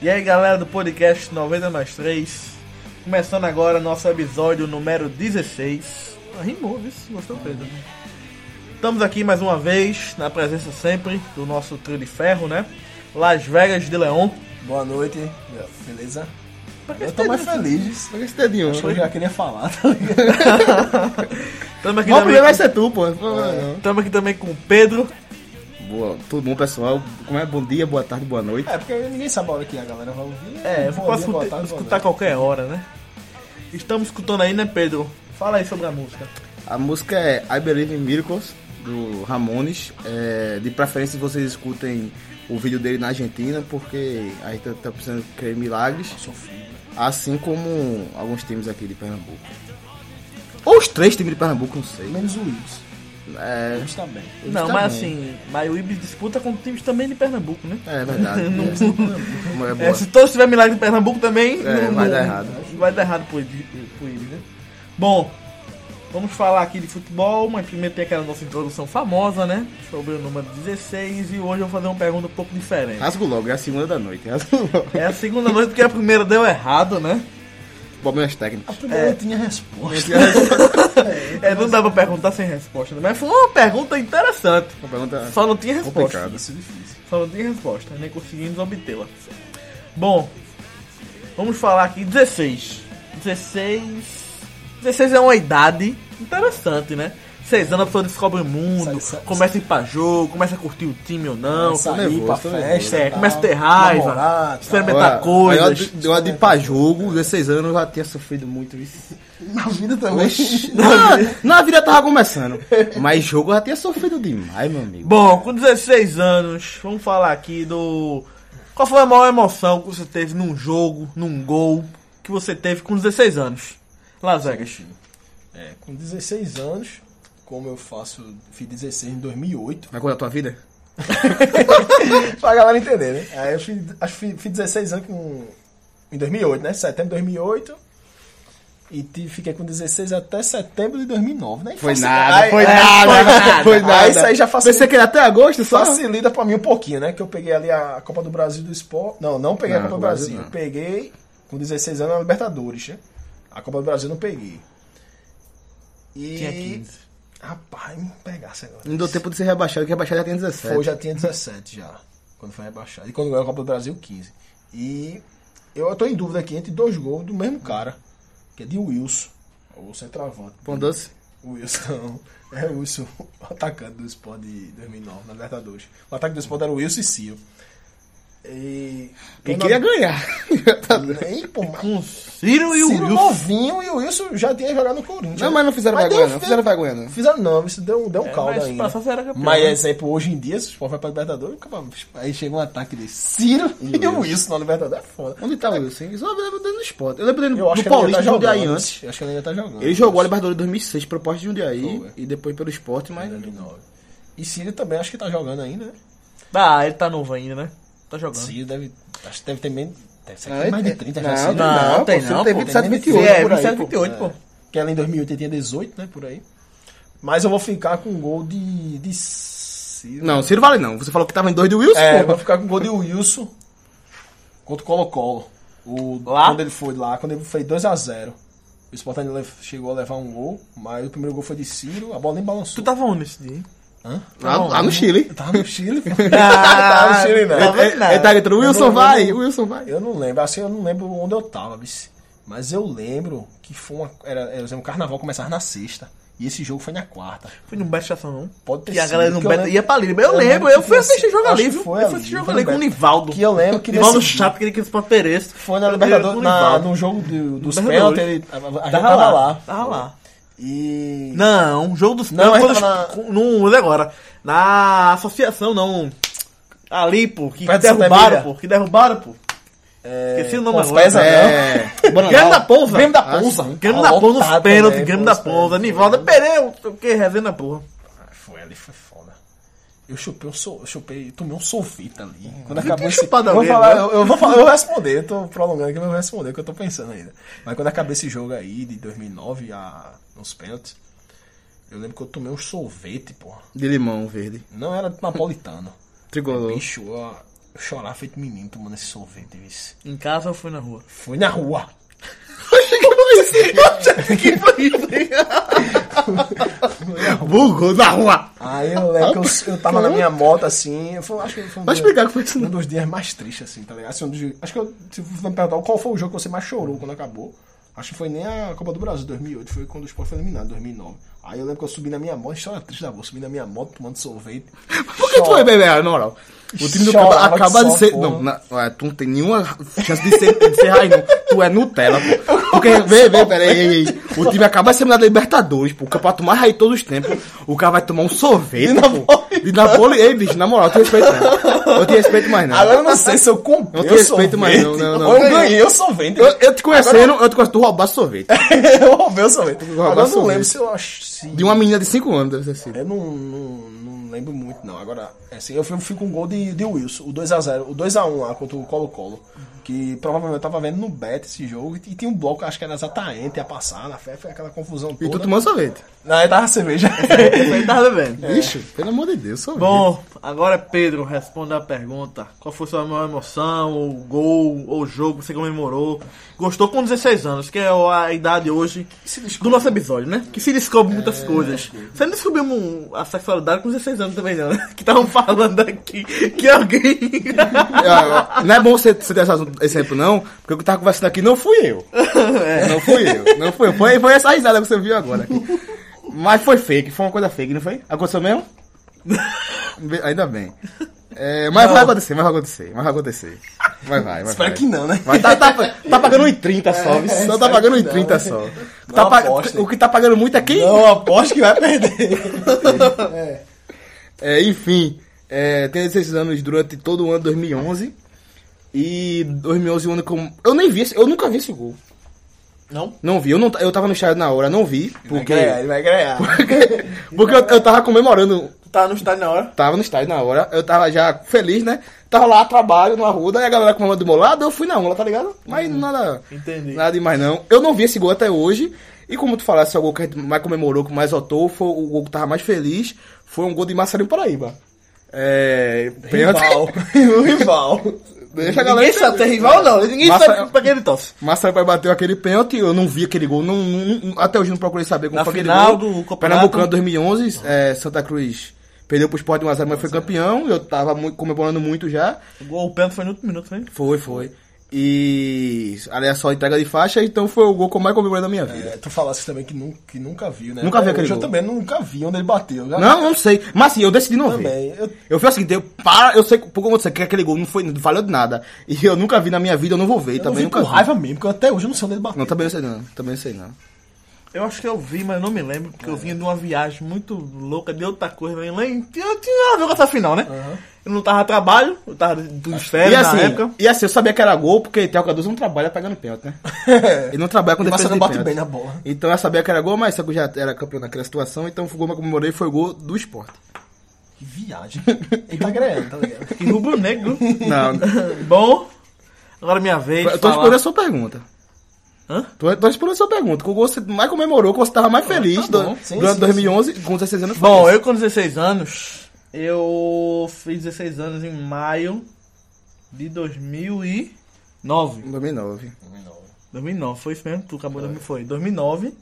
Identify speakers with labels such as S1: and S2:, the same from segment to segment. S1: E aí galera do podcast 90 mais 3, começando agora nosso episódio número 16. Ah, Rimou, viu? Gostou, Pedro? Estamos aqui mais uma vez, na presença sempre do nosso trio de ferro, né? Las Vegas de Leon.
S2: Boa noite, beleza?
S1: Pra que
S2: Eu
S1: esse
S2: tô mais
S1: dedinho?
S2: feliz.
S3: Pega esse dedinho.
S2: Acho que eu já queria falar, tá ligado?
S1: Estamos aqui,
S3: Bom, primeiro
S1: também-
S3: vai ser tu, pô. Não.
S1: tamo aqui também com o Pedro.
S3: É. Boa, tudo bom, pessoal? Como é? Bom dia, boa tarde, boa noite.
S2: É, porque ninguém sabe a hora que a galera vai ouvir.
S1: É, eu posso
S2: Bom dia, boa
S1: escutar,
S2: tarde, boa
S1: escutar
S2: noite.
S1: qualquer hora, né? Estamos escutando aí, né, Pedro? Fala aí sobre a música.
S3: A música é I Believe in Miracles, do Ramones. É, de preferência vocês escutem o vídeo dele na Argentina, porque a gente tá precisando crer em milagres. Assim como alguns times aqui de Pernambuco. Ou os três times de Pernambuco, não sei.
S2: Menos o Wills.
S3: É,
S2: Wills tá bem.
S3: eles
S1: Não,
S3: tá
S1: mas
S3: bem.
S1: assim, mas o Ibis disputa com times também de Pernambuco, né?
S3: É verdade. é,
S1: É,
S3: boa.
S1: se todos tiver milagre em Pernambuco também,
S3: É, vai dar errado.
S1: Vai dar errado pro Ibis, pro Ibis, né? Bom, vamos falar aqui de futebol, mas primeiro tem aquela nossa introdução famosa, né? Sobre o número 16 e hoje eu vou fazer uma pergunta um pouco diferente.
S3: Rasgo logo, é a segunda da noite. Rasgo logo.
S1: É a segunda noite porque a primeira deu errado, né?
S3: Problemas
S2: A
S3: técnicos.
S2: primeira não É. tinha resposta.
S1: É, não dá pra perguntar sem resposta, né? mas foi uma pergunta interessante.
S3: Uma pergunta
S1: Só não tinha resposta.
S3: complicada.
S2: Isso é difícil.
S1: Só não tinha resposta, nem conseguimos obtê-la. Bom, vamos falar aqui 16. 16. 16 é uma idade interessante, né? Seis anos a pessoa descobre o mundo,
S2: Sai- sai-
S1: começa a ir pra jogo, começa a curtir o time ou não,
S2: Sair
S3: nervoso,
S2: pra
S3: tô
S2: festa.
S1: nervoso. É,
S2: tal,
S1: começa a ter raiva,
S2: namorar, tal.
S1: experimentar coisas.
S3: Eu, eu, eu de ir pra jogo, 16 anos, eu já tinha sofrido muito isso.
S2: Na vida também.
S3: Na, na vida eu tava começando. Mas jogo eu já tinha sofrido demais, meu amigo.
S1: Bom, com 16 anos, vamos falar aqui do. Qual foi a maior emoção que você teve num jogo, num gol, que você teve com 16 anos? Las Vegas.
S2: É, com 16 anos, como eu faço, fiz 16 em 2008.
S3: Vai contar a tua vida?
S2: pra galera entender, né? Aí eu fiz, acho que fiz 16 anos com, em 2008, né? Setembro de 2008. E ti- fiquei com 16 até setembro de 2009, né? E
S3: Foi
S2: faci-
S3: nada,
S2: aí-
S3: foi,
S2: aí-
S3: nada, foi nada,
S2: Aí isso aí já facilita.
S3: Pensei que era até agosto só.
S2: Facilita pra mim um pouquinho, né? Que eu peguei ali a Copa do Brasil do Esporte. Não, não peguei a
S3: Não,
S2: Copa do
S3: Brasil
S2: Brasil.
S3: não.
S2: Peguei com 16 anos a Libertadores, né? A Copa do Brasil eu não peguei. E.
S1: Tinha 15.
S2: Rapaz, me pegasse agora.
S3: Não deu tempo de ser rebaixado, que rebaixado já tinha 17.
S2: Foi, já tinha 17 já. Quando foi rebaixado. E quando ganhou a Copa do Brasil, 15. E eu tô em dúvida aqui entre dois gols do mesmo cara, que é de Wilson. O centroavante.
S3: Pão doce.
S2: O Wilson, não. É o Wilson, o atacante do Sport de 2009, na Libertadores. O ataque do Sport era o Wilson e Cio. E.
S3: Quem queria ganhar.
S2: Nem, pô, mas-
S1: Com Ciro e o
S2: Ciro
S1: Wilson.
S2: novinho e o Wilson já tinha jogado no Corinthians.
S3: Não, mas não fizeram
S2: Mas deu-
S3: vergonha, não. Fizeram vergonha, não.
S2: Fizeram não, isso deu, deu um
S1: É,
S2: caldo
S1: mas
S2: ainda.
S1: pra só era campeão,
S2: mas
S1: né?
S2: exemplo, hoje em dia, se o Sport vai pra Libertadores, acaba- aí chega um ataque de Ciro e um o Wilson na Libertadores, é foda.
S3: Onde tá o Wilson? Eu só lembro dele no esporte. Eu lembro dele
S2: Eu acho
S3: no
S2: que ele ainda
S3: Paulista
S2: tá
S3: de Jundiaí
S2: jogando.
S3: antes.
S2: Acho que ele ainda tá jogando.
S3: Ele jogou a Libertadores em 2006, proposta de Jundiaí,
S2: Foi.
S3: e depois pelo esporte, mas...
S2: 2009. é E Ciro também acho que tá jogando ainda, né?
S1: Ah, ele tá novo ainda, né? Tá jogando.
S2: Ciro deve, acho que deve ter menos, deve ser
S3: Não, ele
S2: mais de
S3: tem-
S2: 30
S3: não,
S2: já Ciro.
S3: não.
S1: tem
S3: pô, você tem
S1: pô.
S3: 27,
S1: 28,
S3: 28,
S1: é,
S2: por aí,
S1: 27,
S2: pô.
S1: 28, pô.
S2: Que ela em 2008 tinha 18, né, por aí. Mas eu vou ficar com o gol de, de Ciro.
S3: Não, Ciro vale não. Você falou que tava em dois de Wilson,
S2: É,
S3: pô.
S2: vai ficar com o gol de Wilson contra o Colo-Colo. O,
S1: Lá?
S2: Quando ele foi lá, quando ele foi 2x0. O Sport ainda lev- chegou a levar um gol, mas o primeiro gol foi de Ciro, a bola nem
S1: Tu
S2: balançou.
S1: tava onde esse dia? hein?
S2: Hã?
S3: Lá,
S1: Não,
S3: lá no Chile.
S2: Tava Tá no Chile, pô.
S1: Ah,
S2: tava no Chile, não.
S1: tá vendo
S3: Ele,
S1: nada.
S3: ele tá gritando,
S2: Eu
S3: Wilson
S2: não-
S3: vai,
S2: eu não-
S3: Wilson vai.
S2: Eu não lembro, assim, eu não lembro onde eu tava, vice. Mas eu lembro que foi uma. Era, era um carnaval começava na sexta. E esse jogo foi na quarta.
S1: Foi no Beto Estação, não?
S2: Pode ter
S1: E a
S2: sido,
S1: galera no
S2: porque eu
S1: Beto
S2: lembro-
S1: ia pra Liga. Eu,
S2: eu lembro
S1: lembro, eu
S2: que
S1: fui
S2: nesse-
S1: assistir jogo
S2: acho
S1: ali,
S2: que
S1: viu?
S2: foi
S1: eu
S2: ali,
S1: fui assistir
S2: foi
S1: jogo
S2: no
S1: ali com o
S2: Beto.
S1: Nivaldo.
S2: Que eu lembro que
S1: Nivaldo
S2: nesse-
S1: chato, queria que eles pereçam.
S2: Foi na
S1: Com
S2: Libertadores,
S1: o
S2: na,
S1: Nivaldo.
S2: no jogo do- dos
S1: Libertadores.
S2: pênaltis, ele tava, a gente
S1: Tava lá, tava
S2: Foi.
S1: lá.
S2: E.
S1: Não, o jogo dos
S2: Não,
S1: não,
S2: ele
S1: todos,
S2: tava na-
S1: não olha agora. Na associação, não. Ali, pô, que
S2: Perto de
S1: derrubaram,
S2: Sevilha.
S1: pô. Que derrubaram, pô.
S2: É,
S1: Esqueci o nome
S2: Confesa,
S1: agora.
S3: É.
S1: Grêmio da Ponza.
S2: Grêmio né? da
S1: Ah,
S2: Ponza.
S1: sim. Grêmio
S2: Tá
S1: da Ponza, os
S2: lotado,
S1: pênaltis. né?
S2: né?
S1: Grêmio
S2: Foi
S1: da
S2: os pênaltis.
S1: Ponza. Nivaldo é Pereira, o que resenha, porra.
S2: Ah, Foi ali, foi foda. Eu chupei, um so, eu chupei, tomei um sorvete ali. Quando
S1: tinha
S2: acabou esse... eu,
S1: chupado
S2: vou
S1: alguém,
S2: falar,
S1: né?
S2: eu, eu vou falar, eu vou responder, eu tô prolongando aqui, mas eu vou responder o que eu tô pensando ainda. Mas quando acabou esse jogo aí, de 2009, a, nos pênaltis, eu lembro que eu tomei um sorvete, porra.
S3: De limão verde.
S2: Não era napolitano.
S3: Tricolor.
S2: Bicho, ó, chorar feito menino tomando esse sorvete, vice.
S1: Em casa ou foi na rua?
S2: Fui na rua.
S3: Bugou na rua.
S2: Aí eu lembro que eu, eu tava na minha moto assim, eu fui- acho que foi um,
S3: Vai
S2: dia-
S3: explicar o que foi isso,
S2: um
S3: não.
S2: dos dias mais tristes, assim, tá ligado? Assim, um dos- acho que eu, se você me perguntar qual foi o jogo que você mais chorou quando acabou, acho que foi nem a Copa do Brasil 2008, foi quando o Sport foi eliminado, 2009. Aí eu lembro que eu subi na minha moto, história triste da boa, subi na minha moto tomando sorvete.
S3: Por que tu é foi beber, na moral? O time do Cabo
S2: Chorava que
S3: acaba de
S2: só
S3: ser.
S2: porra.
S3: Não, na- ué, tu não tem nenhuma chance de ser, de ser Rainon. Tu é Nutella, pô. Porque, vê, vê, peraí. ei, ei. O time acaba de ser eliminado da Libertadores, pô. O campeonato mais raio de todos os tempos. O cara vai tomar um sorvete. pô. E na bola. Ei, bicho, na moral, eu te respeito, não. Eu te respeito mais, não.
S2: Agora eu não sei se eu comprei.
S3: Eu te
S2: o
S3: respeito, mas não,
S2: sorvete,
S3: não, não.
S2: Ou eu ganhei o sorvete.
S3: Eu, eu te conhecendo, eu te conhecendo, tu roubaste sorvete.
S2: eu roubei o sorvete.
S3: Roubar
S2: Agora eu não
S3: sorvete.
S2: lembro se eu acho. se-
S3: De uma menina de 5 anos, deve assim. ter sido.
S2: Eu não, não, não lembro muito, não. Agora, é assim, eu fui, fui com o gol de, de Wilson, o 2x0, o 2x1 lá contra o Colo-Colo. Que provavelmente eu tava vendo no Bet esse jogo. E, e tinha um bloco, acho que era exatamente, ia passar na fé, foi aquela confusão toda.
S3: E tu tomando sorvete.
S2: Não, aí tava cerveja.
S1: Ele tava
S2: É.
S1: bebendo.
S3: Bicho, pelo amor de Deus, sorvete.
S1: Bom, agora Pedro, responda a pergunta. Qual foi sua maior emoção, ou gol, ou jogo que você comemorou? Gostou com 16 anos, que é a idade hoje do nosso episódio, né? Que se descobre muitas coisas. Você não descobriu mu- a sexualidade com 16 anos também, não, né? Que estavam falando aqui que alguém...
S3: Ah, Não é bom você, você ter essa- esse exemplo, não, porque o que tava conversando aqui não fui eu.
S2: É.
S3: Não fui eu. Não fui eu. Foi, foi essa risada que você viu agora aqui. Mas foi fake, foi uma coisa fake, não foi? Aconteceu mesmo? Be- Ainda bem. É, mas vai acontecer, mas vai acontecer, mas vai acontecer. Vai, vai, vai.
S2: Espero
S3: vai.
S2: que não, É, né?
S3: Vai, tá, tá, tá pagando 1,30 só, viu? só tá pagando 1,30 só. Tá pa-
S2: aposta.
S3: o que tá pagando muito é quem?
S2: Não, aposto que vai perder.
S3: É, enfim, é, tenho 16 anos durante todo o ano de 2011. E 2011 o ano que eu, eu nem vi, esse- eu nunca vi esse gol.
S1: Não?
S3: Não vi, eu, não, ta- eu tava no estádio na hora, não vi,
S2: Vai
S3: porque
S2: ganhar, ele vai ganhar.
S3: porque eu, eu tava comemorando,
S1: Tá no estádio na hora.
S3: tava no estádio na hora, eu tava já feliz, né? Tava lá, trabalho, na rua, daí a galera comemorando do meu lado, eu fui na onda, tá ligado? Mas nada,
S1: Uhum. Entendi.
S3: nada demais não. Eu não vi esse gol até hoje, e como tu falasse, é o gol que a gente mais comemorou, que mais otou, foi o gol que tava mais feliz, foi um gol de Marcelinho Paraíba. É... pênalti-
S2: Rival. o rival.
S3: Deixa a galera.
S1: Ninguém sabe se é rival não, ninguém
S3: Massa-
S1: sabe pra quem ele torce.
S3: Massa vai bater aquele pênalti, eu não vi aquele gol, não, não- não- até hoje não procurei saber como
S1: Na
S3: foi aquele
S1: final
S3: gol.
S1: do campeonato.
S3: Pernambucano 2011, é, Santa Cruz perdeu pro Sport 1x0, mas foi campeão, eu tava muito, comemorando muito já.
S1: O gol, o pênalti foi no último minuto, hein?
S3: Foi, foi. E aliás, só entrega de faixa, então foi o gol que eu mais comemorei da minha vida.
S2: É, tu falasse também que nunca, que nunca viu, né?
S3: Nunca
S2: Até
S3: vi aquele
S2: hoje Eu
S3: gol.
S2: também nunca vi onde ele bateu. Já-
S3: Não, não sei. Mas assim, eu decidi não
S2: Também,
S3: ver.
S2: eu-
S3: Eu... fiz o seguinte, eu, para, eu sei por como você quer aquele gol, não foi, não valeu de nada. E eu nunca vi na minha vida, eu não vou ver,
S2: Eu não
S3: também
S2: vi
S3: nunca
S2: com
S3: vi.
S2: raiva mesmo, porque eu até hoje eu não sei onde ele bateu.
S3: Não, também não sei não, também não sei não.
S1: Eu acho que eu vi, mas eu não me lembro, porque eu vinha de uma viagem muito louca de outra coisa, né? Lá em- Eu tinha nada a ver com essa final, né? Eu não tava a trabalho, eu tava dos férias
S3: E
S1: É, na
S3: assim,
S1: época.
S3: e assim, eu sabia que era gol, porque Theo Cardoso não trabalha pagando pênalti, né? Ele não trabalha com
S2: E
S3: defesa
S2: Marcelo
S3: de
S2: bate
S3: pênalti.
S2: bem na bola.
S3: Então eu sabia que era gol, mas só que eu já era campeão naquela situação, então o gol que eu comemorei foi o gol do esporte.
S2: Que viagem. Ele tá ganhando, tá ligado?
S1: E rubro negro.
S3: Não,
S1: Bom, agora é minha vez.
S3: eu tô
S1: falar.
S3: respondendo a sua pergunta.
S1: Hã?
S3: Tô, tô respondendo a sua pergunta. Que o gol que você mais comemorou, que você tava mais feliz do-
S2: Ah, tá bom. Sim,
S3: durante
S2: sim,
S3: 2011, com 16 anos. foi
S1: Bom,
S3: esse.
S1: eu com 16 anos, eu fiz 16 anos em maio de 2009.
S3: Em 2009.
S1: 2009, foi isso mesmo? Tu acabou de foi. 2009.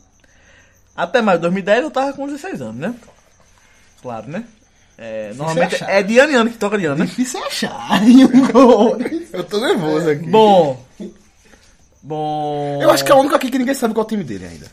S1: Até mais, 2010 eu tava com 16 anos, né? Claro, né? É, normalmente
S2: achar.
S1: é de ano em ano que toca de ano, né?
S2: Difícil é achar um gol.
S3: Eu tô nervoso aqui.
S1: né? Bom. Bom.
S3: Eu acho que é o único aqui que ninguém sabe qual é o time dele ainda.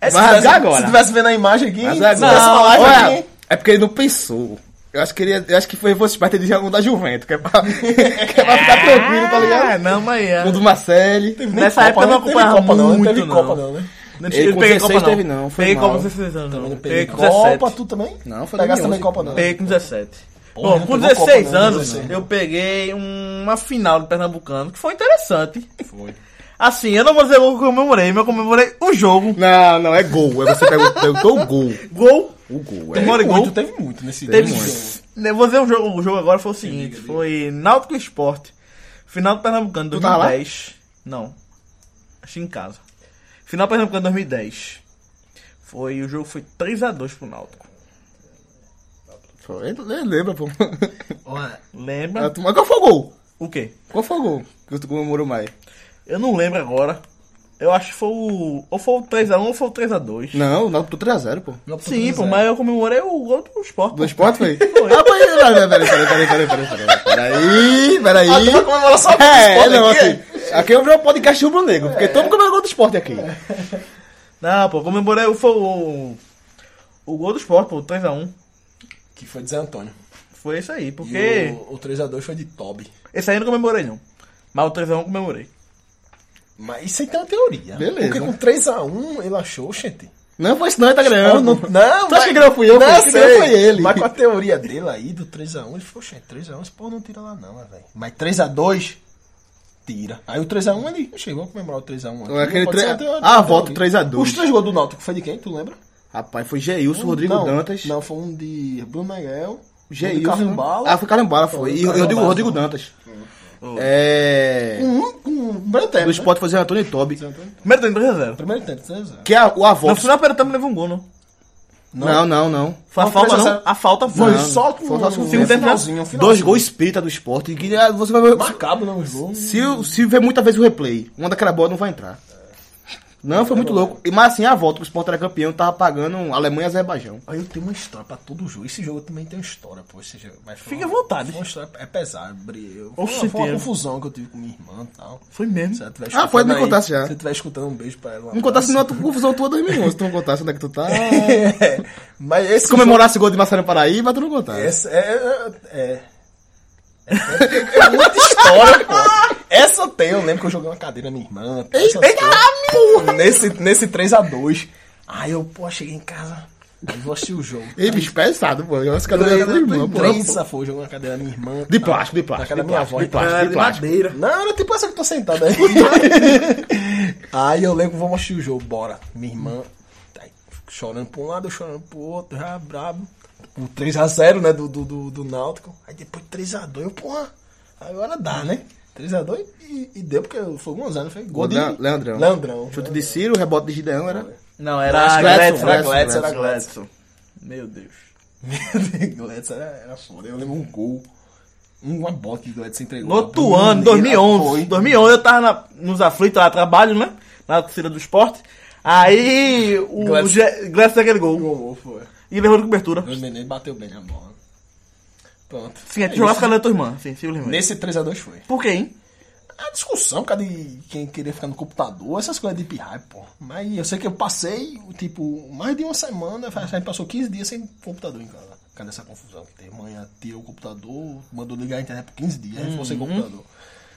S2: É, se
S3: Vai
S2: tivesse-
S3: rasgar agora.
S2: Se tivesse vendo a imagem aqui,
S3: Mas
S2: se
S3: agora-
S2: tivesse uma live
S3: Olha,
S2: aqui,
S3: é porque ele não pensou. Eu acho que ele, eu acho que foi você parte de algum da Juventus, que é pra, que é pra ficar tranquilo, tá ligado?
S1: Ah, não, mas é.
S3: Um do Marcelli.
S2: nem
S1: Nessa época
S2: Copa,
S1: eu não
S2: teve
S1: acompanhava
S2: Copa, não,
S1: muito,
S2: teve
S1: não.
S2: Copa, não, né?
S1: Não
S3: Ele com 16 teve não, foi
S1: peguei
S3: mal.
S1: Copa com 16 anos, não. Peguei com
S2: Copa,
S1: 17.
S2: tu também?
S3: Não, foi
S2: Pegasse
S3: 2011.
S2: também Copa, não.
S1: Peguei com 17.
S2: Porra,
S1: Bom,
S2: não
S1: com
S2: pegou Copa,
S1: 16
S2: não,
S1: anos
S2: 16.
S1: eu peguei uma final do Pernambucano, que foi interessante.
S2: Foi.
S1: Assim, eu não vou dizer o que eu comemorei, mas eu comemorei o jogo.
S3: Não, não, é gol. É você pegou, pegou o gol.
S1: Gol,
S3: O gol, é.
S1: tomou gol.
S2: Muito, teve muito nesse
S1: Teve
S2: nesse
S1: muito. Eu vou dizer o jogo, o jogo agora foi o seguinte: foi Náutico Esporte, final do Pernambucano
S3: tava lá?
S1: 2010. Não, achei em casa. Final do Pernambucano 2010. Foi, o jogo foi 3x2 pro Náutico.
S3: Pô, ele nem lembra, pô.
S2: Olha,
S1: Lembra?
S3: Ah, tu- Mas qual foi o gol?
S1: O quê?
S3: Qual foi o gol que tu comemorou mais?
S1: Eu não lembro agora. Eu acho que foi o. Ou foi o 3x1 ou foi o 3x2.
S3: Não, o Náutico 3x0, pô.
S2: não
S1: Sim, pô,
S2: precisa.
S1: mas eu comemorei o gol do Sport.
S3: Do esporte, foi? Ah, peraí, peraí, peraí, peraí, peraí, peraí, peraí, peraí, peraí.
S2: Ah, tu vai comemorar só com o
S3: É,
S2: esporte
S3: não,
S2: aqui, É.
S3: assim, aqui eu vi um podcast rubro-negro, porque todo mundo comemorou do esporte aqui.
S1: Não, Ah, pô, comemorei o, foi o, o gol do Sport, pô, 3x1.
S2: Que foi de Zé Antônio.
S1: Foi isso aí,
S2: E
S1: porque.
S2: o, o 3x2 foi de Toby.
S1: Esse aí eu não comemorei, não. Mas o 3x1 eu comemorei.
S2: Mas isso aí tem uma teoria.
S3: Beleza.
S2: Porque com 3x1 ele achou, gente.
S3: Não foi isso não, ele tá ganhando.
S2: não, não
S3: Tu acha que ganhou fui eu?
S2: Não,
S3: Quem ganhou
S2: sei.
S3: foi ele.
S2: Mas com a teoria dele aí, do 3x1, ele falou, "Oxe, 3x1, esse porra não tira lá não, né, velho. Mas 3x2, tira. Aí o 3x1 ele, oxe, vamos comemorar o 3x1 aqui.
S3: Aquele
S2: Pode ser
S3: tre...
S2: uma teoria,
S3: Ah,
S2: uma
S3: volta
S2: teoria.
S3: 3x2.
S2: Os três gols do Náutico foi de quem, tu lembra?
S3: Rapaz, foi Geilson, Rodrigo
S2: não,
S3: Dantas.
S2: Não, foi um de Bruno Miguel, um de
S3: Geilson.
S2: Carambala.
S3: Ah, foi Carambala, foi. E
S2: Carambala,
S3: eu digo
S2: não.
S3: Rodrigo Dantas. É.
S2: Um, com um Brantempo,
S3: Do esporte foi Zé Antônio e Tobi.
S1: Primeiro tempo 3x0.
S2: Primeiro tempo, 3x0.
S3: Que é a- o avô.
S1: No final, o Peratamo levou um gol, não.
S3: Não, não, não.
S1: Foi a
S2: Não,
S1: falta,
S2: 3x0.
S1: não? A falta foi.
S2: Foi
S3: Não.
S2: só com
S3: Foi só com o
S1: segundo tempo, né?
S2: finalzinho, um
S3: Dois
S2: finalzinho.
S3: gols espírita do esporte. Que ah, você vai ver.
S2: Macabro, né, os gols.
S3: Se, se ver muita vez o replay, uma daquela bola não vai entrar. Não, foi muito louco. E, Mas assim, a volta, que o Sport era campeão, tava pagando Alemanha e Azerbaijão.
S2: Aí eu tenho uma história pra todo jogo. Esse jogo também tem uma história, pô. Esse jogo, mas foi
S1: Fique
S2: uma-
S1: à vontade.
S2: Foi uma história, é pesado, brilho. Foi,
S1: Oxe,
S2: uma- foi uma
S1: tem.
S2: confusão que eu tive com minha irmã e tal.
S1: Foi mesmo.
S2: Se ela tiver
S3: Ah, foi,
S2: escutando
S3: me
S2: aí,
S3: contasse já.
S2: Se você estiver escutando, um beijo pra ela.
S3: Não contasse não, a tua confusão tua 2011. Tu não contasse onde é que tu tá.
S2: É, mas esse.
S3: Se comemorasse o gol de Massarão Paraíba, tu não contasse.
S2: jogo- esse é. É. é, é, é muita história, pô. Essa eu tenho. Eu lembro que eu joguei uma cadeira na minha irmã. essas coisas. Nesse, nesse 3x2. Aí eu, pô, cheguei em casa. Aí vou assistir o jogo.
S3: Ei, bicho, pesado, pô. Eu acho que
S2: Eu
S3: era da
S2: lembro
S3: irmã,
S2: que
S3: pô.
S2: Prensa foi, jogou na cadeira da minha irmã.
S3: De
S2: tal.
S3: plástico, de plástico,
S2: Na cadeira
S3: de
S2: da minha
S3: plástico,
S2: avó.
S3: de
S2: e tal.
S3: plástico, de plástico.
S1: madeira.
S2: Não, era tipo essa que eu tô sentado aí. aí eu lembro, vou assistir o jogo, bora. Minha irmã tá aí, chorando pra um lado, eu chorando pro outro, já brabo. Um O 3x0, né, do, do, do, do Náutico. Aí depois 3x2, eu, porra, agora dá, né? 3x2 e, e deu, porque um foi 1x0, foi gol de...
S3: Le- Leandrão.
S2: Leandrão.
S3: Chute de Ciro, rebote de Gideão era.
S1: Não,
S2: Acho
S1: era
S2: que era Gladson,
S1: Gladson.
S2: era Gladson, era
S1: Meu Deus.
S2: Gladson era, era foda. Eu lembro um gol, uma bola que o Gladson entregou.
S1: No
S2: lá,
S1: outro
S2: Bruno
S1: ano,
S2: Mineiro,
S1: 2011.
S2: foi.
S1: 2011 eu tava na- nos aflitos lá, trabalho, né? Na torcida do esporte. Aí o
S2: Gladson.
S1: Ge- Gladson fez aquele gol.
S2: Gol, foi.
S1: E levou de cobertura.
S2: Bruno Mineiro bateu bem na bola. Pronto.
S1: Sim, é
S2: É
S1: tu jogava
S2: isso.
S1: com a tua irmã. Sim, simplesmente.
S2: Nesse 3x2 foi.
S1: Por quê, hein?
S2: A discussão, por causa de quem queria ficar no computador, essas coisas de pirraia, pô. Mas eu sei que eu passei, tipo, mais de uma semana, a gente passou 15 dias sem computador em casa. Por causa dessa confusão que tem. Mãe tirou o computador, mandou ligar a internet por 15 dias, aí ficou sem
S1: Uhum.
S2: computador.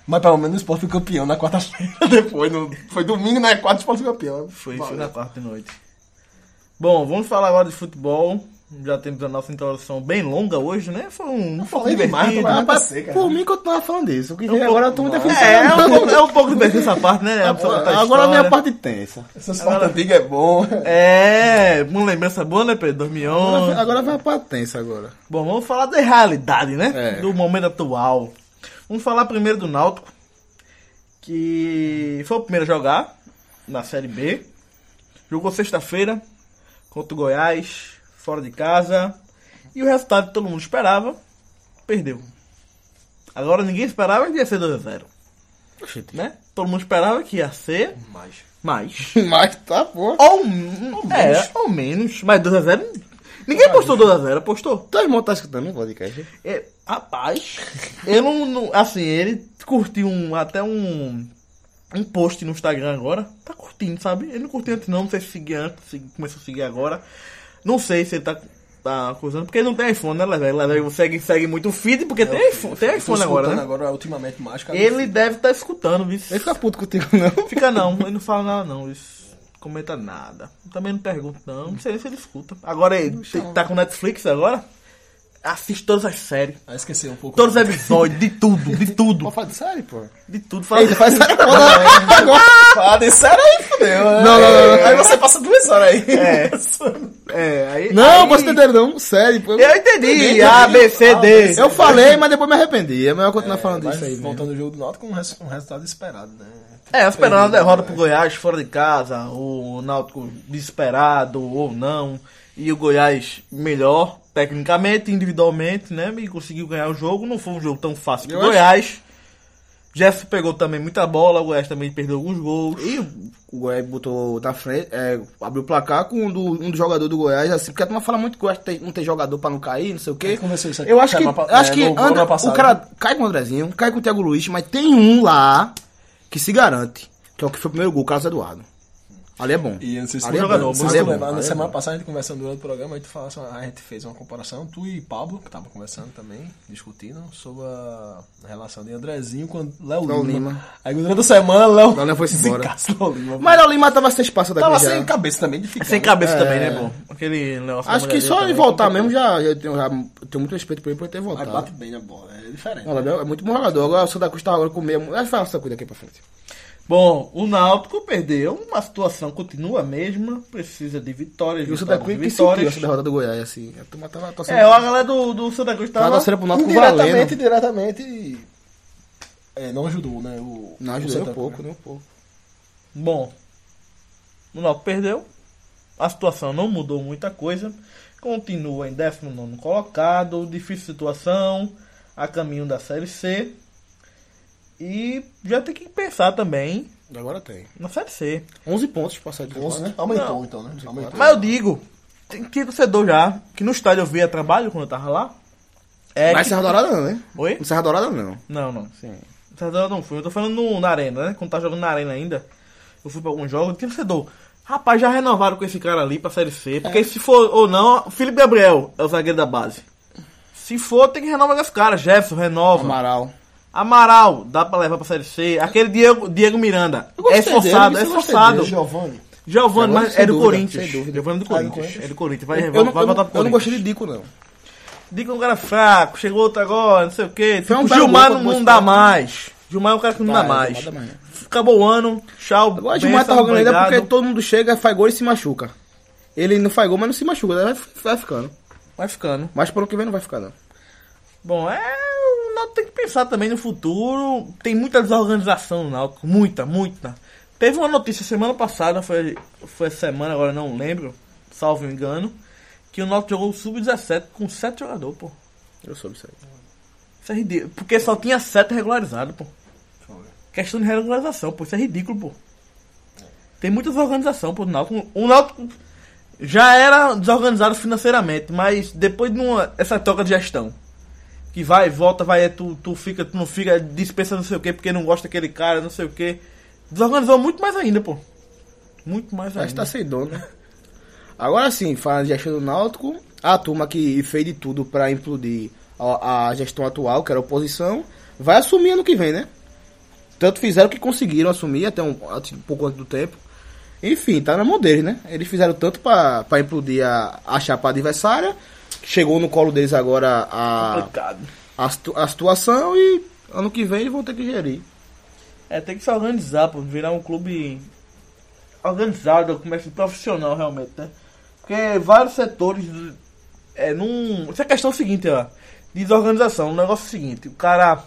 S2: Mas pelo menos o esporte foi campeão na quarta-feira depois. no- foi domingo, na quarta o esporte foi campeão.
S1: Foi,
S2: Valeu.
S1: foi na quarta de noite. Bom, vamos falar agora de futebol. Já temos a nossa introdução bem longa hoje, né? Foi um, um pouco
S2: falei demais,
S1: divertido.
S2: mas-
S3: Rapaz,
S2: sei, cara.
S3: por mim que eu tava falando disso. O que
S1: É um
S3: vem agora eu tô
S1: pouco-
S3: muito
S1: é, é um pouco, é um pouco divertido essa parte, né? Essa parte da
S3: Agora a é- minha
S1: história.
S3: parte tensa.
S2: Essas fotos antigas é bom.
S1: É, uma lembrança boa, né, Pedro? 2011.
S3: Agora vai a parte tensa agora.
S1: Bom, vamos falar da realidade, né?
S3: É.
S1: Do momento atual. Vamos falar primeiro do Náutico, que foi o primeiro a jogar na Série B. Jogou sexta-feira contra o Goiás, fora de casa. E o resultado que todo mundo esperava, perdeu. Agora ninguém esperava que ia ser 2x0, né? Todo mundo esperava que ia ser
S2: Mas.
S1: mais.
S3: Mas tá,
S1: Ou,
S3: pô.
S1: ou, é,
S2: menos.
S1: ou menos. Mas 2x0... Ninguém apostou 2x0, apostou?
S3: Teu irmão tá escutando o podcast?
S1: É, rapaz, eu não, não- Assim, ele curtiu um, até um. Um post no Instagram agora. Tá curtindo, sabe? Ele não curtiu antes, não. Não sei se seguia antes, se começou a seguir agora. Não sei se ele tá. Tá acusando, porque ele não tem iPhone, né, Level? Level segue, segue muito É o feed, porque tem, iPhone, tem
S2: Eu tô
S1: iPhone
S2: escutando
S1: agora, né?
S2: agora, ultimamente, mais. cara,
S1: Ele deve estar escutando, viu?
S3: Ele fica puto contigo, não?
S1: Fica não, ele não fala nada não, isso. Comenta nada. Também não pergunta não, não sei nem se ele escuta. Agora ele tem- tá com Netflix agora? Assiste todas as séries.
S2: Ah, esqueci um pouco.
S1: Todos os episódios, de tudo, de
S3: Pô,
S1: tudo,
S3: fala de série, pô.
S1: de tudo. Fala,
S3: Ele faz série toda agora.
S2: Ah, desse era aí, fudeu. né?
S3: Não, não, não, não.
S2: Aí você passa duas horas aí.
S1: É.
S2: Você
S1: É, aí,
S3: Não,
S1: aí-
S3: você tá não entendeu, não. Série, pô.
S1: Eu entendi, A, B, C, D.
S3: Eu falei, Ah, mas depois me arrependi. É melhor continuar falando disso aí, mesmo.
S2: Voltando ao jogo do Náutico com um, res- um resultado esperado, né?
S1: É, esperando a derrota pro Goiás fora de casa, o Náutico desesperado ou não, e o Goiás melhor, tecnicamente, individualmente, né? E conseguiu ganhar o jogo. Não foi um jogo tão fácil que o
S3: Eu acho-
S1: Goiás. Jefferson pegou também muita bola, o Goiás também perdeu alguns gols.
S3: E o Goiás botou na frente, é, abriu o placar com um, do, um dos jogadores do Goiás, assim, porque a turma fala muito que o Goiás tem- não tem jogador pra não cair, não sei o quê.
S2: gente conversou isso aqui,
S3: Eu acho que,
S2: semana pa-
S3: acho
S2: é,
S3: que
S2: no- no ano
S3: André-
S2: passado. né?
S3: o cara cai com o Andrezinho, cai com o Thiago Luiz, mas tem um lá que se garante, que é o que foi o primeiro gol, o Carlos Eduardo. Ali é bom.
S2: E eu não sei se
S3: ali é
S2: tu-
S1: jogador,
S2: não sei
S1: bom
S2: se tu
S3: jogador,
S2: lembra,
S3: bom,
S2: na
S3: ali é
S2: semana
S3: bom.
S2: passada a gente conversando durante o programa, a gente, falou, assim, a gente fez uma comparação, tu e Pablo, que estavam conversando também, discutindo sobre a relação de Andrezinho com Léo
S3: Léo
S2: Lima.
S3: Lima.
S2: Aí durante a semana, Léo
S3: Léo Lima foi-se embora.
S2: desencaça Léo Lima.
S3: Mas o Lima tava sem espaço daqui
S2: tava
S3: já.
S2: sem cabeça também de ficar.
S1: Sem
S2: né?
S1: cabeça
S3: É.
S1: também, né, pô? Aquele negócio da
S3: Acho que
S1: mulher
S3: só
S1: dele também.
S3: ele
S1: é
S3: voltar mesmo já, já, tenho, já tenho muito respeito por ele por ele ter
S2: é Mas
S3: voltado.
S2: bate bem na bola, é diferente.
S3: Não, Gabriel é muito bom jogador. Agora o Santa Cruz tá agora com o mesmo. Vai falar essa coisa aqui pra frente.
S1: Bom, o Náutico perdeu, uma situação continua a mesma, precisa de vitórias,
S3: E o Santa
S1: vitórias,
S3: Cruz que sentiu
S1: vitórias.
S3: essa derrota do Goiás, assim. A turma tava torcendo.
S1: É, a galera do, do Santa Cruz
S3: tava
S1: tava...
S3: torcendo pro Náutico
S2: Indiretamente,
S3: valendo.
S2: diretamente, é, não ajudou, né? O,
S3: Não,
S2: o né.
S3: ajudou nem
S2: Santa
S3: um pouco,
S2: Cruz.
S3: nem um pouco.
S1: Bom, o Náutico perdeu, a situação não mudou muita coisa, continua em 19 colocado, difícil situação, a caminho da Série C, e já tem que pensar também
S3: Agora tem.
S1: na Série C.
S3: 11 pontos passados de
S2: 11,
S3: fora,
S2: né?
S3: né?
S2: Aumentou
S1: Não.
S2: então, né? Aumentou.
S1: Mas eu digo, tem que torcedor já, que no estádio eu via trabalho quando eu tava lá, é
S3: Mas
S1: que-
S3: Serra Dourada não, né?
S1: Oi?
S3: No Serra Dourada não.
S1: Não, não. Sim. Torcedor não fui. Eu tô falando no- na arena, né? Quando tá jogando na arena ainda. Eu fui pra alguns jogos. Tem torcedor. Rapaz, já renovaram com esse cara ali pra Série C. Porque
S3: É.
S1: se for ou não, Felipe Gabriel é o zagueiro da base. Se for, tem que renovar com esse cara. Jefferson, renova.
S3: Amaral.
S1: Amaral, dá pra levar pra Série C. Aquele Diego, Diego Miranda.
S2: Eu gostei
S1: É esforçado,
S2: dele,
S1: é
S2: isso eu gostei
S1: esforçado.
S2: dele. Giovanni.
S1: Giovanni, mas
S3: Sem
S1: é do
S3: dúvida,
S1: Corinthians.
S3: sem dúvida.
S1: Giovanni é do
S2: Ah, do
S1: Corinthians.
S2: Corinthians?
S1: É do Corinthians.
S3: Eu,
S1: Vai,
S3: eu não,
S1: vai
S3: eu,
S1: voltar
S3: não,
S1: pro
S3: eu não
S1: Corinthians.
S3: gostei de Dico, não.
S1: Diga um cara fraco, chegou outro agora, não sei o quê.
S3: Foi um
S1: Tipo,
S3: belo
S1: Gilmar
S3: gol,
S1: não, não
S3: foi
S1: dá
S3: bom.
S1: mais. Gilmar é um cara que não
S3: Tá,
S1: dá mais.
S3: Gilmar dá
S1: Acabou o ano, tchau.
S3: Agora o Gilmar tá
S1: benção,
S3: jogando ainda
S1: obrigado.
S3: porque todo mundo chega, faz gol e se machuca. Ele não faz gol, mas não se machuca. né? Vai, vai ficando.
S1: Vai ficando.
S3: Mas pro ano que vem não vai ficar, não.
S1: Bom, é. O Náutico tem que pensar também no futuro. Tem muita desorganização no Náutico. Muita, muita. Teve uma notícia semana passada, foi, foi essa semana, agora não lembro, salvo engano, que o Náutico jogou o Sub-17 com 7 jogadores, pô.
S3: Eu soube isso aí.
S1: Isso é ridículo. Porque só tinha 7 regularizados, pô. Questão de regularização, pô. Isso é ridículo, pô. Tem muita desorganização, pô, do Náutico. O Náutico já era desorganizado financeiramente, mas depois de uma, essa troca de gestão, que vai, volta, vai, é, tu, tu fica, tu não fica, dispensa não sei o quê, porque não gosta daquele cara, não sei o quê. Desorganizou muito mais ainda, pô. Muito mais
S3: Mas
S1: ainda.
S3: tá sem dono. né? Agora sim, falando de gestão do Náutico, a turma que fez de tudo pra implodir a, a gestão atual, que era a oposição, vai assumir ano que vem, né? Tanto fizeram que conseguiram assumir até um, até um pouco antes do tempo. Enfim, tá na mão deles, né? Eles fizeram tanto pra, pra implodir a, a chapa adversária, que chegou no colo deles agora a,
S1: Complicado.
S3: a, situ- a situação e ano que vem eles vão ter que gerir.
S1: É, tem que se organizar, pô. Virar um clube organizado, começa profissional realmente, né? Porque vários setores. É, num. Essa questão é o seguinte, ó. Desorganização. O negócio é o seguinte, o cara.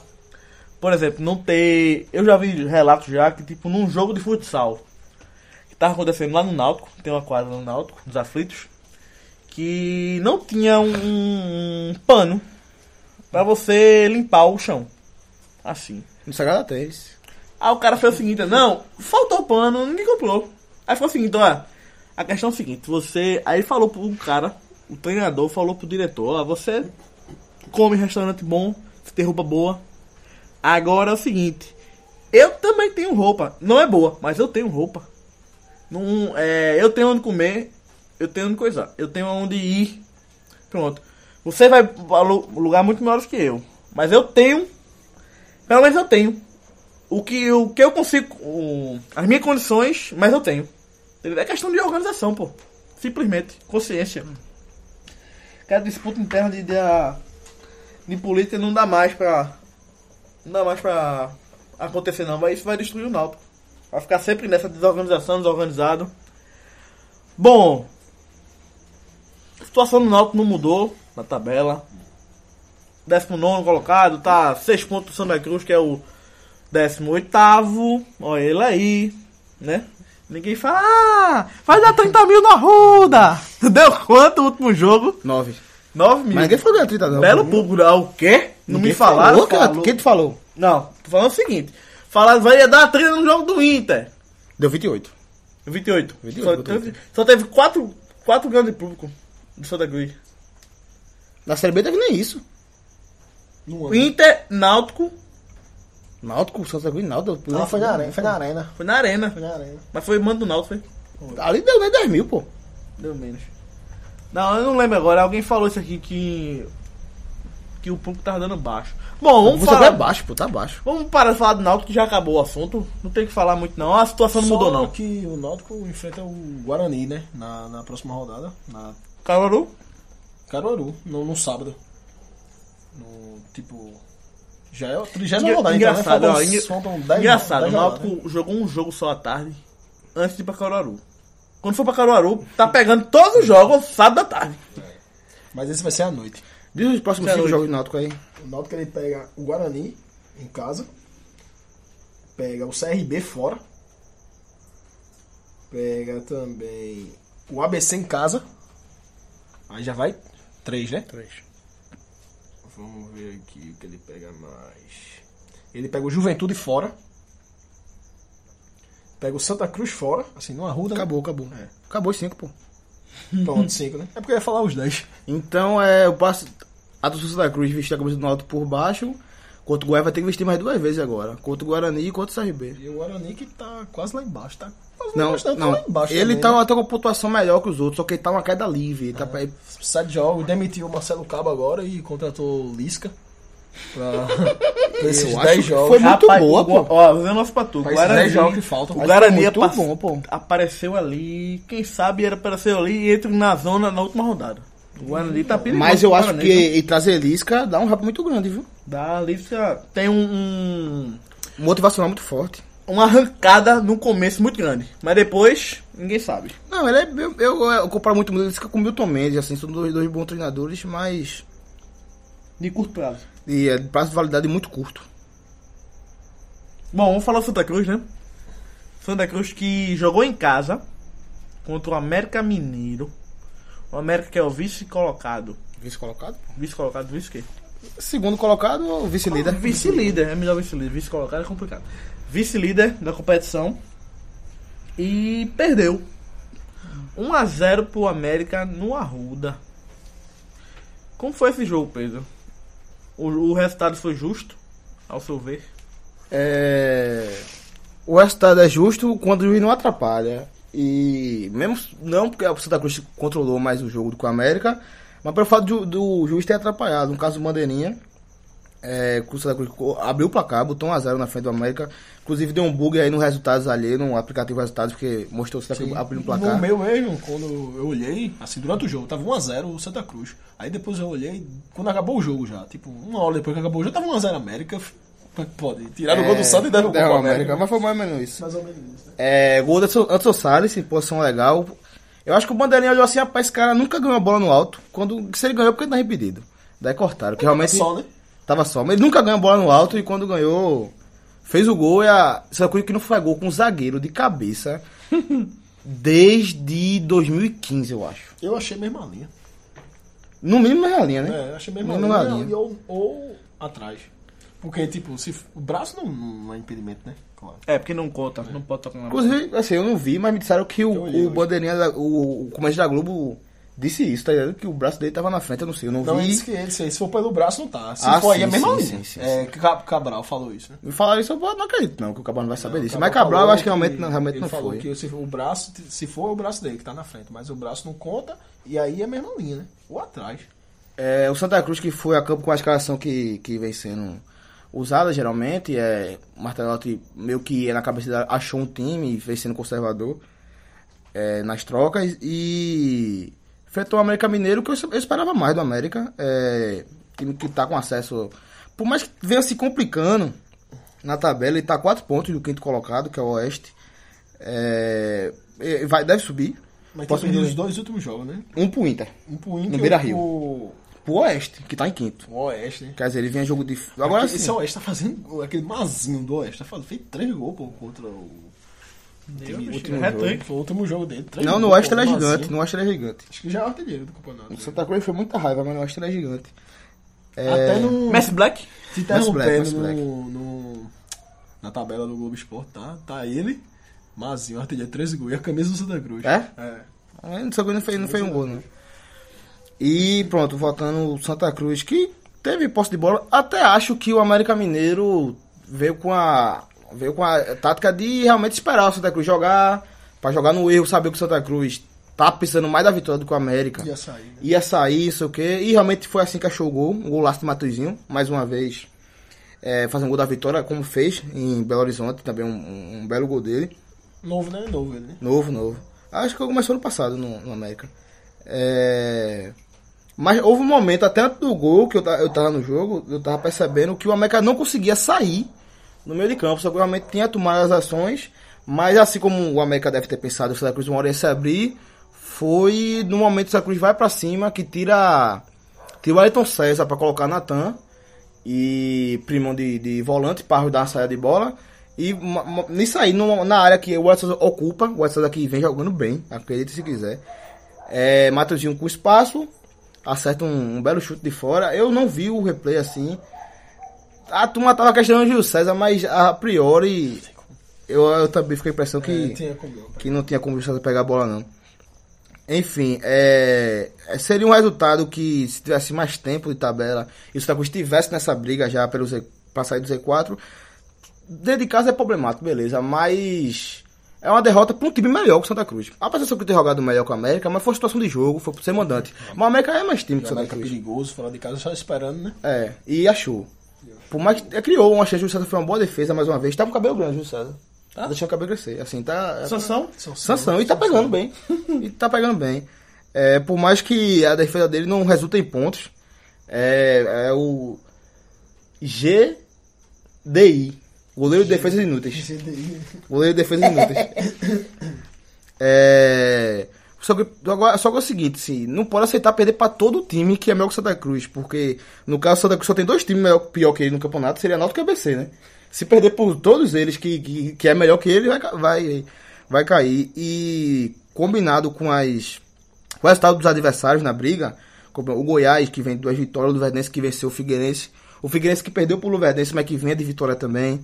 S1: Por exemplo, não ter. Eu já vi relatos já que, tipo, num jogo de futsal. Que tava acontecendo lá no Náutico, tem uma quadra no Náutico, nos aflitos. Que não tinha um, um pano pra você limpar o chão. Assim.
S3: Não se agrada até eles.
S1: Aí o cara fez o seguinte, não, faltou pano, ninguém comprou. Aí foi o seguinte, ó, a questão é o seguinte, você. Aí falou pro cara, o treinador falou pro diretor, ó, você come em restaurante bom, você tem roupa boa. Agora é o seguinte, eu também tenho roupa, não é boa, mas eu tenho roupa. Não, é, eu tenho onde comer, eu tenho onde coisar, eu tenho onde ir. Pronto. Você vai pra lu- lugar muito maiores que eu. Mas eu tenho. Pelo menos eu tenho. O que, o que eu consigo. o- as minhas condições, mas eu tenho. É questão de organização, pô. Simplesmente. Consciência. Cara, disputa interna de, de, de política não dá mais pra. Não dá mais pra acontecer, não. Vai- Isso vai destruir o Náutico. Vai ficar sempre nessa desorganização, desorganizado. Bom. A situação do Náutico não mudou na tabela. 19 colocado, tá 6 pontos do Santa Cruz, que é o 18. Olha ele aí, né? Ninguém fala, ah, vai dar 30 mil na Ruda! Deu quanto o último jogo?
S3: Nove.
S1: 9 mil.
S3: Mas ninguém falou que era 30 não.
S1: Belo público. Ah, o quê? Não
S3: Ninguém
S1: me falaram?
S3: Falou, cara.
S1: Falou.
S3: Quem te falou?
S1: Não, tô falando o seguinte. Falaram, vai dar 30 no jogo do Inter.
S3: Deu 28.
S1: 28.
S3: 28,
S1: só,
S3: 28.
S1: teve, só teve 4, 4 ganhos de público do Santa Cruz.
S3: Na Série B teve nem isso.
S2: No ano.
S1: Inter, Náutico,
S3: Náutico, Santa Cruz, Náutico. né?
S2: Ah, foi na arena, foi na arena.
S1: foi na Arena.
S2: Foi na arena.
S1: Mas foi mando do Náutico, foi?
S3: Ali deu nem 10 mil, pô.
S1: Deu menos. Não, eu não lembro agora. Alguém falou isso aqui que... Que o público tava dando baixo. Bom, vamos
S3: Você
S1: falar...
S3: vai baixo, pô, tá baixo.
S1: Vamos parar de falar do Náutico, que já acabou o assunto. Não tem o que falar muito, não. A situação não
S2: Só
S1: mudou, não.
S2: que o Náutico enfrenta o Guarani, né? Na, na próxima rodada. Na
S1: Caruaru?
S2: Caruaru, no, no sábado. No, tipo... Já é a trigésima
S1: Engra-
S2: rodada,
S1: engraçado,
S2: então, né?
S1: ó,
S2: Faltam-
S1: engra-
S2: faltam dez-
S1: Engraçado, o
S2: dez rodadas. né?
S1: Náutico jogou um jogo só à tarde, antes de ir pra Caruaru. Quando for pra Caruaru, tá pegando todos os jogos sábado à tarde.
S2: Mas esse vai ser à noite.
S3: Diz os próximos
S2: é
S1: Zero
S3: cinco
S1: oito.
S3: jogos do Náutico aí.
S2: O Náutico ele pega o Guarani em casa, pega o CRB fora, pega também o ABC em casa. Aí já vai três, né?
S3: Três.
S2: Vamos ver aqui o que ele pega mais. Ele pega o Juventude fora. Pega o Santa Cruz fora, assim, numa ruda. né?
S3: Acabou, acabou.
S2: É.
S3: Acabou os cinco, pô.
S2: Pronto, cinco, né? É porque eu ia falar os dez.
S3: Então, é, eu passo. A torcida Santa Cruz vestir a camisa do Náutico por baixo. Contra o Goiás vai ter que vestir mais duas vezes agora. Contra o Guarani e contra o CRB.
S2: E o Guarani que tá quase lá embaixo, tá? Quase lá
S3: Não,
S2: embaixo, tá
S3: não.
S2: lá embaixo
S3: ele
S2: também,
S3: tá
S2: né? Ah.
S3: até com uma pontuação melhor que os outros, só que ele tá uma queda livre. Ele tá pra-
S2: sete jogos, demitiu o Marcelo Cabo agora e contratou o Lisca pra, pra esses
S3: Eu acho
S2: 10
S3: que
S2: jogos.
S3: foi muito boa,
S1: o, Gua-
S3: pô.
S1: Ó, fazendo nosso pra tu.
S2: Pra esses 10 jogos que faltam.
S1: o Guarani
S3: muito
S1: pass-
S3: bom, pô.
S1: apareceu ali. Quem sabe era para ser ali e entra na zona na última rodada. O Guarani tá perigoso.
S3: Mas eu
S1: pro
S3: acho que
S1: Guarani, viu?
S3: e trazer Lisca dá um rap muito grande, viu?
S1: Dá ali, você tem um- um
S3: Motivacional muito forte.
S1: uma arrancada no começo muito grande. Mas depois, ninguém sabe.
S3: Não, ele é. Eu, eu, eu comparo muito o Lisca com o Milton Mendes, assim, são dois, dois bons treinadores, mas.
S1: De curto prazo.
S3: E é de prazo de validade muito curto.
S1: Bom, vamos falar do Santa Cruz, né? Santa Cruz que jogou em casa contra o América Mineiro. O América que é o vice-colocado.
S3: Vice-colocado?
S1: Vice-colocado, vice quê?
S3: Segundo colocado ou vice-líder?
S1: Vice-líder, é melhor vice-líder. Vice-colocado é complicado. Vice-líder da competição. E perdeu. 1x0 pro América no Arruda. Como foi esse jogo, Pedro? O, o resultado foi justo, ao seu ver?
S3: É, O resultado é justo quando o juiz não atrapalha. E mesmo não porque o Santa Cruz controlou mais o jogo do que o América, mas pelo fato do, do juiz ter atrapalhado. No caso do Bandeirinha, é, que o Santa Cruz co- abriu o placar, botou um a zero na frente do América. Inclusive deu um bug aí nos resultados ali, no aplicativo resultados, porque mostrou o Santa Cruz abriu o placar.
S2: No meu mesmo, quando eu olhei, assim, durante o jogo, tava 1x0 o Santa Cruz. Aí depois eu olhei, quando acabou o jogo já, tipo, uma hora depois que acabou o jogo, tava 1x0 América. Eu fui, "Como é que Pode, tiraram o gol do Santa e deram o gol
S3: derrubou
S2: pro
S3: o É, América.
S2: América.
S3: Mas foi mais ou menos isso.
S2: Mais ou menos isso, né?
S3: É, gol do Anderson- Anderson Salles, em posição legal. Eu acho que o Bandeirinha olhou assim, rapaz, esse cara nunca ganhou a bola no alto. Quando, se ele ganhou, porque ele tá repetido. Daí cortaram, que realmente
S2: Só, né?
S3: tava só. Mas ele nunca ganhou a bola no alto e quando ganhou, fez o gol. E a Santa Cruz que não foi gol com um zagueiro de cabeça desde 2015, eu acho.
S2: Eu achei mesmo a linha.
S3: No mínimo na linha, né?
S2: É, eu achei mesmo a
S3: Mesmo na
S2: linha,
S3: linha.
S2: e Ou, ou atrás. Porque, tipo, se, f- o braço não, não é impedimento, né? Claro.
S1: É, porque não conta, não pode tocar na bola.
S3: Inclusive, assim, eu não vi, mas me disseram que
S2: Eu
S3: o,
S2: olhei
S3: o
S2: hoje.
S3: Bandeirinha, da- o, o comandante da Globo disse isso, tá ligado? Que o braço dele tava na frente, eu não sei, eu não,
S2: Não,
S3: vi.
S2: ele disse que ele, se for pelo braço, não tá. Se
S3: Ah,
S2: for aí,
S3: sim,
S2: é a mesma
S3: sim,
S2: linha.
S3: sim, sim,
S2: é, Ca- Cabral falou isso, né?
S3: Me falaram isso, eu não acredito não, que o Cabral não vai saber disso.
S2: Cabral
S3: Mas Cabral eu
S2: falou
S3: acho que realmente não, realmente
S2: ele
S3: não
S2: falou
S3: foi.
S2: que se, o braço, se for, é o braço dele que tá na frente. Mas o braço não conta, e aí é a mesma linha, né? Ou atrás.
S3: É, o Santa Cruz que foi a campo com a escalação que, que vem sendo usada geralmente, é, o Martelotti meio que na cabeça dele achou um time e vem sendo conservador é, nas trocas e enfrentou o América Mineiro, que eu, eu esperava mais do América. É, time que tá com acesso, por mais que venha se complicando na tabela, ele tá a 4 pontos do quinto colocado, que é o Oeste. É, e- vai, deve subir.
S2: Mas tem
S3: Posso
S2: perdido
S3: me-
S2: os dois últimos jogos, né?
S3: Um pro Inter.
S2: Um pro Inter
S3: No Beira
S2: e
S3: Rio.
S2: um pro-
S3: Pro Oeste, que tá em quinto.
S2: pro Oeste, né?
S3: Quer dizer, ele vinha jogo de. Agora
S2: Esse
S3: sim.
S2: Oeste tá fazendo gol, aquele mazinho do Oeste. Tá fazendo, fez três gols pô, contra o
S1: Deus, é
S2: Último
S1: bichinho,
S3: jogo.
S1: hat-trick.
S2: Foi o último jogo dele. Três
S3: Não, no
S2: gols,
S3: Astra ele é
S2: como
S3: gigante.
S2: assim?
S3: No Astra ele é gigante.
S2: Acho que já é o artilheiro do campeonato.
S3: O Santa Cruz foi muita raiva, mas no Astra ele é gigante. É,
S2: Até no.
S1: Messi Black?
S2: Se
S3: Mas Black, mas
S2: interrompendo
S3: Black.
S2: no, no, na tabela do Globo Esporte, tá? Tá ele, Mazinho, artilheiro, 13 gols. E a camisa do Santa Cruz.
S3: É?
S2: É.
S3: É, Não sei, não fez, não fez um gol, não. E pronto, voltando o Santa Cruz, que teve posse de bola. Até acho que o América Mineiro veio com a. veio com a tática de realmente esperar o Santa Cruz jogar. Pra jogar no erro, saber que o Santa Cruz tá pensando mais da vitória do que o América.
S2: Ia sair, né?
S3: Ia sair, isso o quê. E realmente foi assim que achou o gol. Um golaço de Matuzinho, mais uma vez. É, fazendo gol da vitória, como fez em Belo Horizonte, também um- um belo gol dele.
S2: Novo, né? Novo ele, né?
S3: Novo, novo. Acho que começou no passado no, no América. É... Mas houve um momento, até antes do gol, que eu, ta- eu tava no jogo, eu tava percebendo que o América não conseguia sair no meio de campo. Só que realmente tinha tomado as ações. Mas assim como o América deve ter pensado, o Santa Cruz uma hora ia se abrir. Foi no momento que o Santa Cruz vai pra cima, que tira, tira o Ayrton César pra colocar Natan e primão de, de volante para ajudar a saída de bola. E ma- ma- nisso aí, numa- na área que o Watson ocupa, o Watson aqui vem jogando bem, acredite se quiser. É, Matosinho com espaço, acerta um, um belo chute de fora. Eu não vi o replay assim. A turma tava questionando o Gil César, mas a priori eu, eu também fiquei com a impressão que
S2: É, tinha como não, pá.
S3: que não tinha como o Santa pegar a bola, não. Enfim, é, é, seria um resultado que se tivesse mais tempo de tabela e o Santa Cruz estivesse nessa briga já pelo Z, pra sair do Z4, dentro de casa é problemático, beleza, mas é uma derrota para um time melhor que o Santa Cruz. Apesar de o Santa Cruz ter jogado melhor que o América, mas foi uma situação de jogo, foi por ser mandante. Mas o América é mais time que
S2: O
S3: o Santa
S2: América é
S3: Cruz.
S2: perigoso, fora de casa, só esperando, né?
S3: É, e achou. Por mais que é, criou uma chance, o Santa foi uma boa defesa mais uma vez. Tá com o cabelo grande, o César. Tá? Deixando o cabelo crescer. Assim, tá. é-
S1: Sansão?
S3: Sansão, e tá pegando bem. E tá pegando bem. É, por mais que a defesa dele não resulte em pontos, é, é o GDI. Goleiro de defesas inúteis. Goleiro de defesas inúteis. É, só, que, agora, só que é o seguinte, assim, não pode aceitar perder pra todo time que é melhor que o Santa Cruz, porque no caso o Santa Cruz só tem dois times melhor, pior que ele no campeonato, seria Náutico e ABC, né? Se perder por todos eles que, que, que é melhor que ele, vai, ca- vai, vai cair. E combinado com as o resultado dos adversários na briga, como o Goiás, que vem de duas vitórias, o Luverdense que venceu o Figueirense, o Figueirense que perdeu pro Luverdense, mas que vinha de vitória também,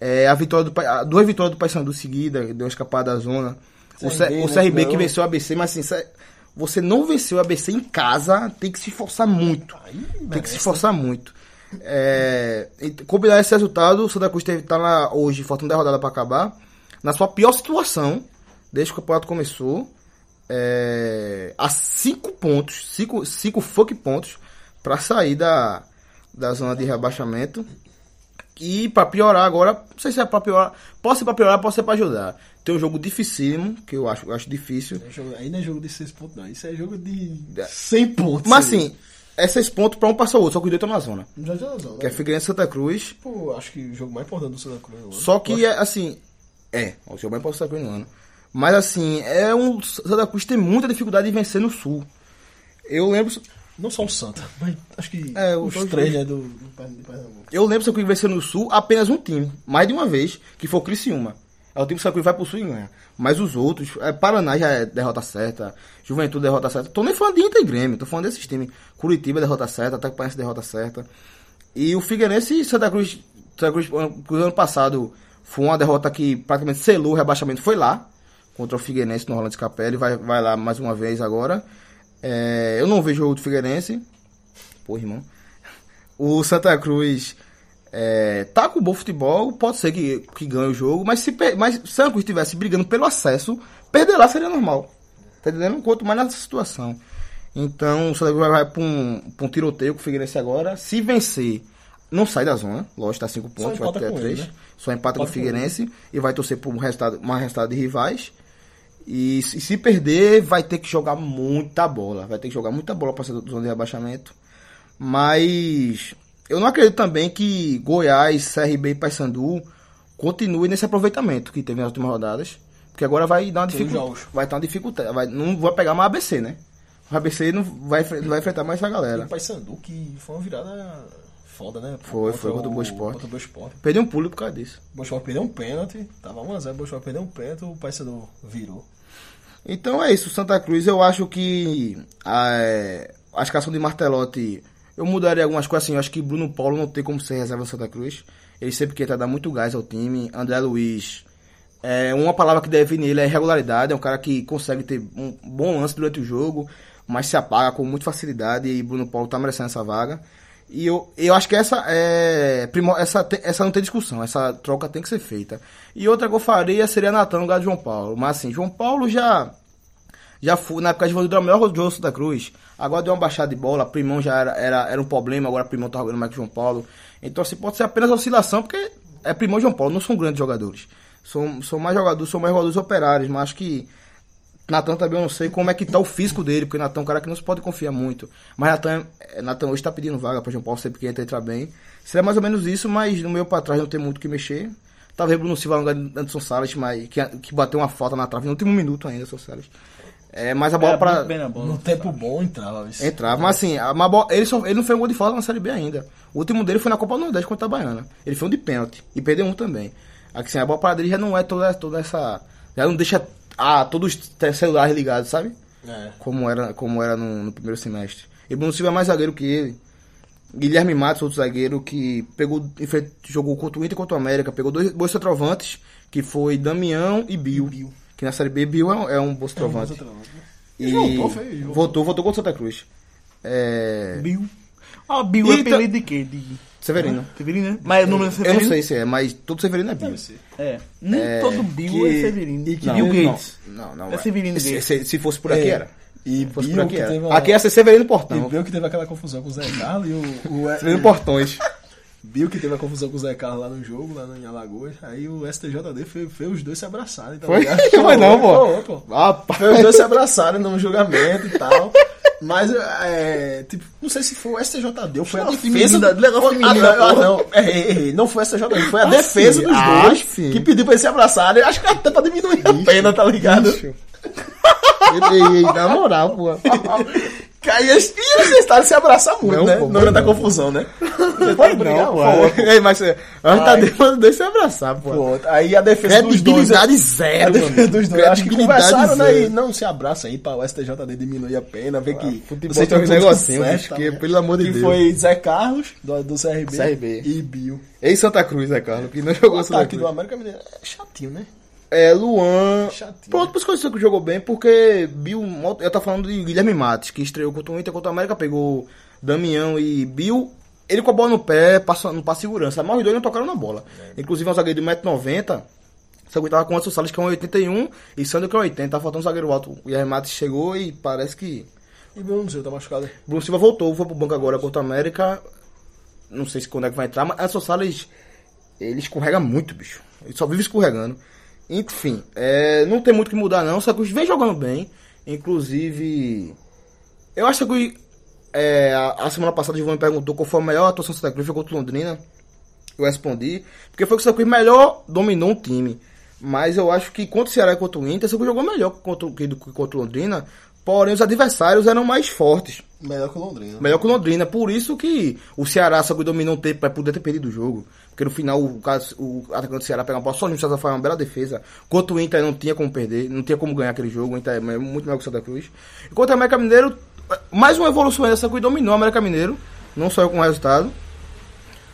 S3: é, a vitória do, Pa- a- duas vitórias do Paysandu seguida, que deu uma escapada da zona, o, C-
S2: CRB, né,
S3: o CRB que
S2: ganhou.
S3: venceu o ABC, mas assim, cê- você não venceu o ABC em casa, tem que se esforçar muito, tem que se esforçar muito. É, e combinar esse resultado, o Santa Cruz teve, tá na, hoje, faltando 10 rodadas pra acabar, na sua pior situação, desde que o campeonato começou, é, a 5 pontos, 5 cinco fuck pontos pra sair da, da zona de rebaixamento. E pra piorar agora, não sei se é pra piorar, pode ser pra piorar, pode ser pra ajudar. Tem um jogo dificílimo, que eu acho, eu acho difícil.
S2: É jogo- Aí não é jogo de 6 pontos, não. Isso é jogo de 100 pontos.
S3: Mas assim, é 6 pontos pra um passar o outro, só que os dois estão na zona.
S2: Já tinha razão,
S3: Que é
S2: né?
S3: Figueirense e Santa Cruz.
S2: Tipo, acho que o jogo mais importante do Santa Cruz. né?
S3: Só que, é, assim, é, o seu bem pode estar no ano. Mas, assim, é um. Santa Cruz tem muita dificuldade de vencer no Sul. Eu lembro.
S2: Não só o Santa, mas acho que
S3: É,
S2: os
S3: os
S2: três,
S3: dois.
S2: né? Do, do Pern- de Pernambuco.
S3: Eu lembro que o Santa Cruz venceu no Sul apenas um time, mais de uma vez, que foi o Criciúma. É o time que o Santa Cruz vai pro Sul e ganha. Mas os outros, é, Paraná já é derrota certa, Juventude derrota certa. Tô nem falando de Inter e Grêmio, tô falando desses times. Curitiba é derrota certa, Ataque Paranaense derrota certa. E o Figueirense e Santa Cruz, Santa Cruz, ano- Cruz ano passado, foi uma derrota que praticamente selou o rebaixamento, foi lá, contra o Figueirense no Rolando Capelli, vai, vai lá mais uma vez agora. É, eu não vejo o do Figueirense. Pô, irmão. O Santa Cruz é, tá com bom futebol, pode ser que, que ganhe o jogo, mas se, per- mas se o Santa Cruz estivesse brigando pelo acesso, perder lá seria normal. Tá entendendo? Quanto mais nessa situação. Então o Santa Cruz vai, vai pra, um, pra um tiroteio com o Figueirense agora. Se vencer, não sai da zona, lógico, tá 5 pontos, vai
S2: empata
S3: ter
S2: com
S3: 3.
S2: ele, né?
S3: Só empata
S2: Empata com
S3: com o
S2: ele.
S3: Figueirense e vai torcer por um resultado, um resultado de rivais. E se, se perder, vai ter que jogar muita bola. Vai ter que jogar muita bola para sair da zona de rebaixamento. Mas eu não acredito também que Goiás, CRB e Paysandu continuem nesse aproveitamento que teve nas últimas rodadas. Porque agora vai dar uma
S2: Tem os
S3: dificuldade.
S2: jogos.
S3: Vai dar uma dificuldade. Vai, não vai pegar mais ABC, né? O ABC não vai, enfre- não vai enfrentar mais essa
S2: E
S3: galera.
S2: o Paysandu, que foi uma virada foda, né?
S3: Foi, foi contra o Boa Esporte.
S2: Sport. Contra o Boa Esporte.
S3: Perdeu um pulo por causa disso.
S2: O Boa Esporte perdeu um pênalti, tava 1x0, o Boa Esporte perdeu um pênalti, o Paysandu virou.
S3: Então é isso, Santa Cruz, eu acho que a, a escalação de Martelotti, eu mudaria algumas coisas, assim, eu acho que Bruno Paulo não tem como ser reserva no Santa Cruz, ele sempre quer dar muito gás ao time, André Luiz, é, uma palavra que define ele é regularidade, é um cara que consegue ter um bom lance durante o jogo, mas se apaga com muita facilidade e Bruno Paulo tá merecendo essa vaga. E eu, eu acho que essa é. primo- Essa, te- essa não tem discussão, essa troca tem que ser feita. E outra que eu faria seria Natan no lugar de João Paulo. Mas assim, João Paulo já. Já foi, na época de Vandu era o melhor jogador do Santa Cruz. Agora deu uma baixada de bola, Primão já era, era, era um problema, agora Primão tá jogando mais que João Paulo. Então assim, pode ser apenas oscilação, porque é Primão e João Paulo, não são grandes jogadores. São, são mais jogadores, são mais jogadores operários, mas acho que Natan também eu não sei como é que tá o físico dele, porque Natan é um cara que não se pode confiar muito. Mas Natan, eh, Natan hoje tá pedindo vaga pra João Paulo, sempre que entra, entra bem. Seria mais ou menos isso, mas no meu pra trás não tem muito o que mexer. Talvez Bruno Silva no lugar de Anderson Salles, mas que, que bateu uma falta na trave no último minuto ainda, Anderson Salles. É, mas a bola
S1: Era
S3: pra.
S1: muito bem na bola,
S2: No
S1: sabe?
S2: tempo bom entrava, isso.
S3: Entrava, mas assim, a- mas a bola- ele, só- ele não fez um gol de falta na Série B ainda. O último dele foi na Copa do Nordeste contra a Baiana. Ele foi um de pênalti e perdeu um também. Aqui, assim, a bola parada dele já não é toda, toda essa. Já não deixa ah, todos os te- celulares ligados, sabe?
S2: É.
S3: Como era, como era no, no primeiro semestre. E Bruno Silva é mais zagueiro que ele. Guilherme Matos, outro zagueiro, que pegou, enfre- jogou contra o Inter e contra o América, pegou dois, dois centroavantes, que foi Damião e Bill.
S2: Bill.
S3: Que na Série B, Bill é um, é um bom centroavante. E
S2: voltou, foi? Voltou.
S3: Voltou, voltou contra o Santa Cruz. É.
S1: Bill. Ó, Bill é
S3: Eita.
S1: apelido de quê? De
S3: Severino.
S1: Severino, né? Mas o nome é
S3: Eu
S1: Severino?
S3: não sei se é, mas todo Severino é Bill.
S1: É. Nem
S3: É,
S1: todo Bill
S2: que-
S1: é Severino.
S2: e que-
S1: Bill Gates.
S3: Não, não.
S1: É Severino
S3: se,
S1: Gates.
S3: se, se fosse por aqui
S2: É.
S3: era.
S2: E
S3: Se fosse
S2: Bill
S3: por aqui
S2: que
S3: era.
S2: teve uma-
S3: Aqui é assim, tá ia ser Severino
S2: E
S3: Portão.
S2: Bill que teve aquela confusão com o Zé Carlos e o, o,
S3: Severino Portões.
S2: Bill que teve a confusão com o Zé Carlos lá no jogo, lá em Alagoas. Aí o STJD fez, fez os dois se abraçarem, tá
S3: Foi?
S2: ligado?
S3: Foi não,
S2: Foi,
S3: pô.
S2: pô.
S3: Ah,
S2: Fez
S3: pá.
S2: os dois se abraçarem no julgamento e tal. Mas, é, tipo, não sei se foi o STJD ou foi a
S1: Não,
S2: defesa...
S1: feminina,
S3: é
S2: do-
S1: legal
S2: Ah,
S1: feminina,
S2: não, ah,
S1: porra.
S2: não, errei, errei. Não foi o STJD, foi a
S3: Ah,
S2: defesa
S3: sim.
S2: dos
S3: Ah,
S2: dois
S3: sim.
S2: que pediu pra eles se abraçarem. Acho que até pra diminuir a pena, tá ligado?
S3: Ei, ei, Na moral, pô.
S2: Cara, e eles e eles tentaram se abraçar muito,
S3: Não,
S2: né?
S3: pô,
S2: no meio
S3: não,
S2: da
S3: não.
S2: confusão, né?
S3: Foi não, pô. Ei, mas é, antes tá
S2: Ai.
S3: dentro dois se abraçar, pô.
S2: Pô, aí a defesa dos dois... né?
S3: Credibilidade
S2: É,
S3: zero,
S2: dos-
S3: meu amigo.
S2: dos dois. Acho que
S3: Credibilidade
S2: conversaram, né?
S3: zero.
S2: E não se abraça aí pra o STJD diminuir a pena, ver que.
S3: Ah, Futebol
S2: vocês
S3: tem
S2: estão
S3: uns
S2: tudo
S3: negocinhos,
S2: certo,
S3: bicho,
S2: tá
S3: que,
S2: ligado?
S3: pelo amor de
S2: Que
S3: Deus.
S2: foi Zé Carlos, do, do CRB,
S3: CRB.
S2: e Bill.
S3: Ei, Santa Cruz, né, Carlos? Que não jogou
S2: O
S3: Santa
S2: ataque
S3: Cruz.
S2: do América Mineiro é chatinho, né?
S3: É, Luan.
S2: Chatinho.
S3: Pronto, por isso que eu disse que jogou bem, porque Bill. Eu tava falando de Guilherme Matos, que estreou contra o Inter, contra o América, pegou Damião e Bill. Ele com a bola no pé, passa, não passa segurança. Mas os dois não tocaram na bola. Inclusive, é um zagueiro de 1,90m. Só aguentava com o Anderson Salles, que é 1,81m, e Sandro, que é 80 Tá faltando um zagueiro alto. O Guilherme Matos chegou e parece que.
S2: E Bruno Silva tá machucado.
S3: Bruno Silva voltou, foi pro banco agora contra o América. Não sei se quando é que vai entrar, mas Anderson Salles, ele escorrega muito, bicho. Ele só vive escorregando. Enfim, é, não tem muito o que mudar, não. O Santa Cruz vem jogando bem. Inclusive, eu acho que é, a, a semana passada o Ivan me perguntou qual foi a melhor atuação do Santa Cruz, foi contra o Londrina. Eu respondi, porque foi que o Santa Cruz melhor dominou um time. Mas eu acho que contra o Ceará e contra o Inter, o Santa Cruz jogou melhor contra, o- que do que contra o Londrina. Porém, os adversários eram mais fortes.
S2: Melhor que o Londrina.
S3: Melhor que o Londrina. Por isso que o Ceará só que dominou um tempo pra poder ter perdido o jogo. Porque no final o, cara- o atacante do Ceará pega uma bola sozinho, o César faz uma bela defesa. Enquanto o Inter não tinha como perder, não tinha como ganhar aquele jogo. O Inter é me- muito melhor que o Santa Cruz. Enquanto o América Mineiro, mais uma evolução essa que dominou o América Mineiro. Não saiu com o resultado.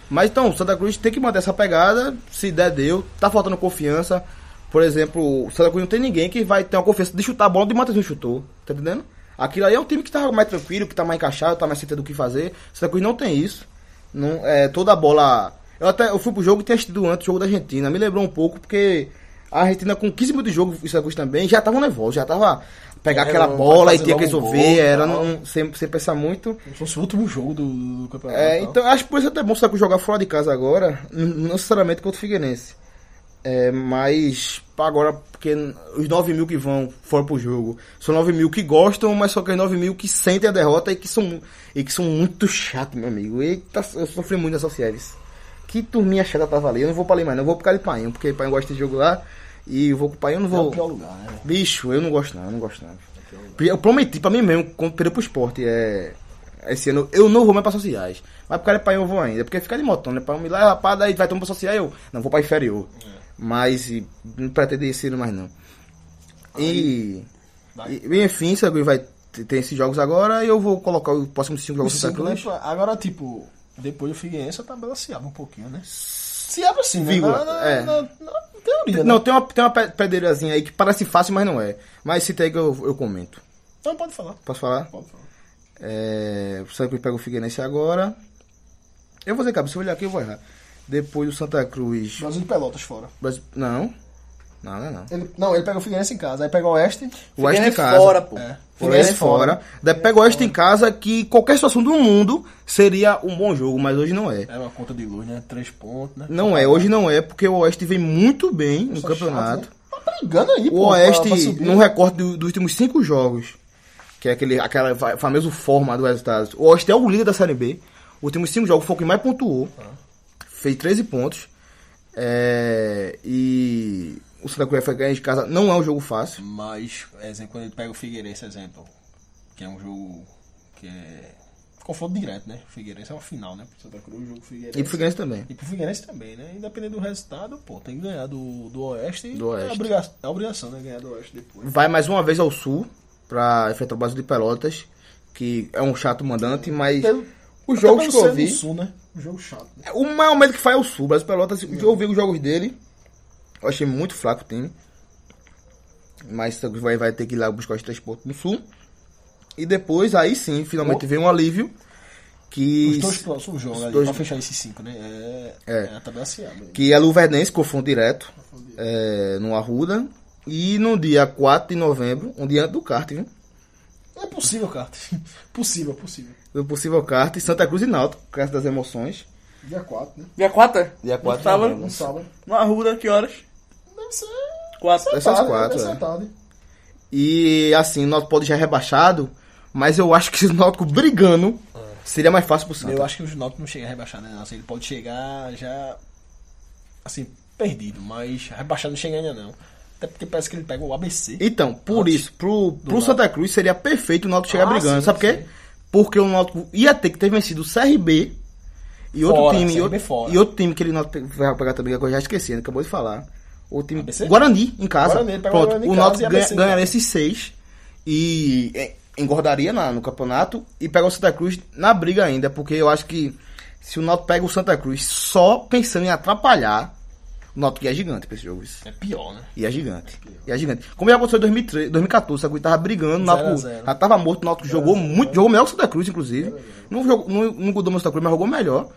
S3: Mas então, o Santa Cruz tem que manter essa pegada. Se der, deu. Tá faltando confiança. Por exemplo, o Santa Cruz não tem ninguém que vai ter uma confiança de chutar a bola de Matheus não chutou. Tá entendendo? Aquilo aí é um time que tá mais tranquilo, que tá mais encaixado, tá mais certeza do que fazer. O Santa Cruz não tem isso. Não, é, toda a bola. Eu até eu fui pro jogo e tinha assistido antes o jogo da Argentina. Me lembrou um pouco porque a Argentina com 15 minutos de jogo, o Santa Cruz também, já tava nervoso, já tava. Pegar
S2: Era,
S3: aquela
S2: É, vai
S3: bola e
S2: fazer
S3: tinha que
S2: logo um
S3: resolver,
S2: gol,
S3: era
S2: tal.
S3: não, sem, sem pensar muito.
S2: Como se fosse o último jogo do, do campeonato. tá?
S3: É,
S2: e tal.
S3: então acho que por isso é até bom sabe, jogar fora de casa agora, n- não necessariamente contra o Figueirense. É, mas pra agora, porque n- os 9 mil que vão fora pro jogo são 9 mil que gostam, mas só que os 9 mil que sentem a derrota e que são, e que são muito chato, meu amigo. Eita, eu sofri muito nessa séries. Que turminha chata tava ali. Eu não vou pra ali mais, não. Eu vou pro Caripainho, porque o Painho gosta de jogo lá. E eu vou pro Painho, eu não
S2: É
S3: vou.
S2: o pior lugar, né?
S3: Bicho, eu não gosto não, eu não gosto não. Eu prometi pra mim mesmo, quando perdeu pro esporte, é... Esse ano eu não vou mais pra sociais. Mas pro cara é pai eu vou ainda. Porque fica de motão, né? Pra um lá, rapaz, daí vai tomar pra social eu. Não, vou pra inferior. Mas e, não pretendo esse ano mais não. E, e, enfim, Sagui vai ter- ter esses jogos agora e eu vou colocar o próximo cinco
S2: O
S3: jogos do Santa
S2: cinco, né,
S3: Cruz.
S2: pô? Agora, tipo, depois do Figueirense, a tabela se abre um pouquinho, né? Se abre assim, né? Na,
S3: Vírgula,
S2: na,
S3: é.
S2: na- na teoria,
S3: Não,
S2: né?
S3: tem uma, tem uma pe- pedreirazinha aí que parece fácil, mas não é. Mas se tem que eu, eu comento.
S2: Então pode falar.
S3: Posso falar?
S2: Pode falar.
S3: É, o Santa Cruz pega o Figueirense agora. Eu vou dizer, cara, se eu olhar aqui eu vou errar. Depois o Santa Cruz.
S2: Brasil de Pelotas fora.
S3: Brasil- Não. Não, é não, não.
S2: Ele, não, ele pega o Figueirense em casa, aí pega o Oeste.
S3: O Oeste em
S1: Figueirense
S3: casa.
S1: fora, pô.
S2: É.
S3: Fluminense fora. Daí pega o Oeste em casa, que qualquer situação do mundo seria um bom jogo, mas hoje não é.
S2: É uma conta de luz, né? Três pontos, né?
S3: Não é, hoje não é, porque o Oeste vem muito bem no
S2: Só
S3: campeonato.
S2: chato, né? Tá brigando aí,
S3: O
S2: pô, pra-
S3: Oeste, é-
S2: pra subir.
S3: num recorte do- dos últimos cinco jogos, que é aquele, aquela fa- famosa forma dos resultados, o Oeste é o líder da Série B. Os últimos cinco jogos foi o que mais pontuou.
S2: Ah.
S3: Fez 13 pontos. É, e o Santa Cruz vai ganhar de casa. Não é um jogo fácil.
S2: Mas, exemplo, quando ele pega o Figueirense, exemplo, que é um jogo que é confronto direto, né? O Figueirense é uma final, né? Pro Santa Cruz, o jogo Figueirense.
S3: E pro Figueirense também.
S2: E pro Figueirense também, né? Independente do resultado, pô, tem que ganhar do, do Oeste. e
S3: Do Oeste.
S2: É a, obriga- é a obrigação, né? Ganhar do Oeste depois.
S3: vai mais uma vez ao sul pra enfrentar o Brasil de Pelotas, que é um chato mandante, mas
S2: Pelo-
S3: os
S2: Até pelo
S3: jogos que eu
S2: sendo do
S3: vi.
S2: Sul, né? Um jogo chato. Né?
S3: O maior medo que faz é o sul. O Brasil de Pelotas, eu vi os jogos dele, eu achei muito fraco o time. Mas o Santa Cruz vai, vai ter que ir lá buscar os três pontos no sul. E depois, aí sim, finalmente vem um alívio.
S2: Os
S3: Que,
S2: dois próximos jogos ali,
S3: dois-
S2: pra fechar esses cinco, né? É,
S3: É.
S2: a tabela se abre.
S3: que é Luverdense, confronto direto é, no Arruda. E no dia 4 de novembro, um dia antes do kart, viu?
S2: Não é possível, cara. possível, possível.
S3: Do possível kart, Santa Cruz e Náutico, Casa das Emoções.
S2: Dia 4, né?
S1: Dia 4?
S3: Dia 4 de
S1: Sábado?
S3: novembro.
S2: Um sábado.
S1: No Arruda, que horas?
S2: Deve ser.
S1: 4.
S3: Deve ser às
S2: tarde,
S3: quatro,
S2: deve ser
S3: é.
S2: tarde.
S3: E assim, o Náutico pode já é rebaixado, mas eu acho que se o Náutico brigando seria mais fácil pro
S2: Eu
S3: Santa.
S2: acho que o Náutico não chega rebaixado, né? Assim, ele pode chegar já, assim, perdido, mas rebaixado não chega ainda, não. Até porque parece que ele pega o ABC.
S3: Então, por
S2: Antes
S3: isso, pro, pro
S2: Náutico.
S3: Santa Cruz seria perfeito o Náutico chegar
S2: Ah,
S3: brigando.
S2: sim,
S3: Sabe por quê?
S2: sim.
S3: Porque o Náutico ia ter que ter vencido o CRB e outro
S2: Fora,
S3: time. E
S2: CRB
S3: outro,
S2: fora.
S3: e outro time que ele Náutico pe- vai pegar também, que eu já esqueci, né? acabou de falar. O time
S2: ABC?
S3: Guarani em casa.
S2: Guarani, ele pega o
S3: Pronto,
S2: Guarani em
S3: o
S2: casa
S3: Náutico
S2: e
S3: ganha-
S2: ABC em
S3: ganharia
S2: casa.
S3: esses seis e é, engordaria na- no campeonato e pegar o Santa Cruz na briga ainda, porque eu acho que se o Náutico pega o Santa Cruz só pensando em atrapalhar, o Náutico ia gigante pra esse jogo. Isso.
S2: É pior, né?
S3: Ia gigante. Ia gigante. Como já aconteceu em 2013, 2014, o Santa Cruz tava brigando, o
S2: Zero a
S3: Náutico
S2: zero.
S3: já tava morto, o Náutico jogou muito, jogou melhor que o Santa Cruz, inclusive. Não, jogou, não, não mudou o Santa Cruz, mas jogou melhor.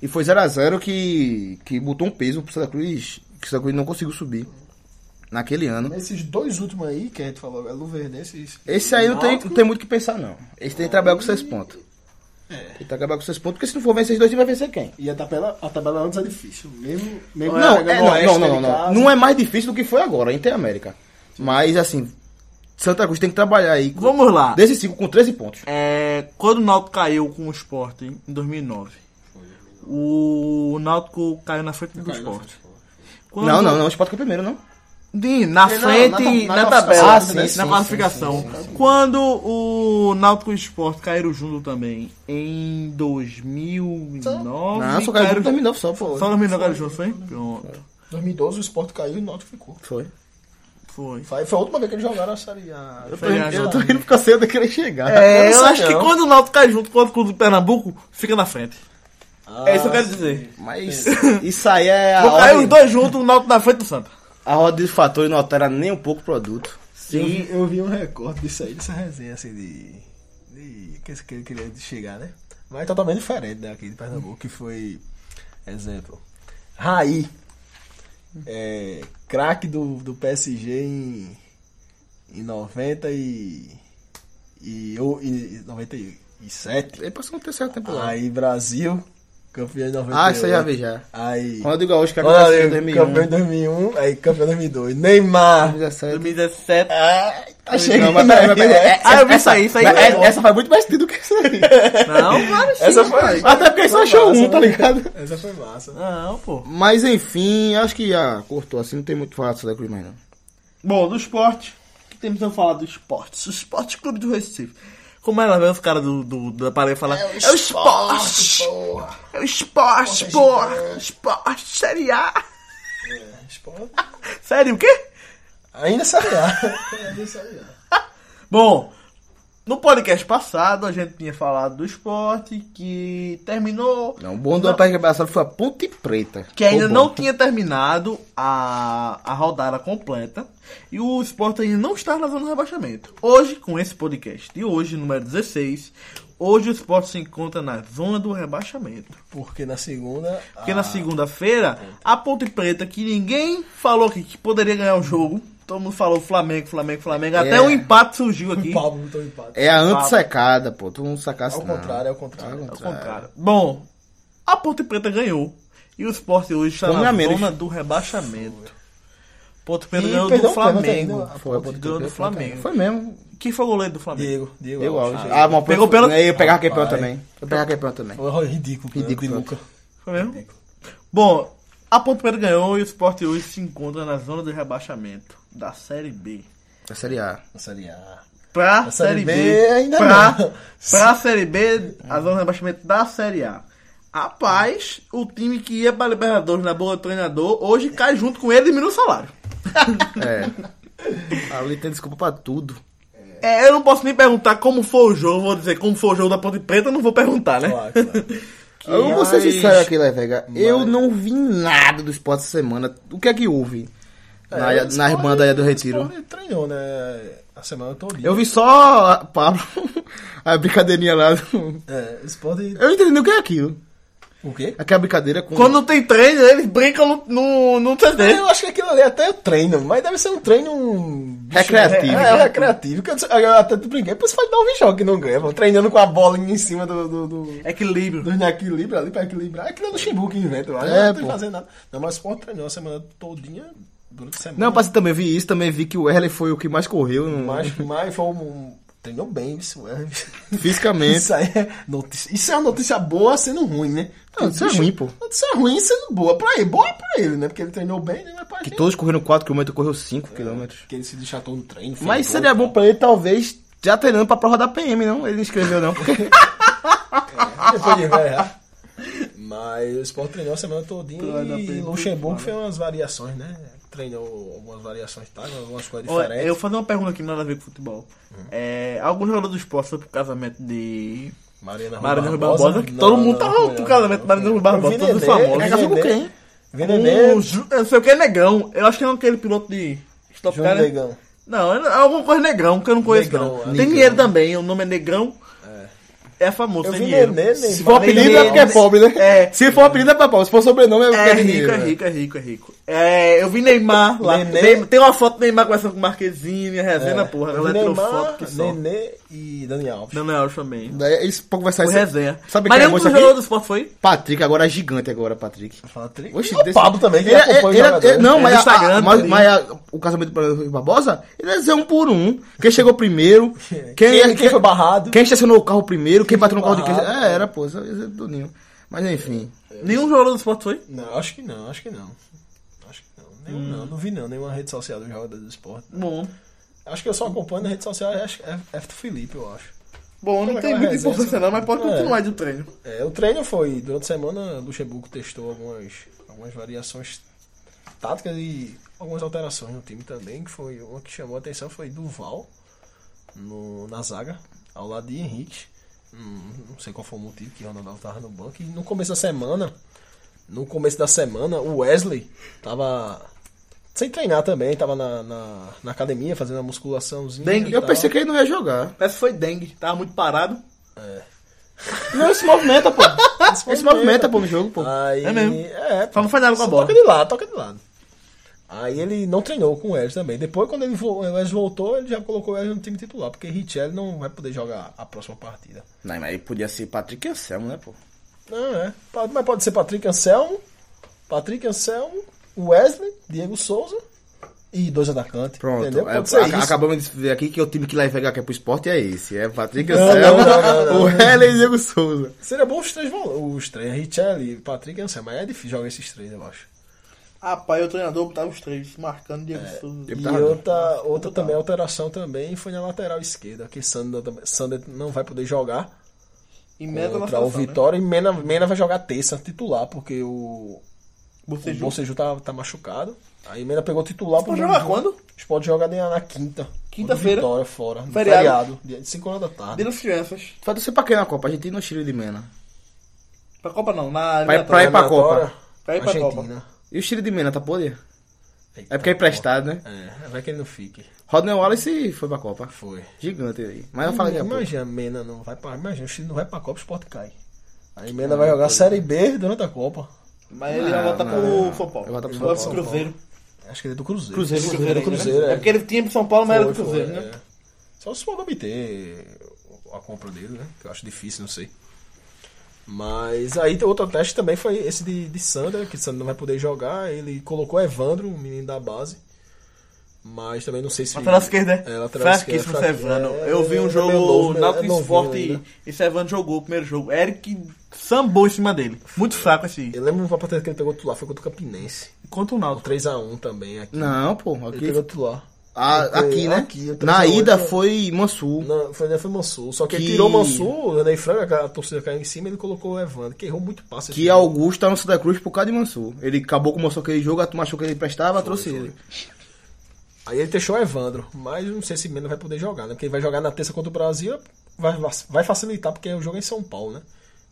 S3: E foi 0x0 que, que botou um peso pro Santa Cruz, que o Santa Cruz não conseguiu subir naquele ano.
S2: Esses dois últimos aí, que a gente falou, é Luverdense e...
S3: Esse aí não tem,
S1: Náutico.
S3: não tem muito o que pensar, não. Esse tem que trabalhar com seis pontos.
S2: É.
S3: Tem que trabalhar com seis pontos, porque se não for vencer esses dois, ele vai vencer quem?
S2: E a tabela, a tabela antes é difícil. Mesmo, mesmo
S3: Não,
S2: pegando
S3: é,
S2: o Oeste
S3: não, não, não,
S2: dentro de
S3: não.
S2: casa.
S3: Não é mais difícil do que foi agora, em América. Mas, assim, Santa Cruz tem que trabalhar aí. Com,
S1: Vamos lá.
S3: desses Ah. cinco, com 13 pontos.
S1: É, quando o Náutico caiu com o Sport em 2009, o Náutico caiu na frente do
S2: Caiu na
S1: Sport.
S2: frente, pô.
S1: Quando-
S3: Não, não, não. O Sport que é o primeiro, não.
S1: De- na
S2: Não,
S1: frente,
S2: na
S1: na,
S2: ta- na
S1: tabela, Ah,
S2: classificação,
S1: na
S2: Ah, sim, sim,
S1: classificação.
S2: sim, sim, sim.
S1: Quando o Náutico e o Sport caíram junto também, em 2009...
S3: não, só caiu
S1: caíram-
S3: em 2009 só, pô.
S1: Só 2009 caíram junto, foi? Pronto,
S2: 2012 o Sport caiu e o Náutico ficou.
S3: Foi.
S1: foi.
S2: Foi foi a última vez que eles jogaram a Série A.
S3: Eu tô,
S1: Foi
S3: indo- eu
S1: agora.
S3: tô indo porque eu sei onde eu queria chegar.
S1: É,
S2: Eu
S1: eu,
S2: não sei
S1: acho que
S2: não.
S1: quando o Náutico cai junto com o clube do Pernambuco, fica na frente.
S2: Ah,
S1: é isso que eu quero dizer.
S3: Mas isso aí é a
S1: Vou cair os
S3: ordem,
S1: dois juntos, o Náutico na frente do Santa.
S3: a ordem dos fatores não altera nem um pouco o produto.
S2: Eu vi, eu vi um recorte disso aí, dessa resenha assim de. de que esse que ele queria chegar, né? Mas totalmente diferente daqui de Pernambuco, que foi. Exemplo. Raí. É, craque do, do PSG em. Em 90 e. E, eu- e, e 97.
S3: Ele passou um terceiro tempo lá.
S2: Aí Brasil, campeão em 98.
S3: Ah, isso aí já vi já.
S2: Aí.
S3: Ronaldo Gaúcho, que era
S2: Olha,
S3: campeão em 2001.
S2: campeão em 2001, aí campeão em 2002. Neymar.
S3: 2017.
S1: 2017.
S3: É,
S2: Tá
S3: Não, mas peraí, mas peraí. Ah, É-
S2: né?
S1: Ah, eu vi
S3: essa-
S1: isso aí, isso aí.
S3: mas é- Essa faz muito mais sentido que isso aí.
S1: Não, claro sim.
S2: Essa foi.
S3: Até porque só achou um, tá ligado?
S2: Essa foi massa.
S1: Não, pô.
S3: Mas enfim, acho que já cortou assim, não tem muito falar sobre a Cruz mais não.
S1: Bom, do esporte. O que temos a falar do esporte? O Esporte Clube do Recife. Como é, era mesmo os caras do, do, da parede falar? É o esporte!
S2: porra.
S1: É o esporte, porra! Esporte, série A!
S2: Esporte.
S1: Série o quê?
S2: Ainda sabia. Ainda sabia.
S1: Bom, no podcast passado a gente tinha falado do esporte que terminou.
S3: Não, o bom do Atlético Abraçado foi a Ponte Preta.
S1: Que ainda
S3: Foi bom.
S1: não tinha terminado a, a rodada completa. E o Sport ainda não está na zona de rebaixamento. Hoje, com esse podcast de hoje, número 16, hoje o Sport se encontra na zona do rebaixamento.
S2: Porque na segunda.
S1: Porque
S3: Ah.
S1: na segunda-feira, a Ponte Preta, que ninguém falou que, que poderia ganhar o jogo. Todo mundo falou Flamengo, Flamengo, Flamengo. Até
S3: É.
S1: um empate surgiu aqui.
S2: O Pablo botou empate.
S3: É a anti-secada, pô. Tu não sacasse
S2: Ao
S3: não.
S2: contrário, é o contrário.
S1: Ao contrário. Bom, a Ponte Preta ganhou. E o Sport hoje está
S3: Com um
S1: na
S3: a menos.
S1: zona do rebaixamento. Ponte Preta
S2: E
S1: ganhou
S2: perdeu
S1: do
S2: o pênalti ainda,
S1: Flamengo.
S2: a
S3: Foi a
S1: Ponte
S3: Ponte
S1: ganhou do
S3: Preta.
S1: Flamengo.
S3: Foi mesmo.
S1: Quem foi o goleiro do Flamengo?
S2: Diego, Diego.
S3: Eu
S2: Alves.
S3: acho. Ah, mas
S1: Pegou pelo-
S3: Eu pegava aquele pelo
S2: Rapaz.
S3: também. Eu pegava aquele pelo também.
S2: Foi ridículo.
S3: Ridículo.
S2: né, de Luca.
S1: Foi mesmo? Bom, a Ponte Preta ganhou e o Sport hoje se encontra na zona de rebaixamento da Série B.
S3: Da Série A.
S2: Na Série A.
S1: Pra
S2: A
S1: Série
S2: Série
S1: B,
S2: B ainda
S1: pra,
S2: não.
S1: pra Série B, a zona de rebaixamento da Série A. Rapaz, o time que ia pra Libertadores na boa do treinador, hoje cai junto com ele e diminui o salário.
S3: É. Ali tem desculpa pra tudo.
S1: É, eu não posso nem perguntar como foi o jogo, vou dizer como foi o jogo da Ponte Preta, eu não vou perguntar,
S3: É.
S1: né?
S2: Claro, claro.
S3: Eu vou ser
S1: Mas-
S3: sincero aqui, Levega. Eu não vi nada do esporte essa semana. O que é que houve? Na,
S2: É, o
S3: na
S2: Sport-
S3: Irmandade do
S2: o
S3: Retiro.
S2: Sport treinou, né? A semana toda.
S3: Eu vi só a Pablo, a brincadeirinha lá. do-
S2: É, o Sport.
S3: Eu não entendi o que é aquilo. É
S2: O quê?
S3: Aquela brincadeira com.
S1: Quando tem treino, eles brincam no, no, no TD.
S3: Né?
S2: Eu acho que aquilo ali até é treino, mas deve ser um treino. um-
S3: Recreativo.
S2: É, é recreativo. que eu- Eu até brinquei, por isso faz dar um jogo que não ganha. pô, Treinando com a bola em cima do. do, do...
S1: Equilíbrio.
S2: Dos É equilíbrio né? ali pra equilibrar. Aquilo é do Ximbu que inventa, eu acho.
S3: É,
S2: não tem
S3: pô.
S2: que fazer nada. Não, mas o Sport treinou a semana todinha, durante a semana.
S3: Não, passei também vi isso, também vi que o Erle foi o que mais correu é? no-
S2: Mas, mas foi um. Treinou bem, isso é.
S3: fisicamente.
S2: Isso aí é notícia. Isso é uma notícia boa sendo ruim, né?
S3: Não, isso é ruim, pô.
S2: Notícia ruim sendo boa pra ele. Boa pra ele, né? Porque ele treinou bem, né? Mas pra
S3: Que
S2: gente-
S3: todos correram 4km, correu 5km.
S2: Porque ele se dechatou no treino.
S3: Mas
S2: fez gol.
S3: seria bom pra ele, talvez, já treinando pra prova da PM, não? Ele não escreveu, não. porque-
S2: Depois de errar. Mas o Sport treinou a semana todinha
S1: Pra dar
S2: e
S1: pena,
S2: Luxemburgo fez umas variações, né? Treinou algumas variações, tá? Algumas coisas
S1: Olha,
S2: diferentes.
S1: eu vou fazer uma pergunta aqui, nada a ver com futebol. É, algum jogador do esporte foi pro casamento de
S2: Marina
S1: Marina Rui Barbosa? que todo mundo tá tava pro casamento de Marina né? Rui Barbosa,
S2: Nenê,
S1: todos famosos.
S3: Nenê. com quem?
S2: Venenê,
S1: Um Ju- eu não sei o que é negão. Eu acho que é aquele piloto de Stop né?
S2: João Negão.
S1: Não, é alguma coisa negrão, que eu não conheço
S2: Negrão,
S1: não.
S2: é.
S1: Tem dinheiro também, o nome é negrão. É, famoso,
S2: Eu
S1: tem
S2: vi
S1: dinheiro.
S2: Nenê,
S3: Se for
S2: Neymar,
S3: apelido é porque é pobre, né?
S1: É.
S3: Se for apelido é pra pobre. Se for sobrenome é porque
S1: É
S3: é
S1: rico,
S3: dinheiro.
S1: é
S3: né?
S1: rico, é rico, é rico. É, eu vi Neymar lá.
S2: Nenê.
S1: Neymar- Tem uma foto do Neymar conversando com Marquezine, a resenha,
S2: É.
S1: porra. A
S2: Eu vi
S1: galera tirou
S2: Neymar,
S1: foto que só. é
S2: Nenê e Dani Alves.
S1: Daniel Alves também.
S3: Daí eles vão conversar
S1: Foi
S3: isso.
S1: resenha.
S3: Sabe
S1: Mas
S3: quem é
S1: nenhum
S3: bom
S1: dos
S3: isso aqui?
S1: jogadores do esporte foi?
S3: Patrick agora é gigante agora, Patrick.
S2: Fala tri-
S3: Oxe,
S2: e o
S3: desse-
S2: Pablo também, que
S3: Ele-
S2: acompanha o
S3: ele-
S2: jogador.
S3: ele- não,
S1: É
S3: mas,
S1: do
S3: a-
S1: Instagram
S3: a- mas,
S1: também.
S3: mas a- o casamento do Barbosa- Barbosa, ele é dizer um por um. Quem chegou primeiro, quem, é
S2: Quem-
S3: quem,
S2: quem foi barrado.
S3: quem estacionou o carro primeiro, quem bateu no carro de quem.
S2: barrado.
S3: É, era, pô, isso isso é Toninho. Mas enfim.
S1: Nenhum jogador do esporte foi?
S2: Não, acho que não, acho que não. Acho que não. Nenhum
S1: Hum.
S2: não, não vi não, nenhuma rede social do jogador do esporte.
S1: Bom.
S2: Acho que eu só acompanho na rede social, acho, é, é do Felipe, eu acho.
S1: Bom, não
S2: Aquela
S1: tem muita
S2: resenha,
S1: importância não, mas pode
S2: é.
S1: continuar de treino.
S2: É, o treino foi, durante a semana, o Luxemburgo testou algumas, algumas variações táticas e algumas alterações no time também, que foi uma que chamou a atenção foi Duval no, na zaga, ao lado de Henrique. Hum, não sei qual foi o motivo que o Ronaldo tava no banco. E no começo da semana, no começo da semana, o Wesley tava sem treinar também, tava na, na, na academia fazendo a musculaçãozinha.
S1: Bem,
S2: e
S3: Eu
S2: tal.
S3: pensei que tá. ele não ia jogar.
S1: Parece que foi dengue, tava muito parado.
S3: Não, ele se movimenta, pô. Ele se movimenta, pô, no jogo, pô.
S2: Aí,
S1: É mesmo.
S2: É,
S1: Só não faz nada com a
S2: Só
S1: bola.
S2: Toca de lado, toca de lado. Aí ele não treinou com o Wesley também. Depois, quando ele vo- o Wesley voltou, ele já colocou o Wesley no time titular, porque Richelli não vai poder jogar a próxima partida.
S3: Não, mas aí podia ser Patrick Anselmo, né, pô?
S2: Não, é. Pa- Mas pode ser Patrick Anselmo, Patrick Anselmo, Wesley, Diego Souza e dois atacantes.
S3: Pronto.
S2: entendeu?
S3: É,
S2: Pode ser
S3: a-
S2: isso.
S3: Acabamos de ver aqui que o time que Levega quer pro esporte é esse. É Patrick
S2: Não, não, não,
S3: Anselmo,
S2: não,
S3: o Helen e o Diego Souza.
S2: Seria bom os três volantes. Os três, Richelli, Patrick Anselmo. Mas é difícil jogar esses três, eu acho.
S1: Rapaz, o treinador botava os três, marcando Diego Souza.
S2: E
S3: tava doido.
S2: outra, outra
S3: tá
S2: também, alteração também, foi na lateral esquerda, que Sander, também- Sander não vai poder jogar
S1: E meta na
S2: contra o
S1: seleção, né?
S2: Vitória e Mena, Mena vai jogar terça titular, porque o, o
S1: Você joga.
S2: Bolseju tá, tá machucado. Aí Mena pegou titular
S1: Pode jogar quando?
S2: Pode jogar na, na quinta.
S1: Quinta-feira.
S2: Contra o Vitória, fora. no
S1: Feriado.
S2: Feriado. dia de 5 horas da tarde.
S1: Dia das crianças.
S3: Vai torcer pra quem na Copa? Argentina ou Chile de Mena?
S1: Pra Copa não, na
S3: Vai
S1: eliminatória.
S3: pra ir pra
S2: Eliminatória,
S3: Copa.
S1: Pra ir pra
S2: Argentina.
S3: E o Chile de Mena, tá podre?
S2: Eita,
S3: É porque é emprestado, né?
S2: É, vai que ele não fique.
S3: Rodney Wallace foi pra Copa.
S2: Foi.
S3: Gigante aí. Mas eu falei é, pouco.
S2: Imagina, Mena não vai pra. Imagina, o Chile não vai pra Copa, o Sport cai. Aí
S3: Ah,
S2: Mena vai jogar
S3: é.
S2: Série B durante a Copa.
S1: Mas ele
S3: Não,
S1: vai voltar
S3: não,
S1: pro
S3: não.
S1: São Paulo.
S3: Vai voltar pro
S1: Ele vai
S3: São Paulo.
S1: Cruzeiro.
S2: Acho que ele é do Cruzeiro.
S3: Cruzeiro,
S2: Cruzeiro,
S1: ainda, né?
S2: Cruzeiro,
S1: É porque ele tinha pro São Paulo, mas era
S2: Foi,
S1: do Cruzeiro,
S2: foi,
S1: né?
S2: é. Só se for obter a compra dele, né? Que eu acho difícil, não sei. Mas aí tem outro teste também foi esse de, de Sander, que Sander não vai poder jogar. Ele colocou Evandro, um menino da base. Mas também não sei se.
S1: Lateral esquerda,
S2: É,
S1: né?
S2: lateral
S1: Fraquíssimo
S2: esquerda,
S1: Sevano.
S2: fraquinho. É,
S1: Eu vi
S2: ele
S1: um
S2: é meio novo,
S1: jogo
S2: né?
S1: Náutico
S2: É
S1: e
S2: novinho
S1: Sport
S2: ainda.
S1: e- e Sevano jogou o primeiro jogo. Eric sambou em cima dele. Muito fraco esse.
S2: Eu lembro uma partida que ele pegou titular, foi contra o Campinense.
S1: Contra o Náutico.
S2: 3x1 também aqui.
S3: Não, pô.
S2: Ele
S3: Aqui,
S2: pegou titular.
S3: Ah,
S2: Foi
S3: aqui né?
S2: aqui, o 3 a
S3: Na
S2: 8.
S3: ida foi Mansur.
S2: Não, foi, foi Mansur. Só que, ele
S3: Que-
S2: tirou o Mansur, o René Franca, a torcida caiu em cima, ele colocou o Evandro, que errou muito passe. assim.
S3: Que Augusto tá no Santa Cruz por causa de Mansur. Ele acabou com o Mansur aquele jogo, a turma achou que ele prestava, trouxe
S2: foi.
S3: ele.
S2: Aí ele deixou o Evandro, mas não sei se Mena vai poder jogar, né? Porque ele vai jogar na terça contra o Brasil, vai, vai facilitar, porque o jogo é em São Paulo, né?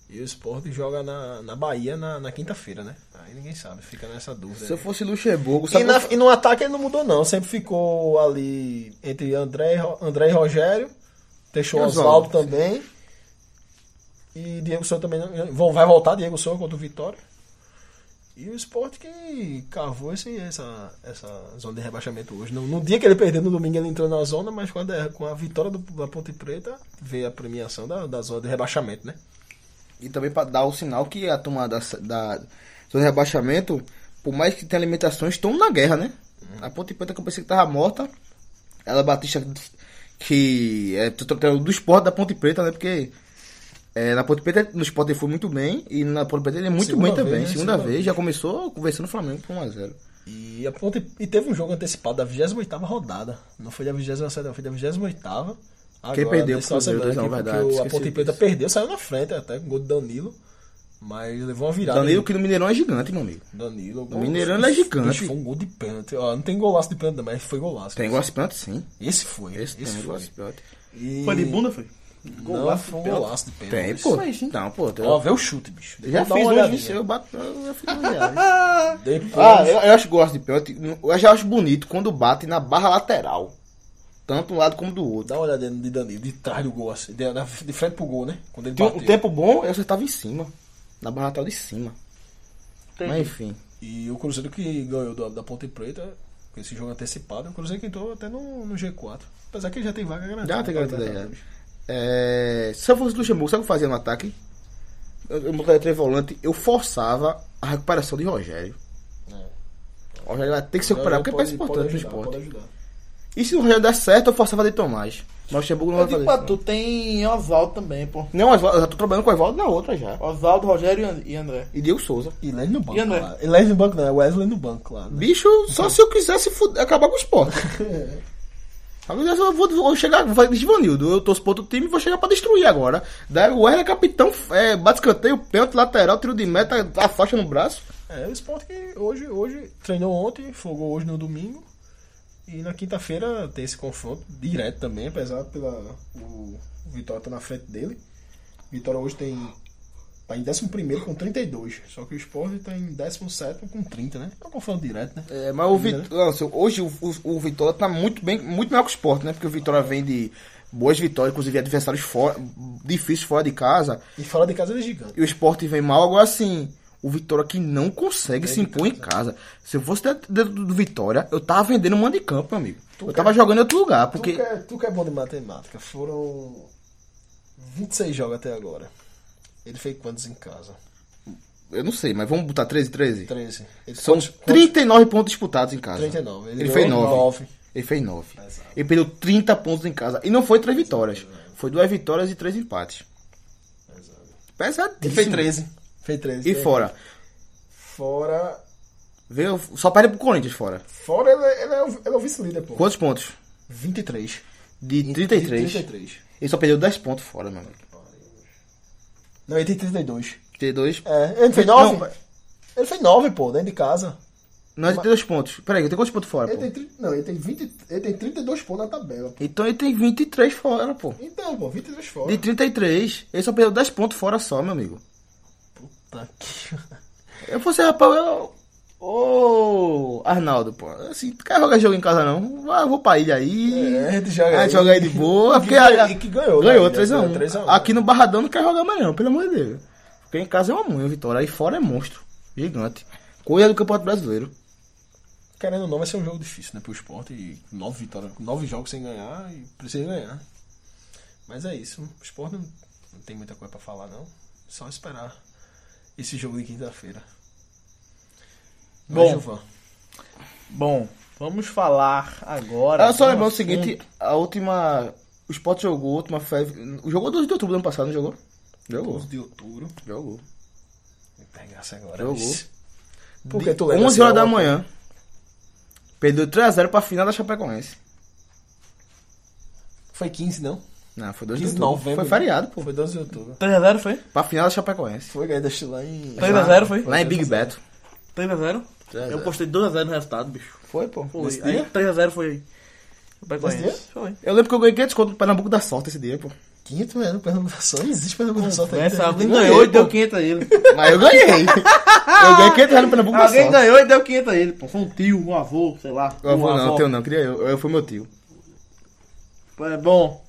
S2: E o Sport joga na, na Bahia na, na quinta-feira, né? Aí ninguém sabe, fica nessa dúvida.
S3: Se eu
S2: né?
S3: fosse Luxemburgo,
S2: E,
S3: sabe
S2: na- e no ataque ele não mudou, não. Sempre ficou ali entre André, e Ro- André e Rogério. Deixou
S3: E
S2: o
S3: Oswaldo,
S2: Oswaldo também. E Diego Souza também. não- vão- Vai voltar Diego Souza contra o Vitória. E o Sport que cavou esse, essa, essa zona de rebaixamento hoje. No, no dia que ele perdeu, no domingo, ele entrou na zona, mas com a, der- com a vitória do- da Ponte Preta, veio a premiação da, da zona de rebaixamento, né?
S3: E também pra dar o sinal que a turma da, da zona de rebaixamento, por mais que tenha alimentações, estão na guerra, né? A Ponte Preta que eu pensei que tava morta. Ela Batista, que é t- t- do esporte da Ponte Preta, né? Porque é, na Ponte Preta, no esporte ele foi muito bem. E na Ponte Preta ele é muito
S2: Segunda
S3: bem
S2: vez,
S3: também.
S2: né?
S3: Segunda,
S2: Segunda
S3: vez,
S2: vez.
S3: já começou conversando o Flamengo por 1x0.
S2: E, a Ponte- e teve um jogo antecipado da 28 rodada. Não foi da 27, não, foi da 28.
S3: Quem perdeu
S2: nesse
S3: pro
S2: final de semana,
S3: Cruzeiro,
S2: que-
S3: não,
S2: que
S3: verdade,
S2: o- A
S3: esqueci
S2: Ponte Preta
S3: disso.
S2: perdeu, saiu na frente até com o gol do Danilo. Mas levou uma virada.
S3: Danilo,
S2: Tá aí.
S3: que no Mineirão é gigante, meu amigo.
S2: Danilo.
S3: O Mineirão, ele é gigante.
S2: Bicho, Foi um gol de pênalti. Ó, não tem golaço de pênalti, mas foi golaço.
S3: Tem igual Aspirante, sim.
S2: Esse foi.
S3: Esse,
S2: Esse,
S3: tem igual
S2: foi.
S3: Aspirante.
S2: E...
S1: Foi de bunda, foi?
S2: Não, foi um golaço de pênalti.
S3: Tem,
S2: Isso
S3: pô.
S2: aí.
S3: Não, pô.
S2: Ó,
S3: Eu
S2: vê o chute, bicho.
S3: já
S2: Depois dá
S3: fiz
S2: uma
S3: hoje,
S2: olhadinha.
S3: isso, eu bato, eu já fiz uma viagem.
S2: Depois...
S3: Ah, eu, eu acho que gosto de pênalti. Eu já acho bonito quando bate na barra lateral. Tanto um lado como do outro.
S2: Dá uma olhadinha de Danilo, de trás do gol, assim, de, de frente pro gol, né? Quando ele
S3: De um-
S2: bateu.
S3: o tempo bom, eu acertava em cima. Na barra lateral de cima.
S1: Entendi.
S3: Mas enfim.
S2: E o Cruzeiro que ganhou da, da Ponte Preta, com esse jogo antecipado, o Cruzeiro que entrou até no, no G4. Apesar que ele já tem vaga garantida.
S3: Já tem
S2: pra
S3: garantida já.
S2: Libertadores.
S3: É, se eu fosse Luxemburgo, sabe o que eu fazia no ataque? Eu, eu montaria três volantes, eu forçava a recuperação de Rogério. O Rogério vai ter que se recuperar, porque é peça
S2: É. pode
S3: importante no
S2: ajudar, pode
S3: esporte.
S2: ajudar.
S3: E se o Rogério der certo, eu forçava de Tomás. Mas o Luxemburgo não
S1: Eu
S3: vai
S1: digo
S3: fazer
S1: pra
S3: isso.
S1: tu, tem Oswaldo também, pô.
S3: Não, Não, Oswaldo- eu já tô trabalhando com o Evaldo na outra já.
S1: Oswaldo, Rogério e And- e André.
S3: E Diego Souza.
S2: E Leve no banco.
S1: E André?
S2: claro. E Leve no banco não, é Wesley no banco, claro. né?
S3: Bicho, só se eu quisesse fuder- acabar com o esporte. Só que Eu vou, vou chegar, vai Givanildo, eu torço pro outro time e vou chegar pra destruir agora. Daí o R é capitão, é, bate escanteio, pênalti, lateral, tiro de meta, a faixa no braço.
S2: É o esporte que hoje, hoje treinou ontem, fogou hoje no domingo. E na quinta-feira tem esse confronto direto também, apesar pela o, o Vitória tá na frente dele. Vitória hoje tem tá em 11 com 32, só que o Sport tá em 17 com 30, né? É um confronto direto, né?
S3: É, mas o Vitória, hoje o, o- o Vitória tá muito bem, muito melhor que o esporte, né? Porque o Vitória vem de boas vitórias, inclusive adversários fora, difíceis fora de casa.
S2: E fora de casa ele é gigante.
S3: e o esporte vem mal, agora sim. O Vitória que não
S2: É
S3: consegue se impor em casa. Se eu fosse dentro dentro do Vitória, eu tava vendendo um monte de campo, meu amigo. eu
S2: quer-
S3: tava jogando em outro lugar, porque.
S2: Tu, que é, tu que é bom de matemática, foram 26 jogos até agora. Ele fez quantos em casa?
S3: Eu não sei, mas vamos botar 13 13?
S2: 13. Ele
S3: São
S2: quantos- quantos-
S3: 39 pontos disputados em casa.
S2: 39.
S3: Ele,
S2: Ele
S3: fez
S2: ganhou
S3: 9.
S2: nove.
S3: Ele fez 9.
S2: Exato.
S3: Ele perdeu 30 pontos em casa. E não foi 3 vitórias. Foi 2 vitórias e 3 empates.
S2: Exato.
S3: Pesadíssimo.
S2: Ele fez 13. Fez 13.
S3: E
S2: né?
S3: fora.
S2: Fora
S3: Veio, só perde pro Corinthians fora.
S2: Fora ele, ele é, o, ele é o vice-líder, pô.
S3: Quantos pontos?
S2: 23.
S3: De
S2: Em-
S3: 33.
S2: De 33.
S3: Ele só perdeu 10 pontos fora, meu amigo.
S2: Não, ele tem 32.
S3: 32.
S2: É, ele fez
S3: Não,
S2: 9? ele fez 9, pô, dentro de casa.
S3: Não é 32 pontos. Peraí, tem quantos pontos fora,
S2: Ele
S3: pô?
S2: tem, tri- não, ele tem, 20, ele tem 32 pontos na tabela. pô.
S3: Então ele tem 23 fora, pô.
S2: Então, pô, 23 fora.
S3: De 33, ele só perdeu 10 pontos fora só, meu amigo.
S2: Puta que...
S3: Eu fosse rapaz, eu. Ô, Arnaldo, pô. Assim, tu quer jogar jogo em casa não? Ah, eu vou pra ilha aí.
S2: É, a gente joga
S3: Ah,
S2: aí.
S3: joga aí de boa.
S2: E
S3: Porque
S2: que
S3: a-
S2: ganhou- e que ganhou, né?
S3: Ganhou
S2: Ilha, ganhou
S3: 3x1.
S2: 3 a 1.
S3: Aqui no Barradão não quer jogar mais não, pelo amor de Deus. Porque em casa é uma mãe, Vitória. Aí fora é monstro. Gigante. Coisa do Campeonato Brasileiro.
S2: Querendo ou não, vai ser um jogo difícil, né, pro esporte. E nove vitórias, nove jogos sem ganhar e precisa ganhar. Mas é isso. O esporte não, não tem muita coisa pra falar, não. Só esperar esse jogo de quinta-feira. Vai,
S1: Bom.
S2: Gilvan.
S1: Bom, vamos falar agora.
S3: Ah, só
S1: de um
S3: lembrar o
S1: assunto-
S3: seguinte, a última. O Sport jogou, a última feve. Jogou 12 de outubro do ano passado, não jogou? Jogou.
S2: 12 de outubro.
S3: Jogou.
S2: Me pegasse agora.
S3: Jogou.
S2: vice. Por que tu lembra
S3: 11
S2: assim,
S3: horas da
S2: ó,
S3: manhã. Perdeu 3x0 pra final da Chapecoense.
S2: Foi 15, não?
S3: Não, foi 2 de
S2: 15 de
S3: outubro.
S2: novembro.
S3: Foi feriado, pô.
S2: Foi 12 de outubro.
S1: 3x0 foi?
S3: Pra final da Chapecoense.
S2: Foi, ganhei deixa lá em...
S1: 3x0 foi?
S3: Lá em Big Beto.
S1: 3x0?
S3: 3x0.
S1: Eu postei 2x0 no resultado, bicho.
S3: Foi, pô.
S1: Foi.
S2: Nesse
S1: Aí
S2: dia?
S1: 3x0 foi. Vai
S2: Nesse
S1: conhecer.
S2: dia?
S1: Foi.
S3: Eu lembro que eu ganhei 500 conto do Pernambuco da Sorte esse dia, pô.
S2: Quinto, mano, Pernambuco da Sorte. Não existe Pernambuco tá da Sorte.
S1: Essa
S2: ainda.
S1: alguém
S3: ganhei,
S1: ganhou e
S3: pô.
S1: deu 500 a ele.
S3: Mas eu ganhei. eu ganhei 500 reais no Pernambuco da
S1: Alguém
S3: Sorte.
S1: ganhou e deu 500 a ele, pô. Foi um tio, um avô, sei lá.
S3: Eu
S1: um
S3: vou não,
S1: avó.
S3: teu não, queria eu. Eu fui meu tio.
S1: É bom.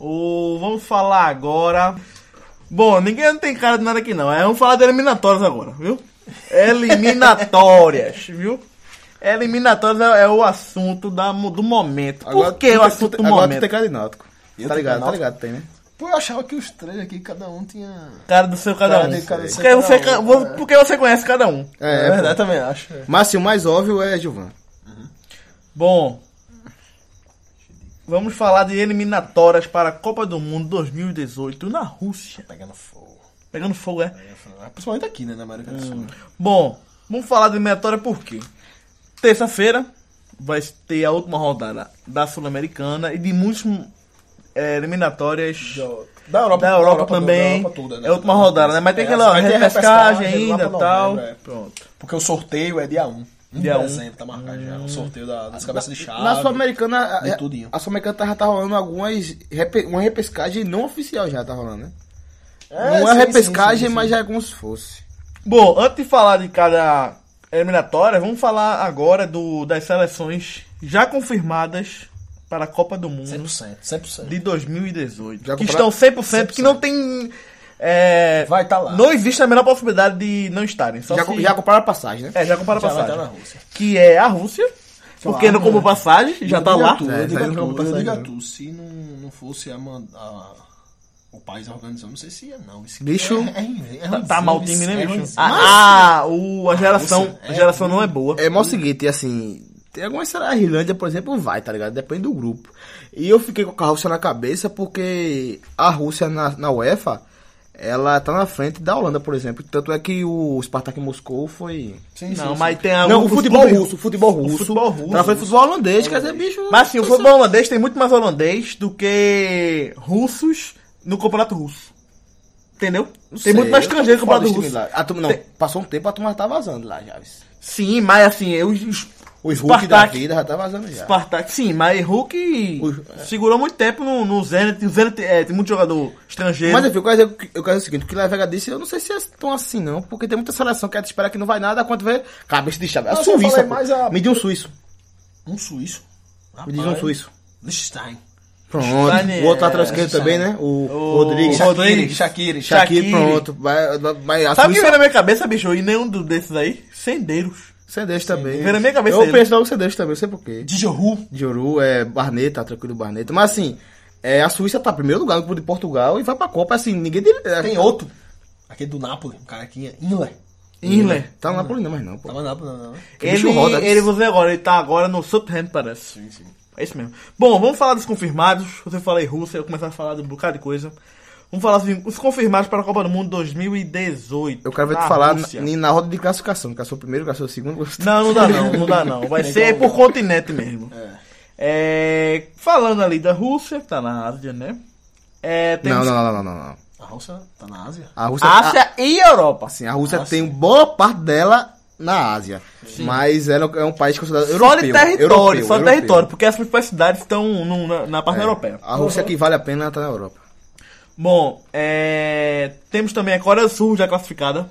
S1: O... Vamos falar agora. Bom, ninguém tem cara de nada aqui não. É, vamos falar de eliminatórias agora, viu? Eliminatórias, viu? Eliminatórias é é o assunto da, mo- do momento. Por que
S3: tu
S1: o
S3: tem-
S1: assunto
S3: tu
S1: do
S3: tem- Agora tu
S1: momento?
S3: tem cara de náutico.
S2: Eu
S3: Tá
S2: tenho
S3: ligado, tá
S2: Náutico?
S3: ligado, tem, né?
S2: Pô, eu achava que os três aqui, cada um tinha...
S1: Cara do seu cada
S2: Cara
S1: um.
S2: de cada- seu
S1: Porque
S2: cada
S1: você,
S2: um,
S1: ca- vo-
S2: é.
S1: porque você conhece cada um.
S3: É, pô.
S2: verdade, também acho. é.
S3: Mas assim, o mais óbvio é Gilvan.
S1: Bom, vamos falar de eliminatórias para a Copa do Mundo 2018 na Rússia.
S2: Pegando fogo.
S1: Pegando fogo, é?
S2: Principalmente aqui, né, na América do Sul.
S1: Bom, vamos falar de eliminatória por quê? Terça-feira vai ter a última rodada da Sul-Americana e de muitas eliminatórias
S2: Da Europa,
S1: da Europa também. É a última rodada, né? Mas tem aquela
S2: vai ter
S1: repescagem
S2: repescagem lá
S1: ainda
S2: pra
S1: e tal.
S2: novembro, é.
S1: Pronto.
S2: Porque o sorteio é dia 1.
S1: Dia
S2: Dia
S1: um.
S2: 1. Dezembro, tá marcado já. O sorteio da, das cabeças Ah, de chave.
S3: Na Sul-Americana, a,
S2: de tudinho.
S3: a Sul-Americana tava- tá rolando algumas. repe- Uma repescagem não oficial já tá rolando, né? não é
S2: sim,
S3: repescagem,
S2: sim, sim,
S3: mas
S2: sim.
S3: já é como se fosse.
S1: Bom, antes de falar de cada eliminatória, vamos falar agora do, das seleções já confirmadas para a Copa do Mundo
S2: 100%, 100%.
S1: de 2018.
S3: Já
S1: que
S3: comprar-
S1: estão 100%, que não tem. é,
S2: Vai tá lá.
S1: Não existe a menor possibilidade de não estarem. Só
S3: Já,
S1: se-
S3: já compraram a passagem, né?
S1: É, já compraram a
S2: Já vai
S1: passagem.
S2: estar na Rússia.
S1: Que é a Rússia. porque não
S2: né?
S1: comprou passagem, já tá
S2: Eu digo
S1: lá.
S2: a tu,
S3: É,
S2: eu digo
S3: tá
S2: a
S3: indo pra
S2: tu,
S3: botar
S2: eu
S3: saída,
S2: digo a
S3: né?
S2: tu, se não, não fosse a, man- a- o país organizando, não sei se ia não. Esse é,
S3: Bicho,
S2: é, é,
S1: Tá,
S2: ruimzinho,
S1: tá mal o
S2: esse-
S1: time,
S2: é
S1: né, bicho?
S2: ruimzinho.
S1: Ah, ah, o, a geração,
S2: Rússia
S1: a
S2: é
S1: geração não é boa.
S3: É mas é o seguinte, assim, tem algumas sei lá, a Irlândia, por exemplo, vai, tá ligado? Depende do grupo. E eu fiquei com a Rússia na cabeça porque a Rússia na, na UEFA, ela tá na frente da Holanda, por exemplo. Tanto é que o Spartak Moscou foi.
S2: Sim, sim,
S1: não,
S2: sim.
S1: mas tem a,
S3: não, o
S1: os
S3: futebol
S1: clubes-
S3: russo, o futebol russo.
S1: O futebol russo.
S3: Tá na frente do futebol holandês, quer dizer, bicho.
S1: Mas sim, o futebol holandês tem muito mais holandês do que russos no campeonato russo. Entendeu? Tem
S3: Sei,
S1: muito mais
S3: eu
S1: estrangeiro no
S3: tô fora
S1: campeonato
S3: desse time
S1: russo.
S3: lá. A turma- não,
S1: Tem-
S3: passou um tempo, a turma tá vazando lá, Javes.
S1: Sim, mas assim, eu, os
S3: Os Hulk da
S1: Spartak.
S3: vida já tá vazando já.
S1: Spartak, sim, mas é Hulk
S3: O-
S1: segurou muito tempo no, no Zenit. O Zenit é, tem muito jogador estrangeiro.
S3: Mas enfim, eu quero dizer, eu quero dizer o seguinte, o que o Vega disse, eu não sei se é tão assim não, porque tem muita seleção que a gente espera que não vai nada, quando vê, cabeça de chave. A
S2: Eu só
S3: Suíça,
S2: falei
S3: pô.
S2: mais a-
S3: me diz um suíço,
S2: Um suíço.
S3: me diz um
S2: Rapaz, tá,
S3: suíço.
S2: Liechtenstein.
S3: Pronto,
S1: Stein,
S3: o outro lateral
S1: é,
S3: esquerdo
S2: Stein.
S3: também, né, o,
S1: O
S3: Rodrigues, Shaqiri,
S1: Rodrigues.
S2: Shaqiri,
S1: Shaqiri.
S3: Shaqiri, pronto, vai, vai- vai, a
S1: Sabe o que
S3: Suíça, é
S1: veio na minha cabeça, bicho? E nenhum do- desses aí? Sendeiros.
S3: Cedeiros também.
S1: Veio na minha cabeça
S3: Eu
S1: ele.
S3: penso logo Cedeiros também, não sei porquê.
S2: Dijoru.
S3: De Ouro, é Barneta, tá tranquilo Barneta, mas assim, é, a Suíça tá em primeiro lugar no grupo de Portugal e vai pra Copa, assim, ninguém... dele- é,
S2: Tem outro. Aquele do Napoli. Um cara aqui. Inler.
S1: Inler.
S3: Tá lá por não, mas não, pô.
S2: Tava na Napoli, não, não.
S1: Ele,
S3: bicho roda,
S1: ele, você agora, ele tá agora no Southampton, parece.
S2: Sim, sim.
S1: É isso mesmo. Bom, vamos falar dos confirmados. Você fala aí Rússia, eu começar a falar de um bocado de coisa. Vamos falar assim, os confirmados para a Copa do Mundo 2018.
S3: Eu quero ver
S1: na
S3: tu falar
S1: Rússia.
S3: na, na roda de classificação. Caçou primeiro, caçou segundo, caçou
S1: Não, não dá não, não dá não. Vai ser por continente mesmo. É, falando ali da Rússia, que tá na Ásia, né? É, tem
S3: Não, não, não, não, não, não.
S2: A Rússia tá na Ásia?
S3: A Rússia, a,
S1: Ásia é- e Europa.
S3: assim, a Rússia
S2: Ah,
S3: tem boa parte dela na Ásia. Mas ela é um país considerado
S1: só
S3: europeu.
S1: de território,
S3: europeu,
S1: só de
S3: europeu.
S1: território, porque as principais cidades estão no- na, na parte
S3: É.
S1: europeia.
S3: A Rússia que vale a pena tá na Europa.
S1: Bom, é, temos também a Coreia do Sul já classificada.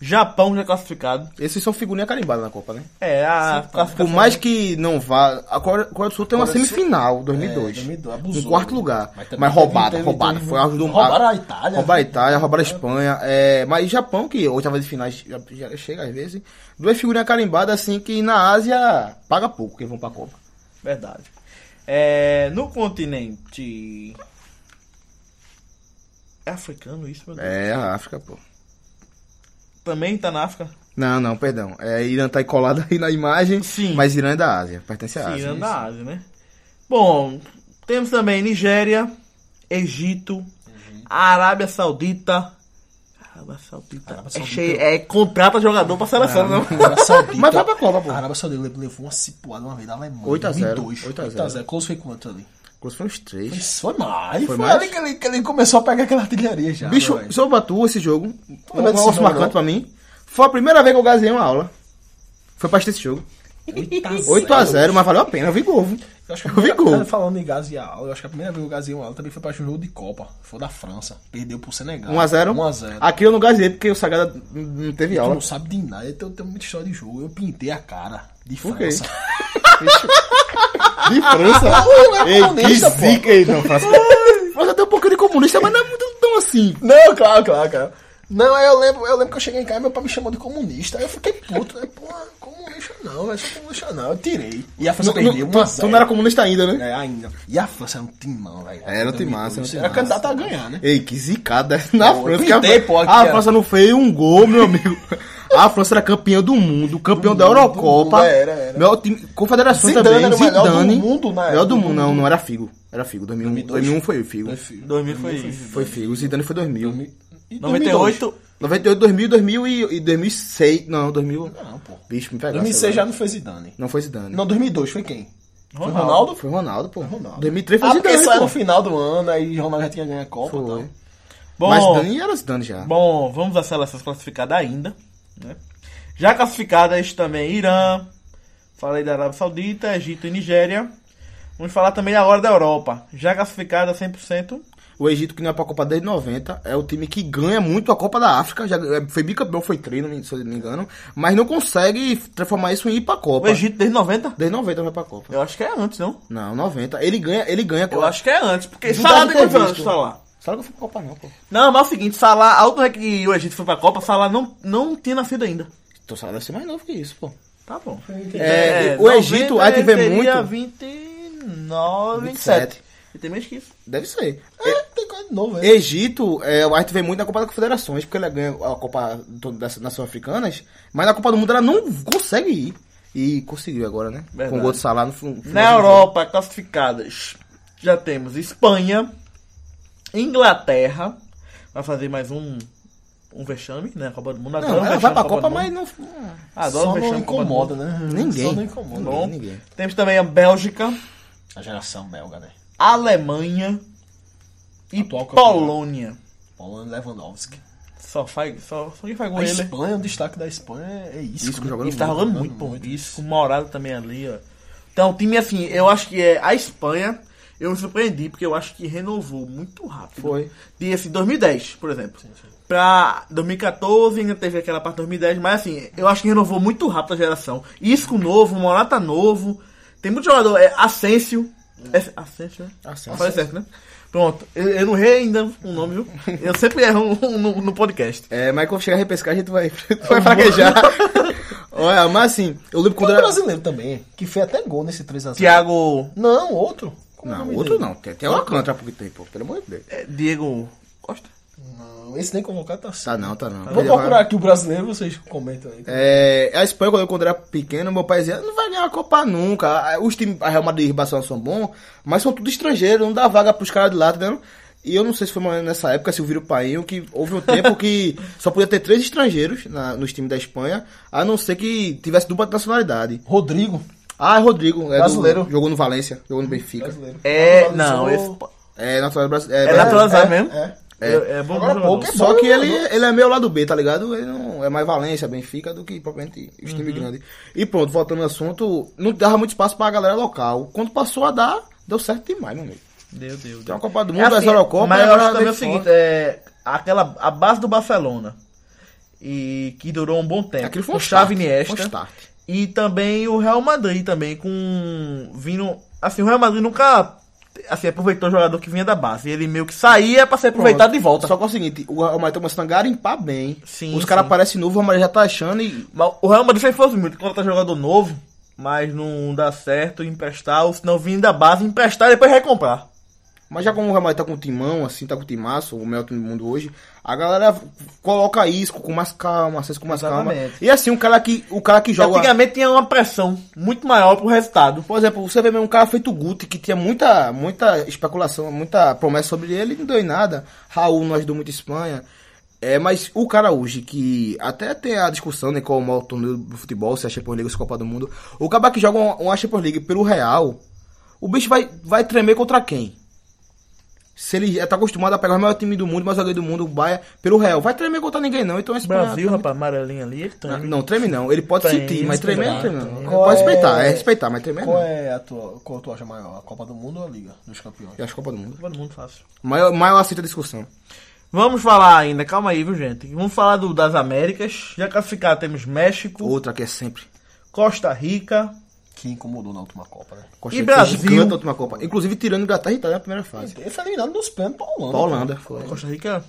S1: Japão já classificado.
S3: Esses são figurinha carimbada na Copa, né?
S1: É, a
S3: Por
S1: classificação.
S3: mais que não vá. A Coreia Coreia do Sul tem uma
S2: Coreia do Sul-
S3: semifinal,
S2: É,
S3: 2002.
S2: 2002,
S3: em
S2: abusou.
S3: quarto lugar. Mas,
S2: também teve-
S3: roubada,
S2: teve-
S3: roubada.
S2: teve-
S3: Foi a do
S2: Roubaram a Itália. né?
S3: Roubaram a Itália, roubaram a Espanha. É, mas Japão, que oitava de finais já, já chega às vezes. Duas figurinhas carimbadas assim que na Ásia paga pouco quem vão pra Copa.
S1: Verdade. É, no continente. É africano isso, meu Deus.
S3: É, a África, pô.
S1: Também tá na África.
S3: Não, não, perdão. É, Irã tá aí colado aí na imagem.
S1: Sim.
S3: Mas Irã é da Ásia. Pertence à Ásia.
S2: é
S1: Tirando
S3: Isso.
S1: da Ásia, né? Bom, temos também Nigéria, Egito, Arábia Saudita. Arábia Saudita.
S2: Arábia
S1: É,
S2: Saudita.
S1: cheio, é contrata jogador pra seleção, né? não.
S2: A Arábia Saudita.
S3: Mas vai pra Copa, pô.
S2: A Arábia Saudita levou uma cipuada uma vez da Alemanha.
S3: 8 a 0.
S2: 2002.
S3: 8 a 0.
S2: 8 a 0. Close foi quanto ali?
S3: Inclusive foi uns três.
S2: Isso foi mais. Foi,
S3: mais?
S2: ali que ele, que ele começou a pegar aquela artilharia já.
S3: Bicho,
S2: velho.
S3: sobre Batu, esse jogo, um
S2: lembrando desse nome,
S3: negócio marcante
S2: não?
S3: pra mim. Foi a primeira vez que eu gasei uma aula. Foi pra assistir esse jogo. 8x0, mas valeu a pena. Eu vi gol. viu?
S2: Tá, Eu acho que a
S3: Eu vi
S2: primeira,
S3: gol.
S2: Falando em Gazi Al, eu acho que a primeira vez que eu gasei uma aula também foi pra jogo de Copa. Foi da França. Perdeu pro Senegal.
S3: 1x0.
S2: 1x0.
S3: Aqui eu não gasei porque o Sagada não teve
S2: Tu
S3: aula.
S2: não sabe de nada, eu tenho, tenho muita história de jogo. Eu pintei a cara de
S3: Por quê?
S2: França. Ah,
S3: De França. Ei, que
S2: é comunista, pô.
S3: zica aí, não, França. França tem um pouquinho de comunista, mas não é muito tão assim.
S2: Não, claro, claro, claro. Não, aí eu lembro, eu lembro que eu cheguei em casa e meu pai me chamou de comunista. Aí eu fiquei puto, né? Pô, comunista não, velho, sou comunista não. Eu tirei. E a França
S3: Não- não-
S2: perdeu
S3: tu-
S2: 1 a
S3: tu
S2: 0.
S3: não era comunista ainda, né?
S2: É, ainda. E a França era um timão, velho.
S3: Era um timaço, era um
S2: Era
S3: timaço.
S2: candidato a ganhar, né?
S3: Ei, que zicada. Na
S2: Pô,
S3: França.
S2: eu
S3: que a-
S2: pintei, pô, aqui,
S3: a
S2: ó.
S3: França não fez um gol, meu amigo. A França era campeã do mundo, campeão da
S2: mundo,
S3: Eurocopa.
S2: do mundo, era, era.
S3: Meu time, confederações
S2: Zidane
S3: também.
S2: era o melhor
S3: Zidane.
S2: do mundo né? na
S3: melhor do
S2: época.
S3: mundo. Não, não era Figo. Era Figo. 2001,
S2: 2002.
S3: 2001 foi o Figo.
S1: 2000 foi isso.
S3: Foi Figo. Zidane foi 2000.
S2: um. E 2002?
S1: 98.
S3: 98, 2000, 2000 e, e 2006. Não, 2000.
S2: Não, pô.
S3: Bicho, me pegasse.
S2: 2006 já
S3: agora.
S2: não foi Zidane.
S3: Não foi Zidane.
S2: Não, 2002 foi quem? Foi
S1: Ronaldo.
S2: Ronaldo?
S3: Foi Ronaldo, pô.
S2: Ronaldo.
S3: 2003 foi
S2: Ah, porque
S3: Zidane.
S2: saiu
S3: pô.
S2: no final do ano, aí Ronaldo já tinha ganho a Copa e
S3: Foi.
S2: tal.
S1: Bom,
S3: Mas Zidane era Zidane já.
S1: bom, vamos às seleções classificadas ainda. né? Já classificadas também Irã, falei da Arábia Saudita, Egito e Nigéria. Vamos falar também agora da Europa. Já classificada 100%.
S3: O Egito, que não é pra Copa desde 90, é o time que ganha muito a Copa da África. Já, é, foi bicampeão, foi treino, se eu não me engano. Mas não consegue transformar isso em ir pra Copa.
S1: O Egito desde 90?
S3: Desde 90 vai pra Copa.
S1: Eu acho que é antes, não?
S3: Não, 90. Ele ganha, ele ganha.
S1: Eu acho que é antes, porque
S3: Não
S1: Salah
S3: deve
S1: tem
S3: ter
S1: quantos anos
S3: visto.
S1: Salah?
S3: Sabe que eu fui pra Copa não, pô.
S1: Não, mas é o seguinte, Salah, a última vez que o Egito foi pra Copa, Salah não, não tinha nascido ainda.
S3: Então Salah deve ser mais novo que isso, pô.
S1: Tá bom.
S3: É, o Egito, aí que vê
S1: seria
S3: muito.
S1: 29,
S3: 27.
S1: 27. E tem menos que isso.
S3: Deve ser.
S2: É, tem coisa de novo, é.
S3: Egito, é, a gente vê muito na Copa das Confederações, porque ela ganha a Copa do- das Nações Africanas, mas na Copa do Mundo ela não consegue ir. E conseguiu agora, né? Com o
S1: Verdade.
S3: gol de Salah no fun- final.
S1: Na então, Europa, classificadas, já temos Espanha, Inglaterra, vai fazer mais um, um vexame, né? Copa do Mundo. Adoro
S3: Não, ela
S1: vexame
S3: vai pra
S1: da
S3: Copa,
S1: do
S3: mas
S1: Mundo.
S3: não...
S1: Adoro
S2: Só
S1: vexame
S2: não
S1: da Copa do
S2: incomoda,
S1: Mundo.
S2: né?
S3: Ninguém.
S2: Só não incomoda.
S1: Bom,
S3: Ninguém.
S1: temos também a Bélgica,
S2: A geração belga, né?
S1: Alemanha e
S2: Atual campeão.
S1: Polônia.
S2: Paulo Lewandowski.
S1: Só faz, só, só quem faz gol
S2: A
S1: é ele.
S2: Espanha, o destaque da Espanha é isso.
S3: Isco
S2: né?
S3: jogando
S1: Isso tá rolando
S2: jogando
S1: muito, pô. Isso, com o Morado também ali, ó. Então, o time, assim, eu acho que é a Espanha. Eu me surpreendi, porque eu acho que renovou muito rápido.
S3: Foi.
S1: De, assim, 2010, por exemplo. Pra 2014, ainda teve aquela parte de 2010. Mas, assim, eu acho que renovou muito rápido a geração. Isco novo, Morata novo. Tem muito jogador. É Asensio. É, Asensio, né?
S3: Asensio.
S1: Falei certo, né? Pronto. Eu, eu não errei ainda o nome, viu? Eu sempre erro no- no- no podcast.
S3: É, mas quando chegar a repescar, a gente vai,
S2: É
S3: vai fraquejar. Olha, mas assim, eu lembro
S2: Tem
S3: quando
S2: um
S3: era...
S2: brasileiro também, que fez até gol nesse 3x0.
S1: Thiago.
S2: Não, outro. Como é o
S3: Não,
S2: nome
S3: outro
S2: dele?
S3: não. Tem até o Alcântara por que tem, pô. Pelo amor de Deus.
S1: é, Diego Costa?
S2: Não, esse nem convocado tá certo.
S3: Tá não, tá não.
S2: Vou procurar aqui o brasileiro, vocês comentam aí.
S3: É, a Espanha, quando eu, quando era pequeno, meu pai dizia, não vai ganhar a Copa nunca. Os times, a Real Madrid e o Barcelona são bons, mas são tudo estrangeiros, não dá vaga pros caras de lá, tá entendendo? E eu não sei se foi mais nessa época, se o Painho, que houve um tempo que só podia ter três estrangeiros na- nos times da Espanha, a não ser que tivesse dupla de nacionalidade.
S2: Rodrigo.
S3: Ah, é Rodrigo. É do-
S2: Brasileiro.
S3: jogou no Valência, jogou no Benfica.
S2: Brasileiro.
S1: É,
S2: Naturalizou-
S1: não, esse. pa-
S3: É natural brasileiro.
S1: É naturalizado mesmo?
S2: É.
S1: É, é bom
S2: Agora
S1: jogador.
S2: pouco é
S3: Só
S2: bom
S3: que ele,
S2: jogador.
S3: ele é meio lado B, tá ligado? Ele não é mais Valência, Benfica do que propriamente os
S1: Uhum.
S3: times grandes. E pronto, voltando ao assunto, não dava muito espaço pra galera local. Quando passou a dar, deu certo demais, meu amigo.
S1: Deu, deu,
S3: Tem
S1: deu.
S3: uma Copa do
S1: É
S3: Mundo,
S1: assim,
S3: as Eurocopas,
S1: mas
S3: e
S1: eu
S3: agora
S1: acho também
S3: vem
S1: o
S3: fora.
S1: seguinte, é, aquela, a base do Barcelona, e que durou um bom tempo,
S3: Aquilo foi
S1: com
S3: um
S1: Xavi
S3: start,
S1: Iniesta,
S3: foi um start.
S1: e também o Real Madrid também, com, vindo, assim, o Real Madrid nunca, assim, aproveitou o jogador que vinha da base, ele meio que saía pra ser aproveitado de volta.
S3: Só que é o seguinte, o Real Madrid tá começando a garimpar bem.
S1: Sim,
S3: Os caras
S1: sim.
S3: parecem novo, o Real Madrid já tá achando e.
S1: Mas o Real Madrid sempre fosse muito, quando tá jogador novo, mas não dá certo emprestar, ou se não vir da base, emprestar e depois recomprar.
S3: Mas já como o Real Madrid tá com o timão, assim, tá com o timaço, o melhor time do mundo hoje, a galera coloca isso com mais calma, acesso com mais calma.
S1: Exatamente.
S3: E assim, o cara que, o cara que joga.
S1: Antigamente tinha uma pressão muito maior pro resultado.
S3: Por exemplo, você vê mesmo um cara feito Guti, que tinha muita, muita especulação, muita promessa sobre ele, não deu em nada. Raul não ajudou muito a Espanha. É, mas o cara hoje, que até tem a discussão, né, qual é o maior torneio do futebol, se é a Champions League ou se é a Copa do Mundo. O cara que joga uma, uma Champions League pelo Real, o bicho vai, vai tremer contra quem? Se ele já tá acostumado a pegar o maior time do mundo, o maior zagueiro do mundo, o Bahia, pelo Real. Vai tremer contra ninguém não, então a Espanha...
S1: Brasil, rapaz, amarelinho ali, é ele
S3: Não,
S1: treme.
S3: não, treme não. Ele pode
S1: Treme,
S3: sentir, mas tremer não
S1: respeitar,
S3: treme não.
S2: Qual
S3: Pode respeitar,
S2: é-
S3: é respeitar, mas tremer
S2: Qual
S3: não.
S2: é a tua, qual tu acha maior? A Copa do Mundo ou a Liga dos Campeões?
S3: Eu acho Copa do Mundo.
S1: Todo mundo fácil.
S3: Maior, maior aceita a discussão.
S1: Vamos falar ainda, calma aí, viu, gente? Vamos falar do, das Américas. Já classificado temos México,
S3: Outra que é sempre.
S1: Costa Rica.
S2: Que incomodou na última Copa, né?
S3: Costa
S1: E
S3: Rica
S1: Brasil?
S3: é gigante na última Copa. Inclusive tirando Inglaterra e Itália na primeira
S1: é
S3: fase.
S2: Ele foi eliminado nos pênaltis pra Holanda.
S3: Pra Holanda. Foi,
S1: Costa Rica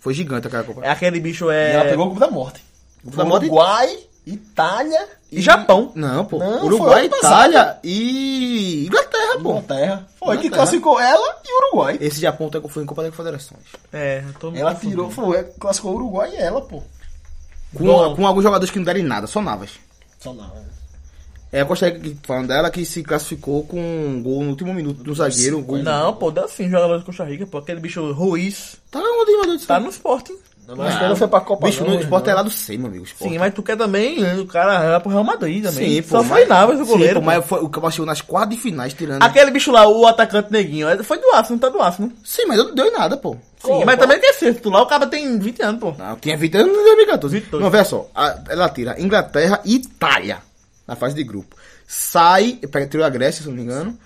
S3: foi gigante aquela Copa.
S1: é aquele bicho,
S2: E ela
S1: é.
S2: pegou o grupo da morte.
S3: Grupo da morte?
S2: Uruguai, Itália,
S1: E Japão.
S3: Não, pô.
S2: Não, foi
S3: Uruguai,
S2: ano passado.
S3: Itália e Inglaterra, pô.
S2: Inglaterra. Foi que
S3: Inglaterra.
S2: classificou ela e Uruguai.
S3: Esse Japão até foi em Copa das Confederações.
S1: É, eu tô me
S2: Ela
S1: confundindo.
S2: tirou, foi, é, classificou Uruguai e ela, pô.
S3: Com,
S1: Bom.
S3: com alguns jogadores que não deram em nada, só Navas.
S2: Só não. né?
S3: É a Costa Rica, que- falando dela, que se classificou com um gol no último minuto do zagueiro. um Gol
S1: Não, pô, deu sim, jogador de Costa Rica, pô. Aquele bicho Ruiz
S3: Tá onde, meu Deus do
S1: tá
S3: céu?
S1: no esporte.
S2: Mas quando foi pra Copa
S3: Bicho,
S2: não, né?
S3: no esporte
S2: não.
S3: é lá do 100, meu amigo. Esporte.
S1: Sim, mas tu quer também né, o cara era pro Real Madrid também.
S3: Sim, pô.
S1: Só foi Navas o goleiro.
S3: Sim, pô,
S1: pô.
S3: mas foi, o Cabal chegou nas quartas de finais tirando.
S1: Aquele bicho lá, o atacante neguinho, é- foi do Aço, não tá do Aço, né?
S3: Sim, mas não deu em nada, pô.
S1: Sim, mas também tem ser titular, o cara tem 20 anos, pô.
S3: Não, Ah, tinha 20 anos em 2014.
S1: 22.
S3: Não, veja só. a- ela tira Inglaterra e Itália na fase de grupo. Sai, pega, tirou a Grécia, se eu não me engano.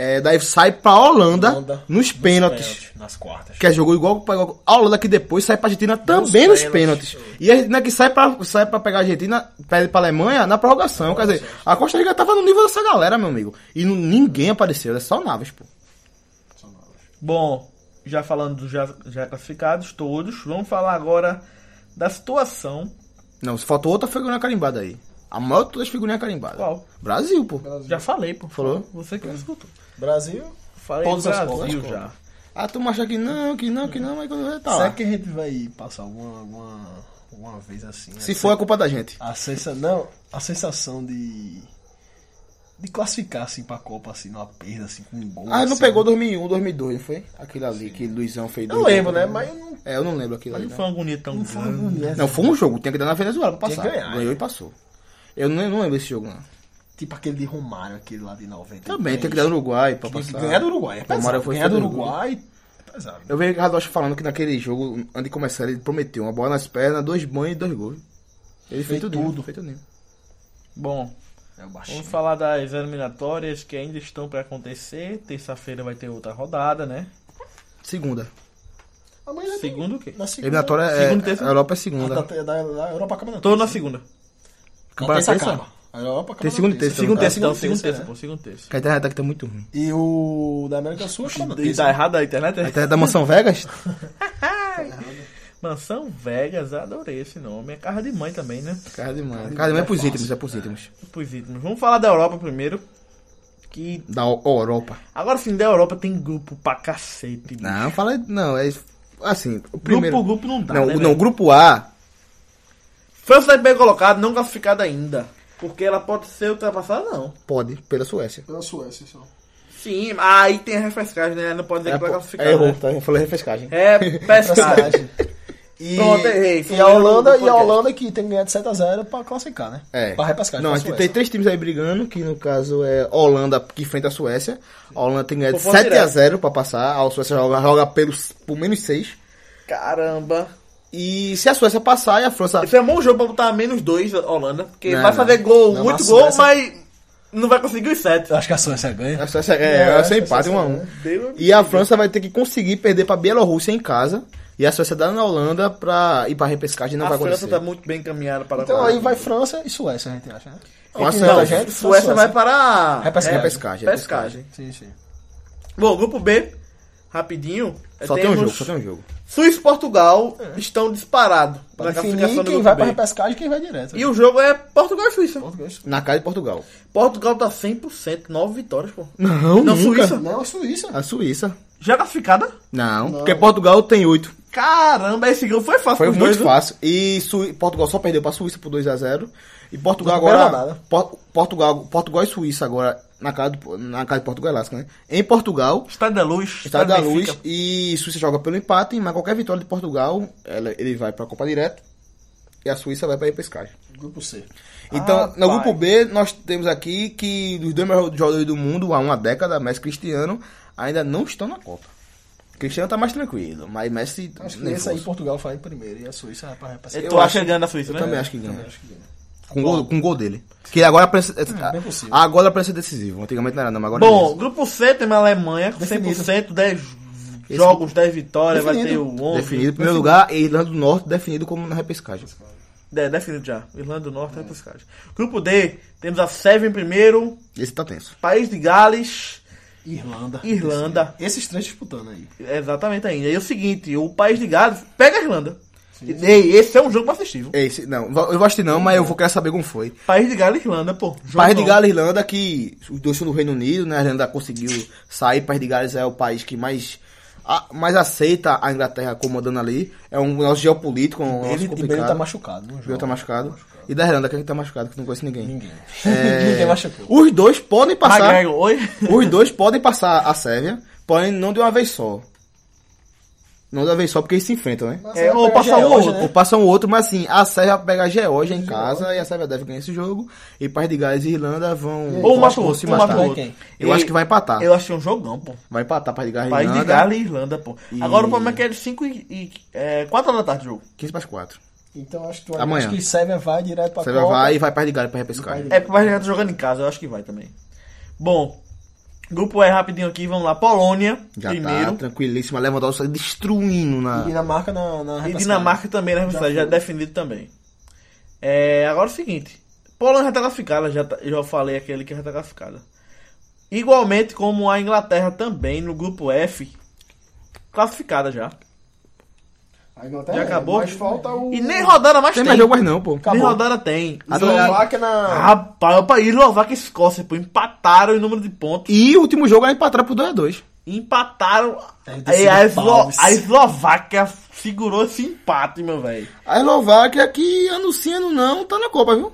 S3: É, daí sai pra Holanda,
S2: Holanda,
S3: nos
S2: é
S3: pênaltis.
S2: Nas quartas.
S3: Que é, jogou igual pra igual- a Holanda que depois sai pra Argentina também nos
S1: pênaltis.
S3: pênaltis. E a Argentina que sai pra, sai pra pegar a Argentina, perde pra Alemanha na prorrogação. Quer dizer, a Costa Rica tava no nível dessa galera, meu amigo. E não- ninguém apareceu, era só Naves, pô.
S1: Bom, já falando dos já, já classificados todos, vamos falar agora da situação.
S3: Não, se faltou outra figurinha carimbada aí. A maior de todas as figurinhas carimbadas.
S1: Qual?
S3: Brasil, pô.
S1: Já falei, pô.
S3: Falou?
S1: Você que não escutou.
S2: Brasil.
S1: Falei
S2: Todas
S1: do
S2: as
S1: Brasil
S2: escolas,
S1: já.
S3: Ah, tu acha que não, que não, que não, mas quando vê, tá
S2: Será
S3: lá.
S2: é que a gente vai passar alguma, alguma, alguma vez assim?
S3: Se for, é culpa da gente.
S2: A sensação, não, a sensação de de classificar assim pra Copa assim, numa perda assim com um gol.
S3: Ah, não
S2: assim.
S3: pegou 2001, 2002, não foi? Aquele ali que Luizão fez.
S2: Eu lembro, né? Mas eu não
S3: É, eu não lembro aquilo ali.
S1: Não
S3: não.
S1: foi um né? uma agonia tão
S2: não foi
S1: grande.
S2: bonito.
S3: Não, foi um jogo, tinha que dar na Venezuela pra
S2: Tinha
S3: passar.
S2: que ganhar. né?
S3: Ganhou e passou. Eu não, não lembro esse jogo, não.
S2: Tipo aquele de Romário, aquele lá de 90.
S3: Também, tem que dar no Uruguai pra
S2: Tem que
S3: passar.
S2: Ganhar do Uruguai, é pesado.
S3: Romário foi
S2: ganhar do
S3: federal.
S2: Uruguai é pesado.
S3: Eu vejo o Radocha falando que naquele jogo, antes de começar, ele prometeu uma bola nas pernas, dois banhos e dois gols. Ele fez
S2: Fez
S3: tudo.
S2: tudo.
S3: Fez tudo.
S1: Bom,
S2: É o baixinho.
S1: vamos falar das eliminatórias que ainda estão pra acontecer. Terça-feira vai ter outra rodada, né?
S3: Segunda.
S2: Amanhã é
S1: Segundo o quê?
S2: na segunda.
S3: Eliminatória é.
S1: Segunda, terça.
S3: a Europa
S2: Ah,
S3: é segunda.
S2: tá, tá, da, da Europa acaba na
S1: Tô na segunda.
S2: Não,
S3: Para
S2: terça
S3: terça?
S2: acaba. A Europa é acaba
S3: Tem
S2: na
S3: segunda e terça.
S1: Segundo
S3: Tá,
S1: terça, então.
S2: segunda
S1: Segundo
S2: e terça,
S1: terça, pô. Segundo terça.
S3: Que a internet aqui tá muito ruim.
S2: né? E o da América do Sul é né? acaba na
S1: E tá
S2: terça.
S1: errado a internet?
S3: A
S1: é?
S3: internet da Mansão Vegas?
S1: Mansão Vegas, adorei esse nome. É casa de mãe também, né?
S3: Cara de mãe. Cara de mãe é pros íntimos, é pros íntimos.
S1: Pois é, vamos falar da Europa primeiro. Que
S3: Da O- Europa.
S1: agora sim, da Europa tem grupo pra cacete. bicho.
S3: Não, fala. Não, é. Assim, o primeiro.
S1: Grupo, grupo não dá.
S3: não,
S1: né,
S3: o-
S1: velho?
S3: não, grupo A.
S1: França é bem colocada, não classificada ainda. Porque ela pode ser ultrapassada, não.
S3: Pode, pela Suécia.
S1: É
S2: Pela Suécia, só.
S1: Sim, aí tem a refrescagem, né? Não pode dizer que vai classificar.
S3: É, errou,
S1: né?
S3: tá? Eu falei refrescagem.
S1: É pescagem.
S2: Passagem.
S1: E...
S2: E,
S1: Pronto, errei.
S2: e a Holanda, e a Holanda que tem que ganhar de 7x0 pra classificar, né?
S3: É.
S2: Pra repescar.
S3: Não, a gente tem três times aí brigando, que no caso é Holanda, que enfrenta a Suécia. A Holanda tem ganhado
S1: Confronto
S3: 7x0 pra passar. A Suécia joga, joga pelos, por menos 6.
S1: Caramba.
S3: E se a Suécia passar e a França.
S1: Isso é um bom jogo pra botar menos dois a Holanda. Porque
S3: Não,
S1: vai
S3: não.
S1: fazer gol,
S2: Não,
S1: muito
S2: mas
S1: gol,
S2: essa-
S1: mas não vai conseguir os sete.
S2: Eu acho que a Suécia ganha.
S3: A Suécia é,
S2: É,
S3: é, sem
S2: a
S3: empate,
S2: Suécia
S3: 1x1.
S1: Deus
S3: E a França vai ter que conseguir perder pra Bielorrússia em casa. E a Suécia dá na Holanda pra ir pra repescagem não
S1: a
S3: vai
S1: França
S3: acontecer.
S1: tá muito bem encaminhada para
S2: Então
S3: é.
S1: lá.
S2: aí vai França e Suécia, a gente acha, né?
S3: Nossa,
S2: Enfim,
S3: não,
S2: a
S1: Suécia,
S2: gente, Suécia.
S1: vai para
S2: Repescagem.
S3: Repescagem,
S1: pescagem.
S2: Sim, sim.
S1: Bom, grupo B, rapidinho.
S3: Só tem
S1: É,
S3: um
S1: temos
S3: jogo, só tem um jogo.
S1: Suíça e Portugal estão disparados
S2: Pra
S1: na classificação
S2: definir
S1: do
S2: quem
S1: grupo
S2: vai
S1: B.
S2: pra repescagem e quem vai direto.
S1: E o jogo é Portugal e Suíça.
S3: Na casa de Portugal.
S1: Portugal tá 100%, 9 vitórias, pô.
S3: Não,
S1: Não,
S3: nunca.
S1: Suíça.
S2: Não, é a Suíça.
S3: A Suíça.
S1: Já classificada?
S3: Não, porque Portugal tem 8.
S1: Caramba, esse grupo foi fácil.
S3: Foi
S1: pros
S3: muito
S1: dois, né?
S3: fácil. E Su- Portugal só perdeu pra Suíça por 2x0. E Portugal
S2: Na primeira
S3: agora.
S1: né?
S2: rodada.
S3: Por- Portugal, Portugal e Suíça agora na casa, do- na casa de Portugal, Elasca, né? Em Portugal,
S1: Estado da Luz.
S3: Estado da Luz
S1: Benfica.
S3: e Suíça joga pelo empate, mas qualquer vitória de Portugal, ela- ele vai pra Copa Direto e a Suíça vai pra repescagem.
S2: Grupo C.
S3: Então,
S1: Ah,
S3: no
S1: pai.
S3: grupo B, nós temos aqui que os dois melhores jogadores do mundo há uma década, Messi e Cristiano, ainda não estão na Copa. Cristiano tá mais tranquilo, mas Messi
S2: Acho que esse aí
S3: nervoso.
S2: Portugal vai em primeiro e a Suíça vai pra repescagem.
S1: Eu
S3: Eu
S1: tô
S3: acho-
S1: achando ganhando a Suíça,
S3: Eu
S1: né?
S3: também acho que ganha.
S2: Acho que ganha.
S3: Com o gol, com o gol dele. Que agora parece,
S2: É, bem possível.
S3: agora parece decisivo. Antigamente não era, não, mas agora
S1: Bom,
S3: é
S1: grupo C tem a Alemanha, com
S2: Definido.
S1: 100%, 10 jogos, 10 vitórias, vai ter
S2: Definido.
S1: o
S3: definido.
S1: 11.
S3: Definido em primeiro lugar e Irlanda do Norte definido como na repescagem.
S1: É, definido já. Irlanda do Norte, é. repescagem. Grupo D, temos a Sérvia em primeiro,
S3: Esse tá tenso.
S1: País de Gales,
S2: Irlanda.
S1: Irlanda.
S2: Esses três disputando aí.
S1: Exatamente ainda. E é o seguinte, o País de Gales pega a Irlanda. Ei, esse é um jogo pra assistir. viu?
S3: Esse, não, va- eu vou assistir não, mas eu vou querer saber como foi.
S1: País de Gales e Irlanda, pô.
S3: País de
S1: Jogão.
S3: Gales e Irlanda, que os dois são do Reino Unido, né? A Irlanda conseguiu sair. País de Gales é o país que mais, a- mais aceita a Inglaterra comandando ali. É um negócio geopolítico, é um
S2: Ele,
S3: negócio
S2: e Bale tá
S3: complicado.
S2: machucado. Não
S3: Bale
S2: joga.
S3: tá machucado. E da Irlanda, quem que tá machucado? Que eu não conheço ninguém.
S2: Ninguém.
S3: É,
S2: Ninguém machucou.
S3: Os dois podem passar.
S1: McGregor, oi?
S3: os dois podem passar a Sérvia, porém não de uma vez só. Não de uma vez só, porque eles se enfrentam, né?
S1: É, ou passa
S2: Geórgia,
S1: um ou
S2: né?
S3: Ou passam outro, mas assim, a Sérvia pega a Geórgia em casa e a Sérvia deve ganhar esse jogo. E País de Gales e Irlanda vão.
S1: Ou um
S3: eu
S1: mata
S3: acho que
S1: o
S3: vão
S1: outro,
S3: se
S1: ou mata
S3: matar.
S1: o
S2: outro.
S3: Eu acho que vai empatar.
S1: Eu achei um jogão, pô.
S3: Vai empatar País de Gales e
S1: País de
S3: Irlanda.
S1: Gales e Irlanda, pô.
S3: E-
S1: Agora o problema é que é de 5 e, e é, 4 horas da tarde o jogo.
S3: 15 para 4.
S2: Então acho que,
S3: Amanhã.
S2: acho que Sérvia vai direto pra
S3: Sérvia
S2: Copa.
S3: vai e vai País de Gales para repescagem.
S1: É, porque o País de Gales tá jogando em casa, eu acho que vai também. Bom, grupo E rapidinho aqui, vamos lá. Polônia,
S3: Já tá
S1: primeiro.
S3: tranquilíssima. Lewandowski tá destruindo
S2: E
S3: na.
S2: Dinamarca na, na
S1: E
S2: repescagem.
S1: Dinamarca também, né? Já, já
S2: Tá foi.
S1: definido também. É, agora é o seguinte. Polônia já tá classificada, já, tá- já falei aquele que já tá classificada. Igualmente como a Inglaterra também, no grupo F, classificada já.
S2: A Inglaterra
S1: Já
S2: é,
S1: acabou.
S2: Mas falta o...
S1: E nem rodada mais
S3: Tem
S1: tem.
S3: mais jogo, mas não, pô.
S1: nem
S3: Acabou.
S1: rodada tem.
S3: Ah,
S2: Eslováquia na...
S1: Rapaz, o país Eslováquia e Escócia, pô, empataram em número de pontos.
S3: E o último jogo é empatar por 2x2.
S1: Empataram.
S2: Deve ter
S1: Aí a,
S2: sido
S1: Eslo-
S2: paus.
S1: a Eslováquia segurou esse empate, meu velho.
S3: A Eslováquia que anunciando não, tá na Copa, viu?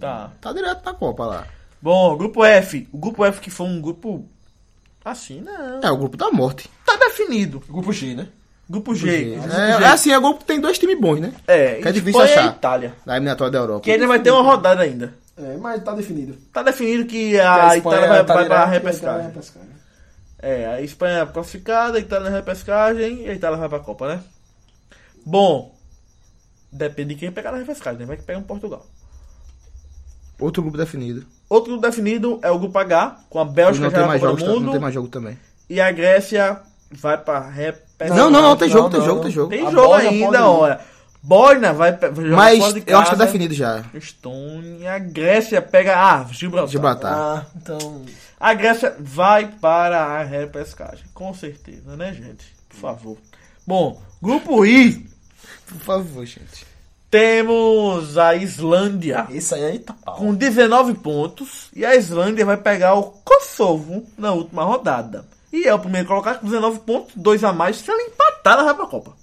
S1: Tá.
S3: Tá direto na Copa lá.
S1: Bom, grupo F. O grupo F que foi um grupo. Assim, não.
S3: É o grupo da morte.
S1: Tá definido.
S2: Grupo G, né?
S1: Grupo G.
S3: É,
S1: Grupo
S3: é
S1: G.
S3: assim, é o grupo que tem dois times bons, né?
S1: É,
S3: que é
S1: Espanha
S3: difícil
S1: e
S3: achar.
S1: Itália.
S3: Na eliminatória da Europa.
S1: Que ainda vai ter uma rodada ainda.
S2: É, mas tá definido.
S1: Tá definido que a, Itália
S2: Espanha
S1: então vai,
S2: tá
S1: vai pra
S3: é
S2: direto e a Itália
S1: repescagem.
S3: né?
S2: vai repescagem.
S1: É, a Espanha é classificada, a Itália na repescagem e a Itália vai pra Copa, né? Bom, depende de quem pegar na repescagem, né? Vai que pega um Portugal.
S3: Outro grupo definido.
S1: Outro grupo definido é o grupo H, com a Bélgica
S3: não
S1: já
S3: tem,
S1: na
S3: mais
S1: Copa
S3: jogos,
S1: do
S3: ta-
S1: Mundo
S3: não tem mais jogo também.
S1: e a Grécia vai pra
S3: Não,
S1: repescagem.
S3: não, não, tem
S2: não,
S3: jogo, tem
S2: não,
S3: jogo,
S2: não.
S3: tem jogo.
S1: Tem
S2: A
S1: jogo
S2: Bósnia pode
S1: ainda,
S2: ir.
S1: olha. Bósnia vai pe- jogar
S3: Mas
S1: fora de
S3: eu acho que tá
S1: casa.
S3: definido já.
S1: Estônia, a Grécia pega ah, Gibraltar.
S3: Gibraltar.
S2: Ah, então...
S1: A Grécia vai para a repescagem, com certeza, né, gente? Por favor. Bom, grupo I,
S3: Por favor, gente.
S1: temos a Islândia
S2: Esse aí é tá pau.
S1: com 19 pontos e a Islândia vai pegar o Kosovo na última rodada. E é o primeiro colocado com 19 pontos, dois a mais se ela empatar na Recopa.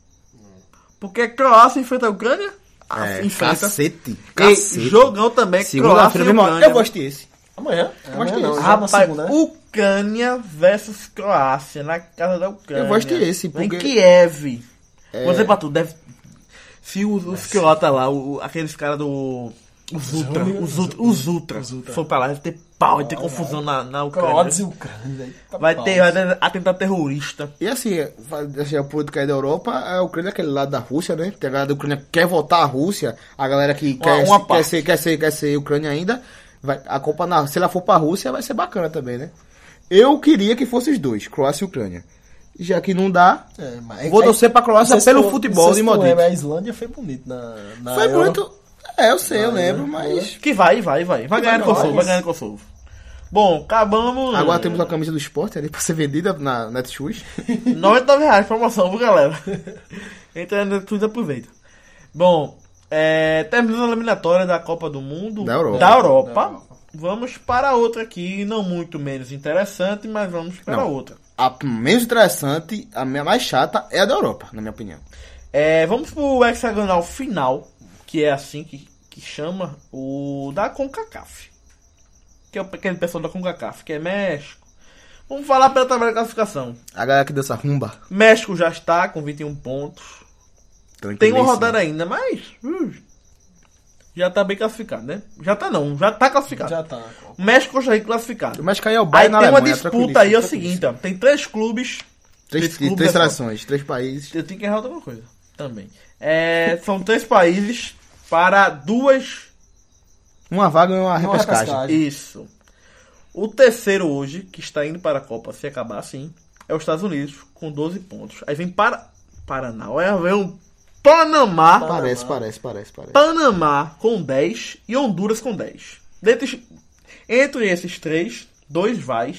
S1: Porque a Croácia enfrenta a Ucrânia, a-
S3: É,
S1: enfrenta.
S3: cacete.
S1: E
S3: Cacete.
S1: jogão também, Croácia
S3: Segunda-feira,
S1: e
S3: meu irmão,
S1: Ucrânia.
S3: Eu gostei desse.
S2: Amanhã.
S3: Amanhã
S2: Amanhã
S3: não,
S2: não.
S3: né?
S2: Rapaz,
S1: Rapaz,
S2: segunda, né?
S1: o Ucrânia versus Croácia, na casa da Ucrânia.
S3: Eu gosto desse,
S1: Em
S3: porque-
S1: Kiev.
S3: É.
S1: Vou dizer pra tu, deve. Se os, os croatas lá, o- aqueles caras do. Os Ultra,
S2: Zolio-
S1: os Ultra, os Ultra,
S2: Os Ultra.
S1: for pra lá, vai ter pau, vai ter confusão na, na Ucrânia. né?
S2: Croácia e Ucrânia. Eita,
S1: Vai
S2: pau.
S1: ter, vai ter atentado terrorista.
S3: E assim, vai deixar o político aí da Europa, a Ucrânia é aquele lado da Rússia, né? Tem a galera da Ucrânia que quer votar a Rússia, a galera que quer,
S1: uma
S3: quer,
S1: parte.
S3: ser, quer, ser, quer ser Ucrânia ainda, vai, a Copa, na, se ela for pra Rússia, vai ser bacana também, né? Eu queria que fosse os dois, Croácia e Ucrânia. Já que não dá,
S2: É, mas-
S3: vou
S2: é-
S3: torcer pra Croácia
S2: não sei se
S3: pelo
S2: tu-
S3: futebol
S2: não sei
S3: de
S2: se tu
S3: Modric.
S2: lembra, é, A Islândia foi bonito na. na
S3: Foi
S2: Euro.
S3: muito... É, eu sei, eu lembro, mas...
S1: Que vai, vai, vai. Vai ganhar no
S2: vai,
S1: Kosovo,
S2: vai.
S1: vai ganhar no Kosovo. Bom, acabamos.
S3: Agora temos a camisa do esporte ali pra ser vendida na Netshoes.
S1: 99 reais, promoção, viu, galera? Entra no Netflix e aproveita. Bom, é, terminando a eliminatória da Copa do Mundo.
S3: Da Europa.
S1: da Europa,
S2: Da Europa.
S1: Vamos para outra aqui, não muito menos interessante, mas vamos para
S3: Não.
S1: outra.
S3: A menos interessante, a minha mais chata, é a da Europa, na minha opinião.
S1: É, vamos pro hexagonal final, que é assim que, que chama o da CONCACAF. Que é o- aquele pessoal da CONCACAF, que é México. Vamos falar pela tabela de classificação.
S3: A galera que dança rumba.
S1: México já está com 21 pontos. Tem uma rodada ainda, mas. hum, já tá bem classificado, né? Já tá não, já tá classificado.
S2: Já tá na Copa.
S1: O México já é classificado.
S3: Mas caiu o
S1: Aí tem
S3: Bayern na
S1: uma
S3: Alemanha,
S1: disputa aí, é o
S3: tranquilíssimo,
S1: seguinte, ó, tem três clubes.
S3: Três,
S1: clubes,
S3: três
S1: né,
S3: seleções, três países.
S1: Eu tenho que errar outra coisa também. É, são três países para duas.
S3: Uma vaga e uma repescagem.
S2: repescagem.
S1: Isso. O terceiro hoje, que está indo para a Copa, se acabar assim, é os Estados Unidos, com 12 pontos. Aí vem para. Paraná. Aí vem um Panamá.
S3: Parece, parece, parece, parece.
S1: Panamá com 10 e Honduras com 10. Dentre- entre esses três, dois vai.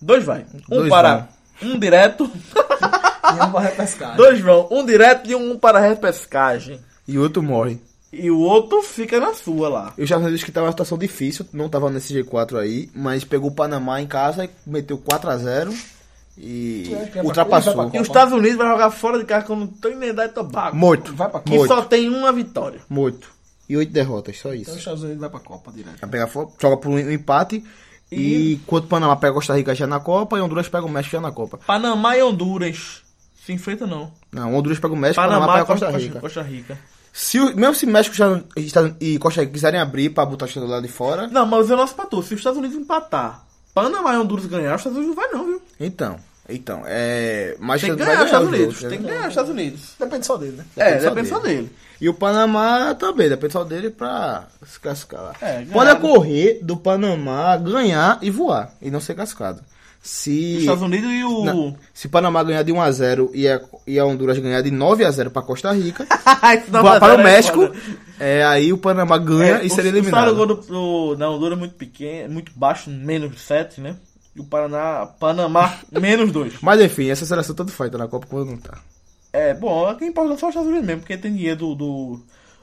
S1: Dois vai. Um
S3: Dois
S1: para. Um direto.
S2: E eu vou repescar.
S1: Dois vão. Um direto e um para repescagem.
S3: E outro morre.
S1: E o outro fica na sua lá.
S3: E os Estados Unidos que tava em uma situação difícil, não tava nesse G4 aí, mas pegou o Panamá em casa e meteu 4x0 e
S2: É, que é pra-
S3: ultrapassou.
S2: ele
S1: E
S2: vai
S1: os Estados Unidos vai jogar fora de casa com Trinidad e Tobago.
S3: Morto.
S2: Vai pra
S1: Que
S2: Copa.
S1: só tem uma vitória.
S3: Morto. E oito derrotas, só
S2: Então os
S3: isso.
S2: Estados Unidos vai pra Copa direto.
S3: Vai pegar fo- joga por um empate. E, enquanto o Panamá pega Costa Rica já na Copa e Honduras pega o México já na Copa.
S1: Panamá e Honduras. Se enfrenta não.
S3: Não, Honduras pega o México, Panamá,
S1: Panamá e
S3: pega Costa
S1: Costa
S3: Rica.
S1: Costa Rica.
S3: Se, o- mesmo se México já- Estados- e Costa Rica quiserem abrir pra botar o Estado do lado de fora,
S1: Não, mas eu não pra tu. Se os Estados Unidos empatar, Panamá e Honduras ganhar, os Estados Unidos não vai não, viu?
S3: então. Então, é. Mas
S1: Tem que
S3: vai
S1: ganhar os Estados
S3: os
S1: Unidos.
S3: outros,
S1: Tem que
S3: né?
S1: ganhar os Estados Unidos.
S2: Depende só dele, né?
S1: É,
S3: só
S1: depende só dele.
S3: E o Panamá também, depende só dele pra se classificar lá.
S1: É, ganhar-
S3: Pode ocorrer do Panamá ganhar e voar, e não ser classificado.
S1: Os
S3: Se.
S1: Estados Unidos e o.
S3: Não. Se o Panamá ganhar de 1x0 e a, e a Honduras ganhar de 9x0 pra Costa Rica,
S1: Isso dá uma
S3: voar para o
S1: zero,
S3: México,
S1: é foda.
S3: é, aí o Panamá ganha
S1: É,
S3: e
S1: o-
S3: seria
S1: O saldo
S3: eliminado.
S1: gol do, do, da Honduras é muito pequeno, muito baixo, menos 7, né? E o Paraná, Panamá, menos 2.
S3: Mas enfim, essa seleção tanto faz, tá na Copa quando não tá.
S1: É, bom, quem importa são os Estados Unidos mesmo, porque tem dinheiro do, do,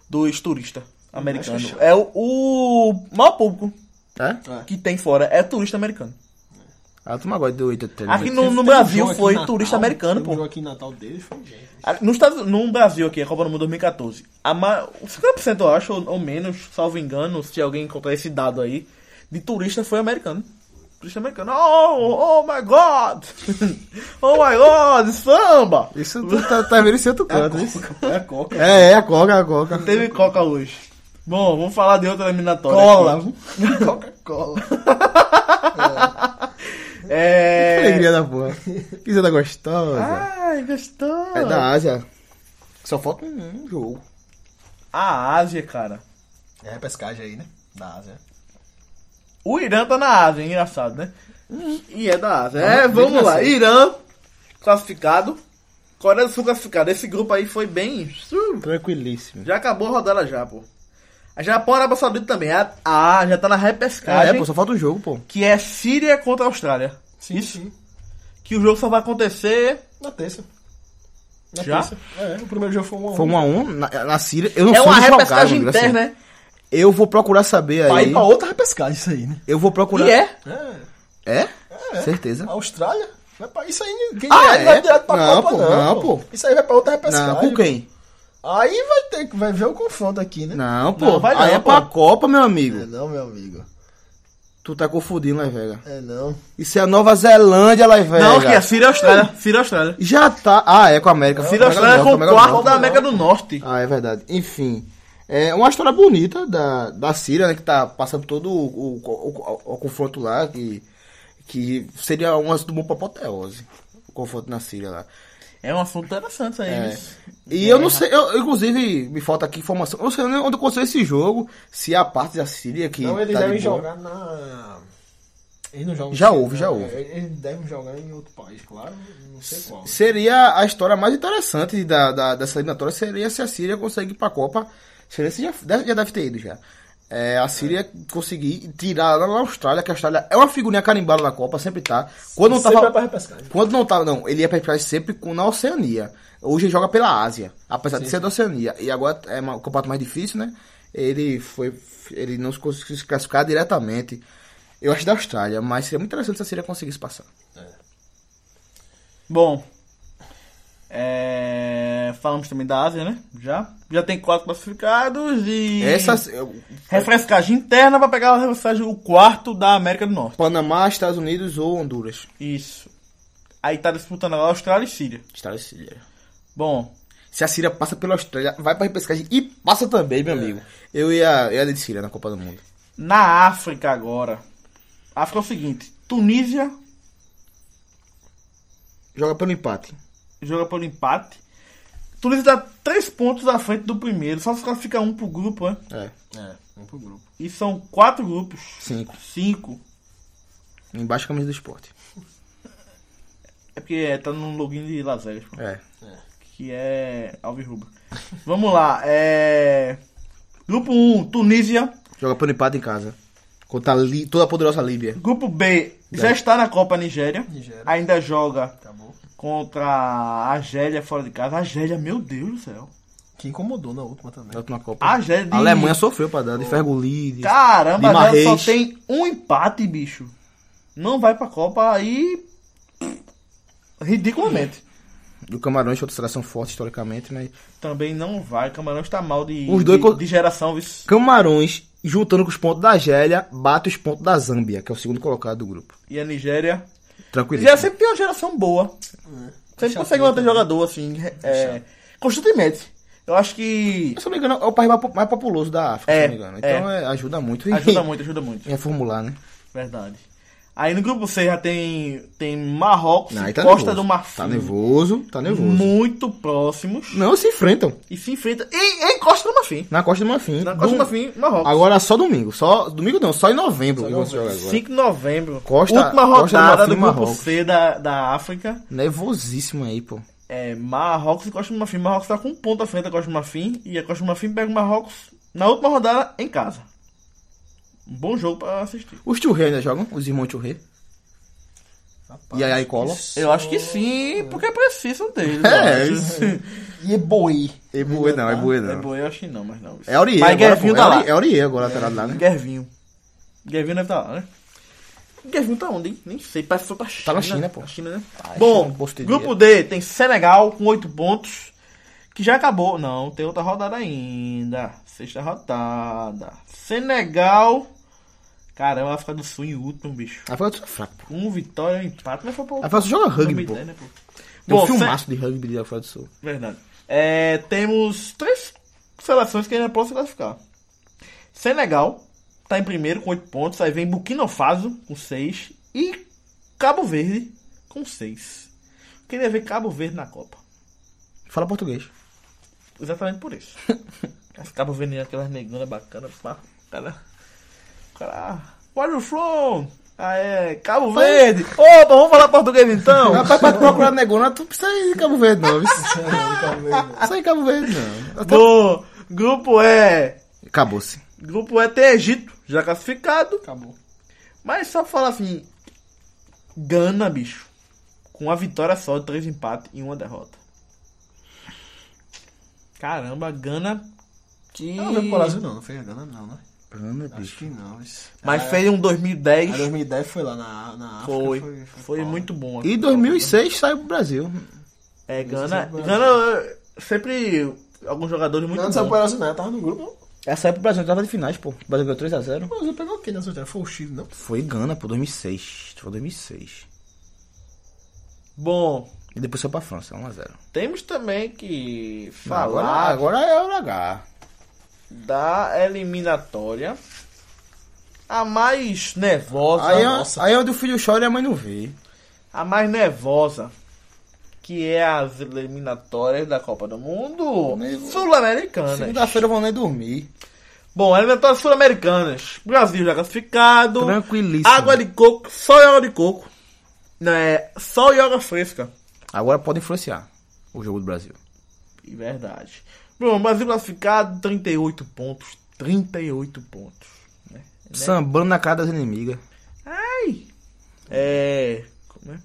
S1: dos turistas americanos.
S2: fechado.
S1: É o, o maior público
S3: É?
S1: que tem fora, é turista americano.
S3: Ah, tu gosta do 83.
S1: Aqui Ah,
S3: né?
S1: no,
S2: Teve
S1: no
S2: um
S1: Brasil
S2: jogo aqui em
S1: foi
S2: Natal,
S1: turista americano,
S2: teve um
S1: pô.
S2: jogo aqui em Natal deles foi um gente.
S1: Ah, No, Estados, no Brasil aqui, a Copa do Mundo 2014, a ma... 50% eu acho, ou, ou menos, salvo engano, se alguém encontrar esse dado aí, de turista foi americano. Turista americano. Oh, oh my god! Oh my god, samba!
S3: Isso tu tá, tá vendo esse outro canto, isso?
S2: É a Coca.
S3: É, é, a Coca, a Coca.
S1: Teve coca hoje. Bom, vamos falar de outra eliminatória.
S2: Cola.
S1: aqui.
S2: Coca-Cola.
S3: Que
S1: É... Ah.
S3: alegria da porra. Que zeta gostosa.
S1: Ai, gostou.
S3: é da Ásia. Só falta um jogo.
S1: A Ásia, cara.
S2: É a pescagem aí, né? Da Ásia.
S1: O Irã tá na Ásia, engraçado, né? E é da Ásia. É,
S3: Ah,
S1: vamos
S3: bem
S1: lá.
S3: engraçado.
S1: Irã, classificado. Coreia do Sul classificado. Esse grupo aí foi bem.
S3: Tranquilíssimo.
S1: Já acabou a rodada já, pô. A Japão e a Arábia Saudita também. A- Ah, já tá na
S3: Ah,
S1: repescagem.
S3: é, pô, só falta um jogo, pô.
S1: Que é Síria contra a Austrália.
S2: Sim, sim.
S1: Que o jogo só vai acontecer.
S2: Na terça. Na
S1: Já?
S2: terça. É, o primeiro jogo foi um a um.
S3: Foi um a um na, na Síria. Eu não
S1: É
S3: sei
S1: uma
S3: onde jogaram,
S1: repescagem
S3: amigo, assim.
S1: interna, né?
S3: Eu vou procurar saber
S1: um.
S2: Pra ir
S3: aí.
S2: pra outra repescagem isso aí, né?
S3: Eu vou procurar.
S1: E é.
S2: É.
S3: É? Certeza.
S2: A Austrália? Vai pra isso aí. Quem
S3: Ah,
S2: ganhar,
S3: é?
S2: vai direto pra
S3: Não,
S2: Copa,
S3: pô,
S2: não.
S3: não, pô.
S2: Isso aí vai pra outra repescagem.
S3: Não, com quem?
S2: Aí vai ter que vai ver o confronto aqui, né?
S3: Não, pô.
S1: Não, vai
S3: aí
S1: não,
S3: é pra
S1: pô.
S3: Copa, meu amigo.
S2: É, não, meu amigo.
S3: Tu tá confundindo, Las Vegas.
S2: É não.
S3: Isso é a Nova Zelândia, Las Vegas.
S1: Não, que é Síria e Austrália. Síria e Austrália.
S3: Já tá. Ah, é com a América.
S1: Síria e
S3: Mega
S1: Austrália
S3: Norte,
S1: com o
S3: Mega
S1: quarto
S3: Norte.
S1: da América do Norte.
S3: Ah, é verdade. Enfim. É uma história bonita da, da Síria, né? Que tá passando todo o, o- o- o confronto lá, que, que seria um assunto bom pra apoteose. é, O confronto na Síria lá.
S1: É um assunto interessante isso aí.
S3: É.
S1: isso.
S3: E eu não sei, eu, inclusive, me falta aqui informação. Eu não sei nem onde aconteceu esse jogo, se é a parte da Síria que.
S2: Não, eles
S3: tá de
S2: devem
S3: boa.
S2: jogar na. Eles não jogam.
S3: Já
S2: no-
S3: houve, já
S2: é,
S3: houve.
S2: Eles devem jogar em outro país, claro. Não sei qual.
S3: Seria a história mais interessante da, da- dessa eliminatória seria se a Síria conseguir ir pra Copa. Seria se já, deve- já deve ter ido já. É, a Síria conseguir tirar lá na Austrália, que a Austrália é uma figurinha carimbada na Copa, sempre tá. Quando não
S2: Sempre vai pra
S3: tava.
S2: repescagem.
S3: Quando não tava, não, ele ia pra repescagem sempre com, na Oceania. Hoje ele joga pela Ásia, apesar de ser da Oceania. E agora é uma- um campeonato mais difícil, né? Ele foi. Ele não se conseguiu se classificar diretamente. Eu acho da Austrália, mas seria muito interessante se a Síria conseguisse passar.
S1: Bom. É... Falamos também da Ásia, né? Já. Já tem quatro classificados e.
S3: Essas. eu-
S1: Refrescagem interna pra pegar a refrescagem, o quarto da América do Norte.
S3: Panamá, Estados Unidos ou Honduras?
S1: Isso. Aí tá disputando agora Austrália e Síria.
S3: Estados Unidos.
S1: Bom,
S3: Se a Síria passa pela Austrália, vai pra repescagem e passa também, meu amigo. Eu ia, eu ia de Síria na Copa do Mundo.
S1: na África agora. África é o seguinte: Tunísia
S3: Joga pelo empate.
S1: joga pelo empate. Tunísia tá três pontos à frente do primeiro, só se classifica um pro grupo, né?
S3: É.
S2: É, vamos pro grupo.
S1: E são quatro grupos.
S3: Cinco.
S1: Cinco.
S3: Embaixo da camisa do esporte.
S1: É porque é, tá num login de Las Vegas, pô,
S3: É.
S1: que é Alves Rubro. Vamos lá, é. Grupo 1, um, Tunísia.
S3: Joga pelo empate em casa. Contra a Lí- toda a poderosa Líbia.
S1: Grupo B já está na Copa Nigéria.
S2: Nigéria.
S1: Ainda joga
S2: Acabou.
S1: contra a Argélia fora de casa. A Argélia, meu Deus do céu.
S2: Que incomodou na última também.
S3: Na última Copa.
S1: A Argélia de...
S3: A Tá. Alemanha sofreu pra dar de Fergulide.
S1: Caramba,
S3: de
S1: a Argélia só
S3: Marreis.
S1: tem um empate, bicho. Não vai pra Copa aí. Ridiculamente.
S3: E o Camarões, outra seleção forte historicamente, né? mas.
S1: Também não vai. Camarão está mal de,
S3: Os dois
S1: de,
S3: co-
S1: de geração. Isso.
S3: Camarões, juntando com os pontos da Argélia, bate os pontos da Zâmbia, que é o segundo colocado do grupo.
S1: E a Nigéria.
S3: Tranquilo.
S1: Nigéria sempre tem uma geração
S3: É.
S1: boa. Sempre consegue manter jogador assim. É, constantemente. Eu acho que.
S3: Se eu não me engano, é o país mais po- mais populoso da África,
S1: É,
S3: se eu não me engano. Então é, ajuda muito. em-
S1: Ajuda muito, ajuda muito.
S3: em Reformular, né?
S1: Verdade. Aí no grupo C já tem, tem Marrocos
S3: Não, aí
S1: e
S3: tá
S1: Costa
S3: nervoso.
S1: do Marfim.
S3: Tá nervoso, tá nervoso.
S1: Muito próximos.
S3: Não, se enfrentam.
S1: E se enfrenta em, em Costa do Marfim.
S3: Na Costa do Marfim.
S1: Na Costa do Marfim, Marrocos.
S3: Agora só domingo. Só, domingo não, só em novembro que vão jogar agora.
S1: 5 de novembro.
S3: Costa-
S1: última
S3: Costa do
S1: rodada
S3: Marfim,
S1: do, grupo
S3: Marrocos.
S1: C da, da África.
S3: Nervosíssimo aí, pô.
S1: É Marrocos e Costa do Marfim. Marrocos tá com um ponto à frente da Costa do Marfim. E a Costa do Marfim pega o Marrocos na última rodada em casa. Um bom jogo pra assistir.
S3: Os Tio Rei ainda jogam? Os irmãos Tio Rei?
S2: Rapaz,
S3: E aí, aí cola?
S1: Eu acho que sim, porque precisam deles. eu
S3: É,
S1: acho.
S3: isso.
S2: E é boi.
S3: É Buê não, é Buê
S1: É
S3: não.
S1: boa, eu acho que não, mas não.
S3: É Aurier
S1: Mas
S3: agora, pô.
S1: Guervinho tá
S3: É
S1: lá.
S3: Aurier- É Aurier agora, lateral lá, né?
S1: Guervinho. Guervinho deve estar lá, né? Guervinho tá onde? hein? Nem sei, parece que foi pra China.
S3: Tá na China, pô.
S1: Pra China, né?
S3: na
S1: Bom,
S3: China, é um posto de
S1: grupo D tem Senegal com 8 pontos, que já acabou. Não, tem outra rodada ainda. Sexta rodada. Senegal. Caramba, África do Sul em último, bicho.
S3: A França é fraca, pô.
S1: Um vitória, um empate, mas foi pra
S3: A França joga rugby, pô.
S1: 2010, né, pô?
S3: Tem um
S1: Bom, Sen-
S3: filmaço de rugby da França do Sul.
S1: Verdade. É, temos três seleções que ainda podem se classificar. Senegal tá em primeiro com 8 pontos, aí vem Burkina Faso com 6 e Cabo Verde com 6. Queria ver Cabo Verde na Copa.
S3: Fala português.
S1: Exatamente por isso. As Cabo Verde é aquelas negonas bacanas, pá. O Cara, o cara, where you from? Ah, é, Cabo Verde. Opa, vamos falar português então.
S3: Rapaz, pra tu procurar negona, tu precisa ir em Cabo Verde, não. viu? Precisa ir em Cabo Verde, não. Até-
S1: Bom, grupo E.
S3: Acabou-se.
S1: Grupo E tem Egito, já classificado.
S2: Acabou.
S1: Mas só pra falar assim. Gana, bicho. Com uma vitória só, três empates e uma derrota. Caramba, Gana. É Que...
S2: Ela não veio pro Brasil, não. Não foi a Gana, não, né?
S3: Ana,
S2: Acho
S3: bicho.
S2: que não. Isso.
S1: Mas
S2: a,
S1: fez um 2010.
S2: A 2010 foi lá na, na África.
S1: Foi. Foi,
S2: foda.
S1: muito bom.
S3: E 2006 saiu pro Brasil.
S1: É, Gana.
S2: Brasil.
S1: Gana eh, sempre. Alguns jogadores muito
S2: Não, não
S1: bons.
S2: saiu pro Brasil, não. Ela tava no grupo.
S3: Essa época o Brasil tava de finais, pô. O Brasil ganhou 3x0.
S2: Mas eu pegou o que nessa outra? Foi o Chile, não?
S3: Foi Gana, pô, 2006. Foi 2006.
S1: Bom,
S3: E depois foi pra França, 1x0.
S1: temos também que
S3: Agora,
S1: falar
S3: agora é o H.
S1: da eliminatória. A mais nervosa,
S3: Aí, é-
S1: nossa,
S3: aí é onde o filho chora e a mãe não vê.
S1: a mais nervosa, que é as eliminatórias da Copa do Mundo
S3: Nervo-
S1: Sul-Americanas.
S3: Segunda-feira eu vou nem dormir.
S1: Bom, eliminatórias sul-americanas. Brasil já classificado.
S3: Tranquilíssimo.
S1: Água de coco, só água de coco. Né? Só yoga fresca.
S3: Agora pode influenciar o jogo do Brasil.
S1: E Verdade. Bom, Brasil classificado, 38 pontos. 38 pontos. Né?
S2: É,
S3: Sambando na cara das inimigas.
S1: Ai! É. Como é?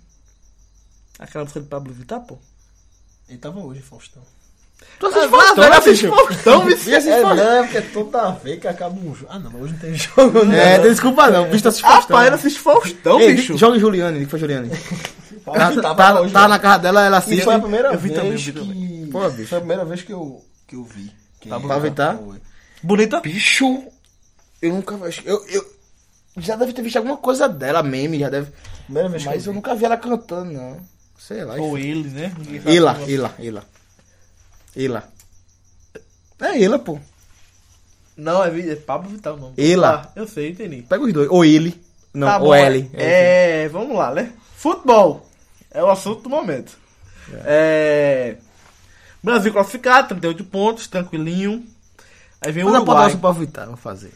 S1: Aquela música do Pablo Vittar, pô.
S2: Ele tava hoje, Faustão.
S3: Tu
S1: Ah, vai, vai, assiste Faustão, me
S3: Vê se
S2: é,
S3: faz-
S2: não, é porque toda vez que acaba um jogo. Ah, não, mas hoje não tem jogo, né? não.
S3: É, desculpa não, o bicho tá se
S1: Rapaz,
S3: afastando.
S1: Ah, ele
S2: assim,
S1: assiste Faustão,
S3: Ei,
S1: bicho.
S3: Joga em Juliane, diga que foi Juliane.
S2: Faustão
S3: Tá,
S2: tava
S3: tá-
S2: hoje,
S3: tá
S2: né?
S3: na casa dela, ela
S2: E
S3: assiste.
S2: foi a primeira
S1: eu vi
S2: vez
S1: também, eu vi
S2: que...
S1: também.
S3: Pô, bicho.
S2: Foi a primeira vez que eu, que eu vi. Que
S3: Pablo Vittar?
S2: Foi.
S1: Bonita.
S3: Bicho, eu nunca vi. Eu, eu já deve ter visto alguma coisa dela, meme, já deve.
S2: Primeira vez
S3: Mas
S2: que
S3: eu
S2: vi.
S3: nunca vi ela cantando, não. Sei lá.
S1: Ou
S3: enfim.
S1: ele, né? Ninguém sabe
S3: Ila,
S1: como é.
S3: Ila, Ila. Ila. É Ila, pô.
S1: Não, é, Vi- é Pablo Vittar o nome.
S3: Ila.
S1: Ah, eu sei, entendi.
S3: Pega os dois. Ou ele. Não,
S1: Tá
S3: ou
S1: bom,
S3: ele.
S1: É, vamos lá, né? Futebol é o assunto do momento. É. Brasil classificado, 38 pontos, tranquilinho. Aí vem o
S3: Eu não posso
S1: Uruguai.
S3: pra evitar, vou fazer.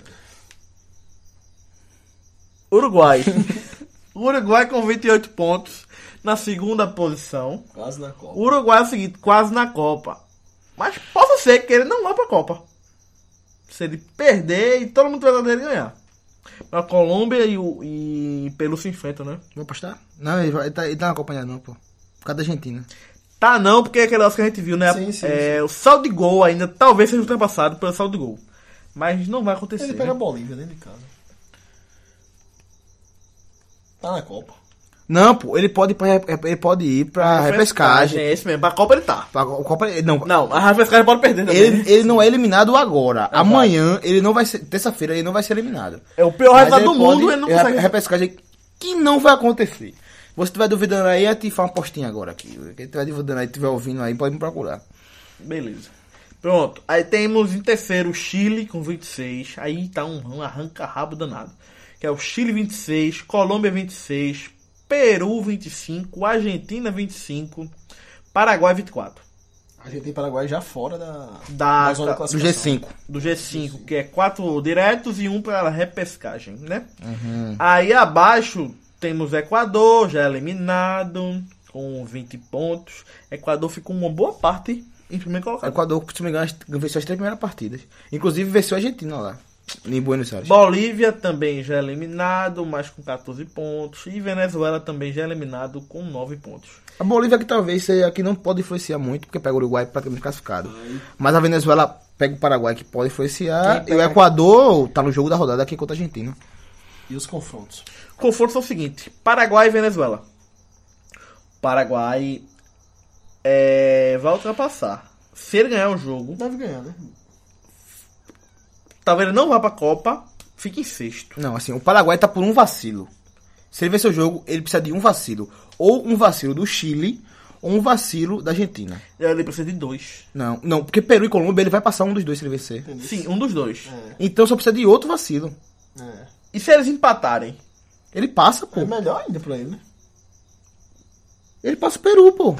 S1: Uruguai. Uruguai com 28 pontos, na segunda posição.
S2: Quase na Copa.
S1: O Uruguai é o seguinte, quase na Copa. Mas possa ser que ele não vá pra Copa. Se ele perder e todo mundo vai dele ganhar. A Colômbia e, o, e Peru se enfrentam, né?
S3: Vou apostar? Não, ele, vai- ele tá, ele tá na acompanhada não, pô. Por causa da Argentina.
S1: Tá não, porque é aquele lance que a gente viu, né?
S2: Sim, sim,
S1: É, O saldo de gol ainda talvez seja ultrapassado pelo saldo de gol. Mas não vai acontecer.
S2: Ele pega a
S1: né?
S2: Bolívia dentro de casa. Tá na Copa.
S3: Não, pô, ele pode ir pra, re- ele pode ir pra repescagem.
S1: É esse mesmo. Pra Copa ele tá.
S3: Pra Copa- não,
S1: Não, a repescagem pode perder também. né?
S3: Ele, ele não é eliminado agora. Amanhã, ele não vai ser. Terça-feira, ele não vai ser eliminado.
S1: É o pior
S3: Mas
S1: resultado do
S3: pode-
S1: mundo, ele não
S3: é a
S1: consegue.
S3: repescagem que não vai acontecer. Você estiver duvidando aí, eu te faço uma postinha agora aqui. Quem estiver duvidando aí, estiver ouvindo aí, pode me procurar.
S1: Beleza. Pronto. Aí temos em terceiro o Chile com 26. Aí tá um, um arranca-rabo danado. Que é o Chile 26, Colômbia 26, Peru 25, Argentina 25, Paraguai 24.
S2: Argentina e Paraguai já fora da,
S1: Da-
S2: zona
S1: do
S2: de
S3: Do
S2: classificação.
S3: G5.
S1: do G5, que é quatro diretos e um para repescagem, né? Aí abaixo temos Equador, já é eliminado, com 20 pontos. Equador ficou uma boa parte em primeiro
S3: O
S1: colocado.
S3: Equador, se não me engano, venceu as três primeiras partidas. Inclusive, venceu a Argentina lá. Em Buenos Aires.
S1: Bolívia também já é eliminado, mas com 14 pontos. E Venezuela também já é eliminado com 9 pontos.
S3: A Bolívia que talvez seja que não pode influenciar muito, porque pega o Uruguai praticamente classificado. Mas a Venezuela pega o Paraguai que pode influenciar. E o Equador tá no jogo da rodada aqui contra a Argentina.
S2: E os confrontos.
S1: Confrontos são é o seguinte: Paraguai e Venezuela. Paraguai é, vai ultrapassar. Se ele ganhar o jogo,
S2: Deve ganhar, né?
S1: talvez ele não vá pra Copa, fique em sexto.
S3: Não, assim, o Paraguai tá por um vacilo. Se ele vencer o jogo, ele precisa de um vacilo. Ou um vacilo do Chile, ou um vacilo da Argentina.
S1: Ele precisa de dois.
S3: Não, não, porque Peru e Colômbia ele vai passar um dos dois se ele vencer.
S2: Entendeu?
S1: Sim, um dos dois.
S2: É,
S3: Então só precisa de outro vacilo.
S2: é.
S1: E se eles empatarem?
S3: Ele passa, pô.
S2: é melhor ainda pra ele, né?
S3: Ele passa o Peru, pô.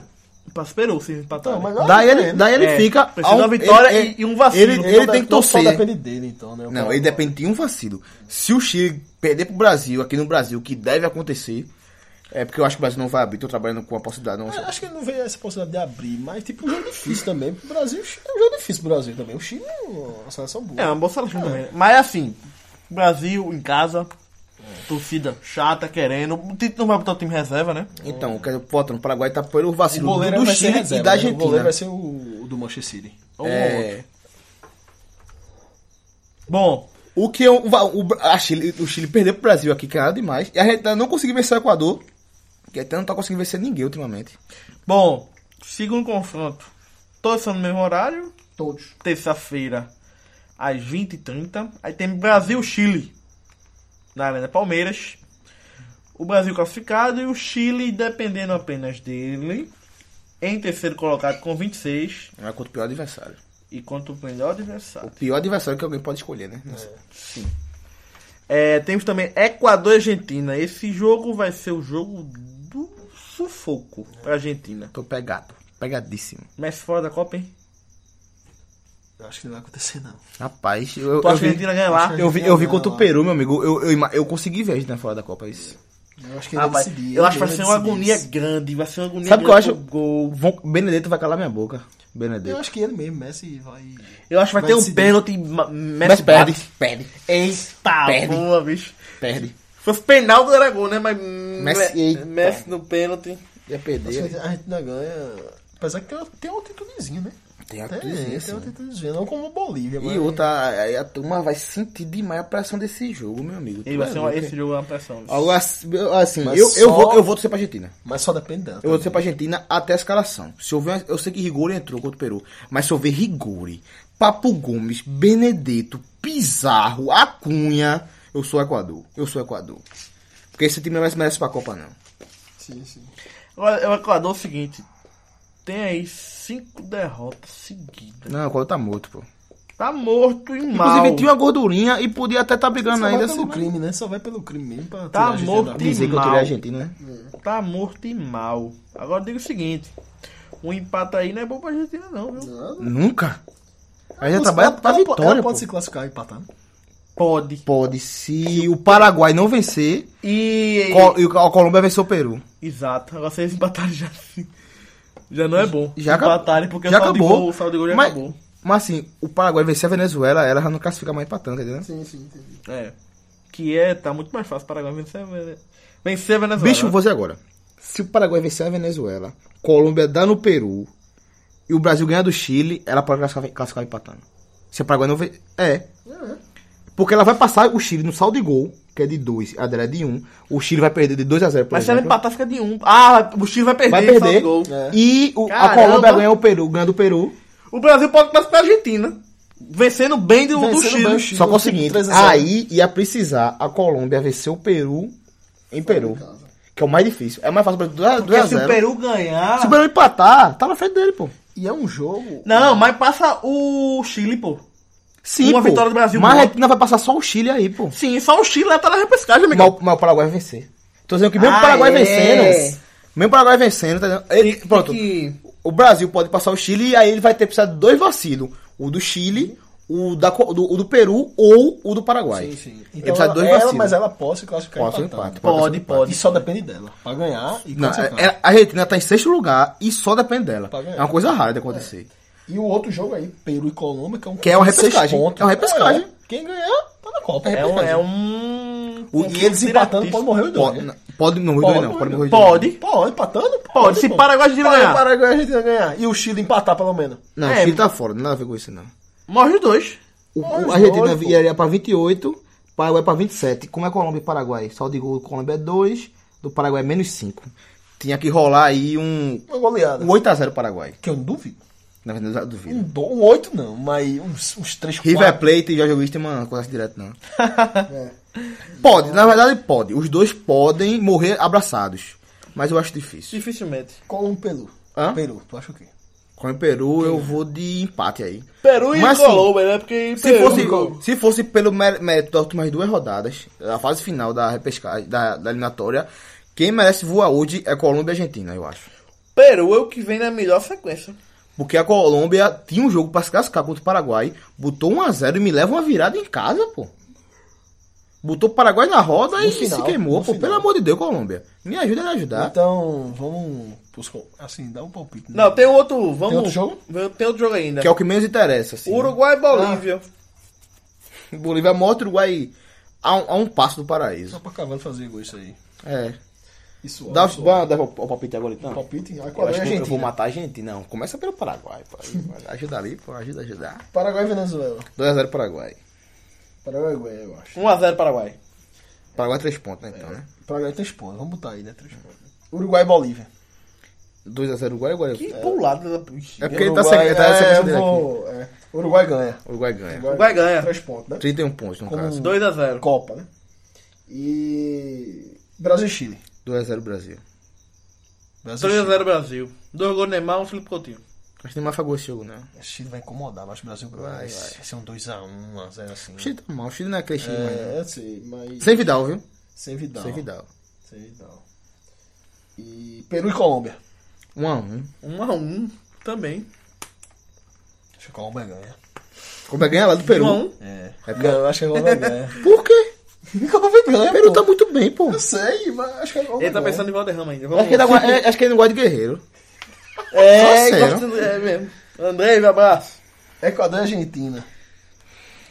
S1: Passa o Peru se eles empatarem.
S2: Então, melhor
S3: Daí
S2: ainda pra
S3: ele, daí ele
S1: É,
S3: fica.
S1: precisa de uma
S3: ao-
S1: vitória e- e um vacilo.
S3: Ele,
S2: Não
S3: ele
S2: só
S3: tem que
S2: deve- não só
S3: torcer.
S2: depende dele, então, né? O
S3: Não,
S2: Paraguai.
S3: ele depende de um vacilo. Se o Chile perder pro Brasil, aqui no Brasil, que deve acontecer, é porque eu acho que o Brasil não vai abrir, tô trabalhando com a possibilidade. Não,
S2: É, Acho que ele não vê essa possibilidade de abrir, mas tipo, um jogo difícil também. Pro Brasil, o Chile é um jogo difícil pro Brasil também. O Chile é uma seleção boa.
S1: É, uma boa seleção também. né? Mas assim, Brasil em casa, torcida chata, querendo. O Tito não vai botar o time reserva, né?
S3: Então, quer dizer, bota, no Paraguai tá pelo
S2: O
S3: vacilo
S2: goleiro
S3: do
S2: vai ser
S3: Chile
S2: reserva,
S3: e da
S2: né? O goleiro
S3: Argentina.
S2: vai ser um o, o do Manchester City.
S1: Ou outro.
S3: É,
S1: Bom,
S3: o que eu- o, o, a Chile, o Chile perdeu pro Brasil aqui, que é nada demais. E a Argentina não conseguiu vencer o Equador, que até não tá conseguindo vencer ninguém ultimamente.
S1: bom, segundo confronto. Todos são no mesmo horário.
S2: Todos.
S1: Terça-feira, às 20h30. Aí tem Brasil-Chile na Arena Palmeiras. O Brasil classificado e o Chile dependendo apenas dele. Em terceiro colocado com 26
S3: É contra o pior adversário.
S1: e contra o melhor
S3: O
S1: adversário.
S3: pior adversário que alguém pode escolher, né? Nossa.
S1: Sim. É, temos também Equador e Argentina. Esse jogo vai ser o jogo do sufoco pra Argentina.
S3: Tô pegado. Pegadíssimo.
S1: Messi fora da Copa, hein?
S2: Eu acho que não vai acontecer, não.
S3: Rapaz,
S1: Tu
S3: eu, eu
S1: acha que a
S3: vi,
S1: Argentina ganha lá?
S3: eu vi, eu
S2: Ah.
S3: vi contra o Peru, meu amigo. Eu, eu, ima- eu consegui ver a gente na fora da Copa é isso.
S2: Eu acho que ele
S1: Ah,
S2: vai
S1: vai.
S2: decidir.
S1: eu acho que
S2: ele
S1: vai ser
S2: vai
S1: uma
S2: decidir
S1: agonia
S2: isso.
S1: grande, vai ser uma agonia
S3: Sabe o que eu
S1: grande
S3: acho?
S1: pro Gol.
S3: Vão- Benedetto vai calar minha boca.
S2: Eu
S3: Benedetto.
S2: acho que ele mesmo, Messi, vai.
S1: Eu acho que vai,
S2: Vai
S1: ter um
S2: decidir.
S1: pênalti. ma- Messi
S3: Mas perde.
S1: bate.
S3: Perde.
S1: Eita,
S3: Perde.
S1: boa, bicho.
S3: Perde.
S1: Se fosse penal do Aragão, né? Mas. Messi,
S3: eita.
S1: Messi no pênalti.
S3: Ia
S2: Acho que
S3: perder.
S2: a gente ainda ganha. Apesar que tem, uma- tem uma altitudezinha, né?
S3: Tem
S2: Tem, tem, tem uma
S3: a
S2: altitudezinha. Não como o Bolívia, mas.
S3: E outra, aí a turma vai sentir demais a pressão desse jogo, meu amigo.
S1: Ele
S3: Tu
S1: vai
S3: é
S1: ser uma,
S3: louco,
S1: esse
S3: hein?
S1: jogo é uma pressão.
S3: Algo assim, eu- assim,
S2: Mas
S3: eu, eu,
S2: só-
S3: vou, eu vou torcer pra Argentina.
S2: Mas só depende dela.
S3: Eu vou torcer pra Argentina até a escalação. Se houver, eu sei que Rigori entrou contra o Peru, mas se houver Rigori, Papo Gomes, Benedetto, Pizarro, Acunha, eu sou Equador. Eu sou Equador. Porque esse time não merece- merece pra Copa, não.
S2: Sim, sim.
S1: Agora, o Equador é o seguinte: tem aí cinco derrotas seguidas.
S3: Não, o Equador tá morto, pô.
S1: Tá morto e mal.
S3: Inclusive tinha uma gordurinha e podia até estar tá brigando
S2: Só
S3: ainda
S2: vai
S3: assim.
S2: pelo crime, né? Só vai pelo crime mesmo
S1: Tá
S2: pra tirar a Argentina da
S1: morto.
S2: briga.
S3: Dizer que eu
S1: mal.
S3: tirei a Argentina, né?
S1: Tá morto e mal. Agora diga o seguinte: um empate aí não é bom pra Argentina, não, viu?
S3: Nunca. Aí já
S2: Ela
S3: trabalha
S2: pode-
S3: pra
S2: ela pode-
S3: vitória,
S2: Ela
S3: pô.
S2: pode se classificar e empatar. né?
S1: Pode.
S3: Pode, se o Paraguai não vencer,
S1: E.
S3: Col- e a Colômbia vencer o Peru.
S1: Exato. Agora se eles empatarem já. Já não é bom.
S3: Já acabou.
S1: empatarem, porque
S3: já
S1: o saldo de
S3: acabou.
S1: gol, o saldo de gol já
S3: mas,
S1: acabou.
S3: Mas assim, o Paraguai vencer a Venezuela, ela já não classifica mais empatando, entendeu?
S2: Sim, sim, entendi.
S1: É. Que é, tá muito mais fácil o Paraguai vencer a Vene- vencer a Venezuela.
S3: Bicho, você agora. Se o Paraguai vencer a Venezuela, Colômbia dá no Peru e o Brasil ganhar do Chile, ela pode classificar, classificar empatando. Se o Paraguai não vencer. É.
S1: Uhum.
S3: Porque ela vai passar o Chile no saldo de gol, que é de 2, a dela é de 1. Um. O Chile vai perder de 2 a 0 por
S1: Mas se ela
S3: exemplo.
S1: empatar, fica de um. Ah, o Chile vai perder.
S3: é, Vai
S1: saldo de
S3: perder.
S1: Gol.
S3: E o- a
S1: Caramba.
S3: Colômbia ganha o Peru, ganha do Peru.
S1: O Brasil pode classificar a Argentina. Vencendo bem do, do
S2: Vencendo
S1: Chile.
S2: bem o Chile.
S3: Só que é o
S2: Tipo,
S3: seguinte,
S2: 3 a 0.
S3: aí ia precisar a Colômbia vencer o Peru em Peru. Que é o mais difícil. É mais fácil pra 2 a
S1: Porque se o
S3: 0
S1: Peru ganhar.
S3: Se o Peru empatar, tá na frente dele, pô.
S2: E é um jogo.
S1: Não, mas passa o Chile, pô.
S3: Sim,
S1: Uma
S3: pô.
S1: vitória do Brasil,
S3: Mas a
S1: boa.
S3: Argentina vai passar só o Chile aí, pô.
S1: Sim, só o Chile lá tá na repescagem,
S3: Mas,
S1: amigão.
S3: o- mas o Paraguai vai vencer. Tô dizendo que mesmo
S1: Ah,
S3: o Paraguai
S1: é.
S3: vencendo... Mesmo o Paraguai vencendo, tá entendendo? Ele, pronto.
S1: que-
S3: O Brasil pode passar o Chile e aí ele vai ter precisar de dois vacilos. O do Chile, o, da, Co- do, o do Peru ou o do Paraguai.
S2: Sim, sim.
S3: ele
S2: Então,
S3: precisa de
S2: ela,
S3: dois
S2: ela-
S3: vacilos.
S2: mas ela pode se classificar
S3: Pode,
S2: e empatar.
S3: empate.
S2: né?
S1: Pode, pode.
S2: E só depende dela. Pra ganhar e
S3: Não,
S2: classificar.
S3: é- é- a Argentina tá em sexto lugar e só depende dela.
S2: Pra ganhar.
S3: É uma coisa rara de acontecer.
S2: E o outro jogo aí, Peru e Colômbia, que é um
S3: Que é uma
S2: seis
S3: repescagem.
S2: pontos.
S3: É uma repescagem.
S2: É. Quem ganhar, tá na Copa.
S1: É um.
S2: repescagem.
S1: É um...
S2: O- E eles empatando, pode morrer os dois.
S3: é Pode,
S2: né?
S3: não, pode não morrer
S2: Pode,
S3: dois, não. Pode morrer dois,
S1: Pode.
S2: Pode, empatando?
S1: Pode, se
S2: pô.
S1: Paraguai e Argentina
S2: Pode,
S1: ganhar.
S2: Paraguai e Argentina ganhar. E o Chile empatar, pelo menos.
S3: não. Não,
S1: É.
S3: o Chile tá fora, não tem nada a ver com isso, não.
S1: Morre os dois.
S3: O, o-
S2: Olha,
S3: a Argentina
S2: dois, pô.
S3: iria pra 28, Paraguai pra 27. Como é Colômbia e Paraguai? Só de gol do Colômbia é 2, do Paraguai é menos 5. Tinha que rolar aí um,
S2: Uma goleada.
S3: um 8x0 Paraguai.
S2: Que eu não duvido.
S3: Na verdade, eu duvido.
S2: Um, do, um 8 não, mas uns, uns 3, 4.
S3: River Plate e Jorge Wisterman não acontece direto, assim não. Pode, na verdade pode. Os dois podem morrer abraçados. Mas eu acho difícil.
S1: Dificilmente.
S2: Colômbia e um Peru.
S3: Hã?
S2: Peru, tu acha o quê?
S3: Com o Peru eu vou de empate aí.
S1: Peru e
S3: Mas, assim,
S1: Colômbia, né? Porque
S3: Se fosse, se fosse pelo mé- mérito das últimas duas rodadas, da fase final da repescagem, da, da eliminatória, quem merece voar hoje é Colômbia e Argentina, eu acho.
S1: Peru é o que vem na melhor sequência.
S3: Porque a Colômbia tinha um jogo pra se classificar contra o Paraguai, botou 1x0 e me leva uma virada em casa, pô. Botou o Paraguai na roda
S2: No
S3: e
S2: final,
S3: se queimou,
S2: no
S3: pô.
S2: final.
S3: Pelo amor de Deus, Colômbia. Me ajuda a me ajudar.
S2: Então, vamos. pros co- Assim, dá um palpite. né?
S1: Não, tem outro. Vamos.
S2: Tem outro jogo?
S1: Tem outro jogo ainda.
S3: Que é o que menos interessa, assim.
S1: Uruguai e Bolívia.
S3: Bolívia morta, Uruguai a um, a um passo do paraíso.
S2: Só pra Cavalo fazer gol isso aí.
S3: É.
S2: Isso,
S3: Dá, dá, dá o o palpite agora, então.
S2: Palpite, aí
S3: Eu
S2: qual é
S3: acho
S2: a
S3: que eu vou
S2: Argentina?
S3: matar a Argentina. Não, começa pelo Paraguai, pô. Aí, Ajuda ali, pô. Ajuda, ajuda.
S2: Paraguai e Venezuela.
S3: 2x0 Paraguai.
S2: Paraguai, Goiás, eu acho.
S1: 1x0 Paraguai.
S3: Paraguai 3 pontos, né,
S2: É.
S3: então, né?
S2: Paraguai tem pontos, vamos botar aí, né? Três pontos. Uruguai e Bolívia.
S3: 2x0 Uruguai, agora...
S1: Que
S3: É
S1: pulada da.
S3: É porque ele tá sem... Tá sem
S2: é,
S3: dele
S2: eu vou- é. O Uruguai ganha.
S3: O Uruguai ganha.
S1: O Uruguai ganha.
S2: Três pontos, né?
S3: 31 pontos, no
S2: Como-
S1: É
S3: caso. é
S1: 2x0.
S2: Copa, né? E. Brasil e Chile.
S3: 2x0 Brasil.
S2: Brasil e Chile.
S1: 3x0 Brasil. Dois gols Neymar, um Felipe Coutinho.
S3: Mas Neymar fagou esse jogo, né?
S2: O Chile vai incomodar, mas o Brasil vai, vai ser um 2x1, 1x0 assim.
S3: O Chile tá mal, o Chile não é aquele Chile mais, né?
S2: É, eu sei, mas.
S3: Sem Vidal, viu?
S2: Sem Vidal.
S3: Sem Vidal.
S2: Sem Vidal. E Peru e Colômbia.
S3: 1x1.
S1: 1x1 também.
S2: Acho que a Colômbia ganha.
S3: Como é ganhar lá do Peru?
S1: 1x1.
S2: É.
S3: É porque-
S2: Não, eu acho que a Colômbia ganha.
S3: Por quê?
S2: A Colômbia ganha.
S3: O Peru
S2: É, pô.
S3: tá muito bem, pô.
S2: Eu sei, mas acho que a Colômbia
S1: Ele tá
S2: ganha.
S1: pensando em Valderrama ainda.
S3: Acho
S1: Vamos
S3: que, ele não gosta- é- acho que ele não gosta de guerreiro.
S1: É,
S3: Só
S1: gosto- é mesmo. Andrei, meu abraço.
S2: Equador e Argentina.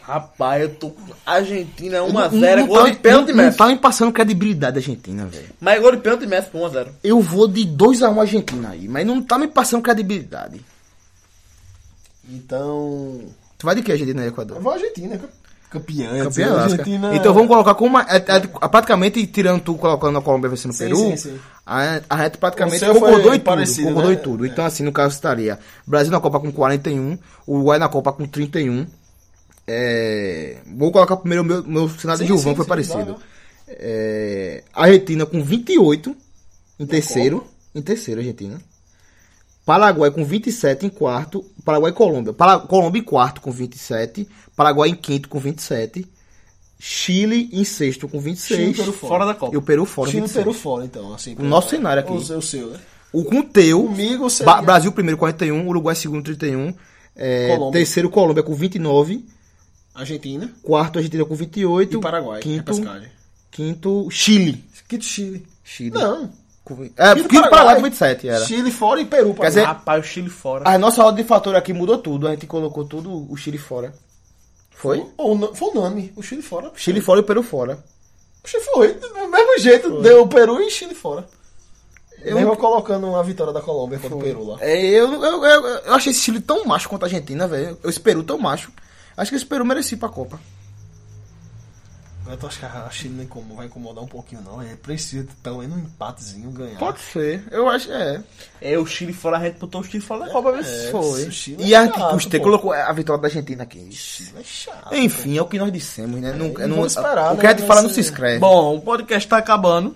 S1: Rapaz, eu tô. com Argentina
S3: Não-
S1: 1x0.
S3: não
S1: é Gol
S3: tá-
S1: de pênalti
S3: não- Não
S1: Messi.
S3: tá me passando credibilidade da Argentina, velho.
S1: Mas é gol de pênalti um Messi por 1x0.
S3: Eu vou de 2x1 Argentina aí, mas não tá me passando credibilidade.
S2: Então.
S3: Tu vai de que Argentina e
S2: Eu
S3: Equador?
S2: vou à Argentina. cam- Campeã.
S3: Campeã
S2: a
S3: lasca.
S2: Argentina.
S3: Então vamos colocar como. a- a- a- é, praticamente tirando tu, colocando a Colômbia vencendo o
S2: Sim,
S3: Peru.
S2: sim, sim.
S3: A, a gente praticamente
S2: O seu
S3: concordou
S2: foi
S3: em tudo.
S2: parecido,
S3: concordou
S2: né?
S3: em tudo.
S2: É.
S3: Então, assim, no caso estaria Brasil na Copa com 41, Uruguai na Copa com 31. É, Vou colocar primeiro o meu, meu cenário de
S2: Sim,
S3: Gilvão,
S2: sim,
S3: foi
S2: sim,
S3: parecido.
S2: vai, vai.
S3: É, Argentina com 28 em terceiro. Em terceiro, Argentina. Paraguai com 27 em quarto. Paraguai e Colômbia. Para- Colômbia em quarto com 27. Paraguai em quinto com 27. Chile em sexto com 26.
S2: Chile e Peru
S1: Fora da
S3: E
S1: Copa.
S3: o Peru fora.
S2: Chile
S3: 26.
S2: inteiro fora, então. Assim,
S3: O nosso cenário aqui.
S2: O seu, o seu, né?
S3: O com o teu.
S2: Comigo seria-
S3: Ba- Brasil primeiro 41, Uruguai segundo 31. é,
S2: Colômbia.
S3: terceiro Colômbia com 29.
S2: Argentina
S3: Quarto Argentina com 28.
S2: e Paraguai. é
S3: Quinto,
S2: repescagem.
S3: quinto Chile.
S2: Quinto Chile.
S3: Chile.
S2: Não.
S3: Com- É, quinto Paraguai. com 27 era.
S2: Chile fora e Peru.
S3: Quer dizer-
S1: Rapaz, o Chile fora.
S3: A nossa ordem de fator aqui mudou tudo. A gente colocou tudo o Chile fora. Foi?
S2: Ou não- foi o nome. O Chile fora. O
S3: Chile fora e o Peru fora.
S2: Chile foi. Do mesmo jeito. Deu Peru e Chile fora. Eu
S3: Eu-
S2: mesmo colocando a vitória da Colômbia contra o Peru lá.
S3: É, eu, eu, eu, eu achei esse Chile tão macho quanto a Argentina, velho. Esse Peru tão macho. Acho que esse Peru merecia ir pra Copa.
S2: Eu tô acho que a Chile nem como, vai incomodar um pouquinho, não. É preciso pelo menos um empatezinho ganhar.
S3: Pode ser. Eu acho, é.
S1: É, o Chile fora, a gente botou o Chile fora da Copa. viu?
S2: É,
S3: Foi.
S2: o Chile
S3: E
S2: é
S3: a gente
S2: chato,
S3: custe-
S2: pô.
S3: colocou a vitória da Argentina aqui.
S2: Chile é chato.
S3: Enfim, é o que nós dissemos, né? Não, é.
S2: e
S3: não-
S2: vamos esperar,
S3: o que a gente
S2: né?
S3: fala não
S2: Vai
S3: se
S2: ser-
S3: escreve.
S1: Bom, o podcast tá acabando.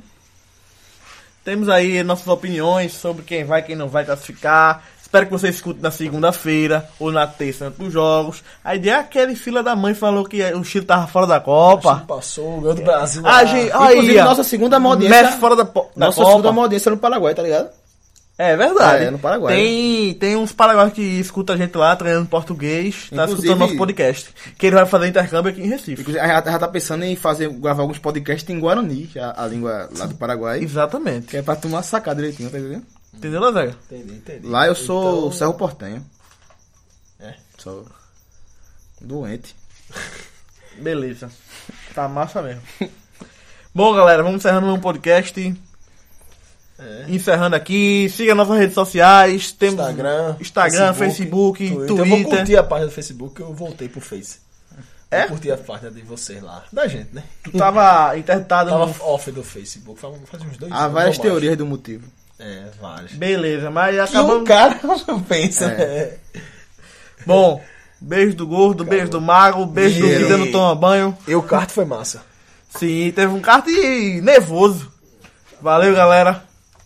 S1: Temos aí nossas opiniões sobre quem vai, quem não vai classificar. Espero que você escute na segunda-feira ou na terça antes dos jogos. A ideia é aquele fila da mãe falou que o Chile tava fora da
S2: O Chile
S1: Copa.
S2: passou,
S3: É.
S2: ganhou do Brasil.
S3: Ah,
S1: A
S2: lá.
S1: gente,
S3: Inclusive,
S1: aí, ó,
S3: nossa segunda maior audiência-
S1: Messi fora da, po- da
S3: nossa segunda
S1: Copa.
S3: maior audiência no Paraguai, tá ligado?
S1: É verdade.
S3: É, no Paraguai.
S1: Tem, tem uns paraguaios que escutam a gente lá, treinando português, tá
S3: Inclusive-
S1: escutando nosso podcast. Que ele vai fazer intercâmbio aqui em Recife.
S3: Inclusive, a gente já tá pensando em fazer, gravar alguns podcasts em Guarani, que é a, a língua lá do
S1: Uhum.
S3: Paraguai.
S1: Exatamente.
S3: Que é pra turma sacar direitinho, tá entendendo?
S1: Entendeu, Lazega?
S2: Entendi, entendi.
S3: Lá eu sou
S2: Então-
S3: Serro Portenho.
S2: É.
S3: Sou doente.
S1: Beleza. Tá massa mesmo. Bom, galera, vamos encerrando um podcast.
S2: É.
S1: Encerrando aqui. Siga nossas redes sociais. Temos
S2: Instagram,
S1: Instagram, Facebook,
S2: Eu vou
S1: Twitter.
S2: curtir a página do Facebook, que eu voltei pro Face.
S1: É?
S2: Eu curti a página de vocês lá. Da gente, né?
S1: Tu tava interditado.
S2: Tava
S1: no-
S2: off do Facebook, faz, um- faz uns dois
S3: Há
S2: anos
S3: várias
S2: ou mais.
S3: teorias do motivo.
S2: É, várias.
S1: Beleza, mas
S2: Que um
S1: acabamos.
S2: cara pensa,
S3: É.
S2: né?
S1: Bom, beijo do gordo, beijo do mago, beijo do
S3: Dinheiro.
S1: que não toma banho.
S2: E o carto foi massa.
S1: Sim, teve um kart nervoso. Valeu, galera.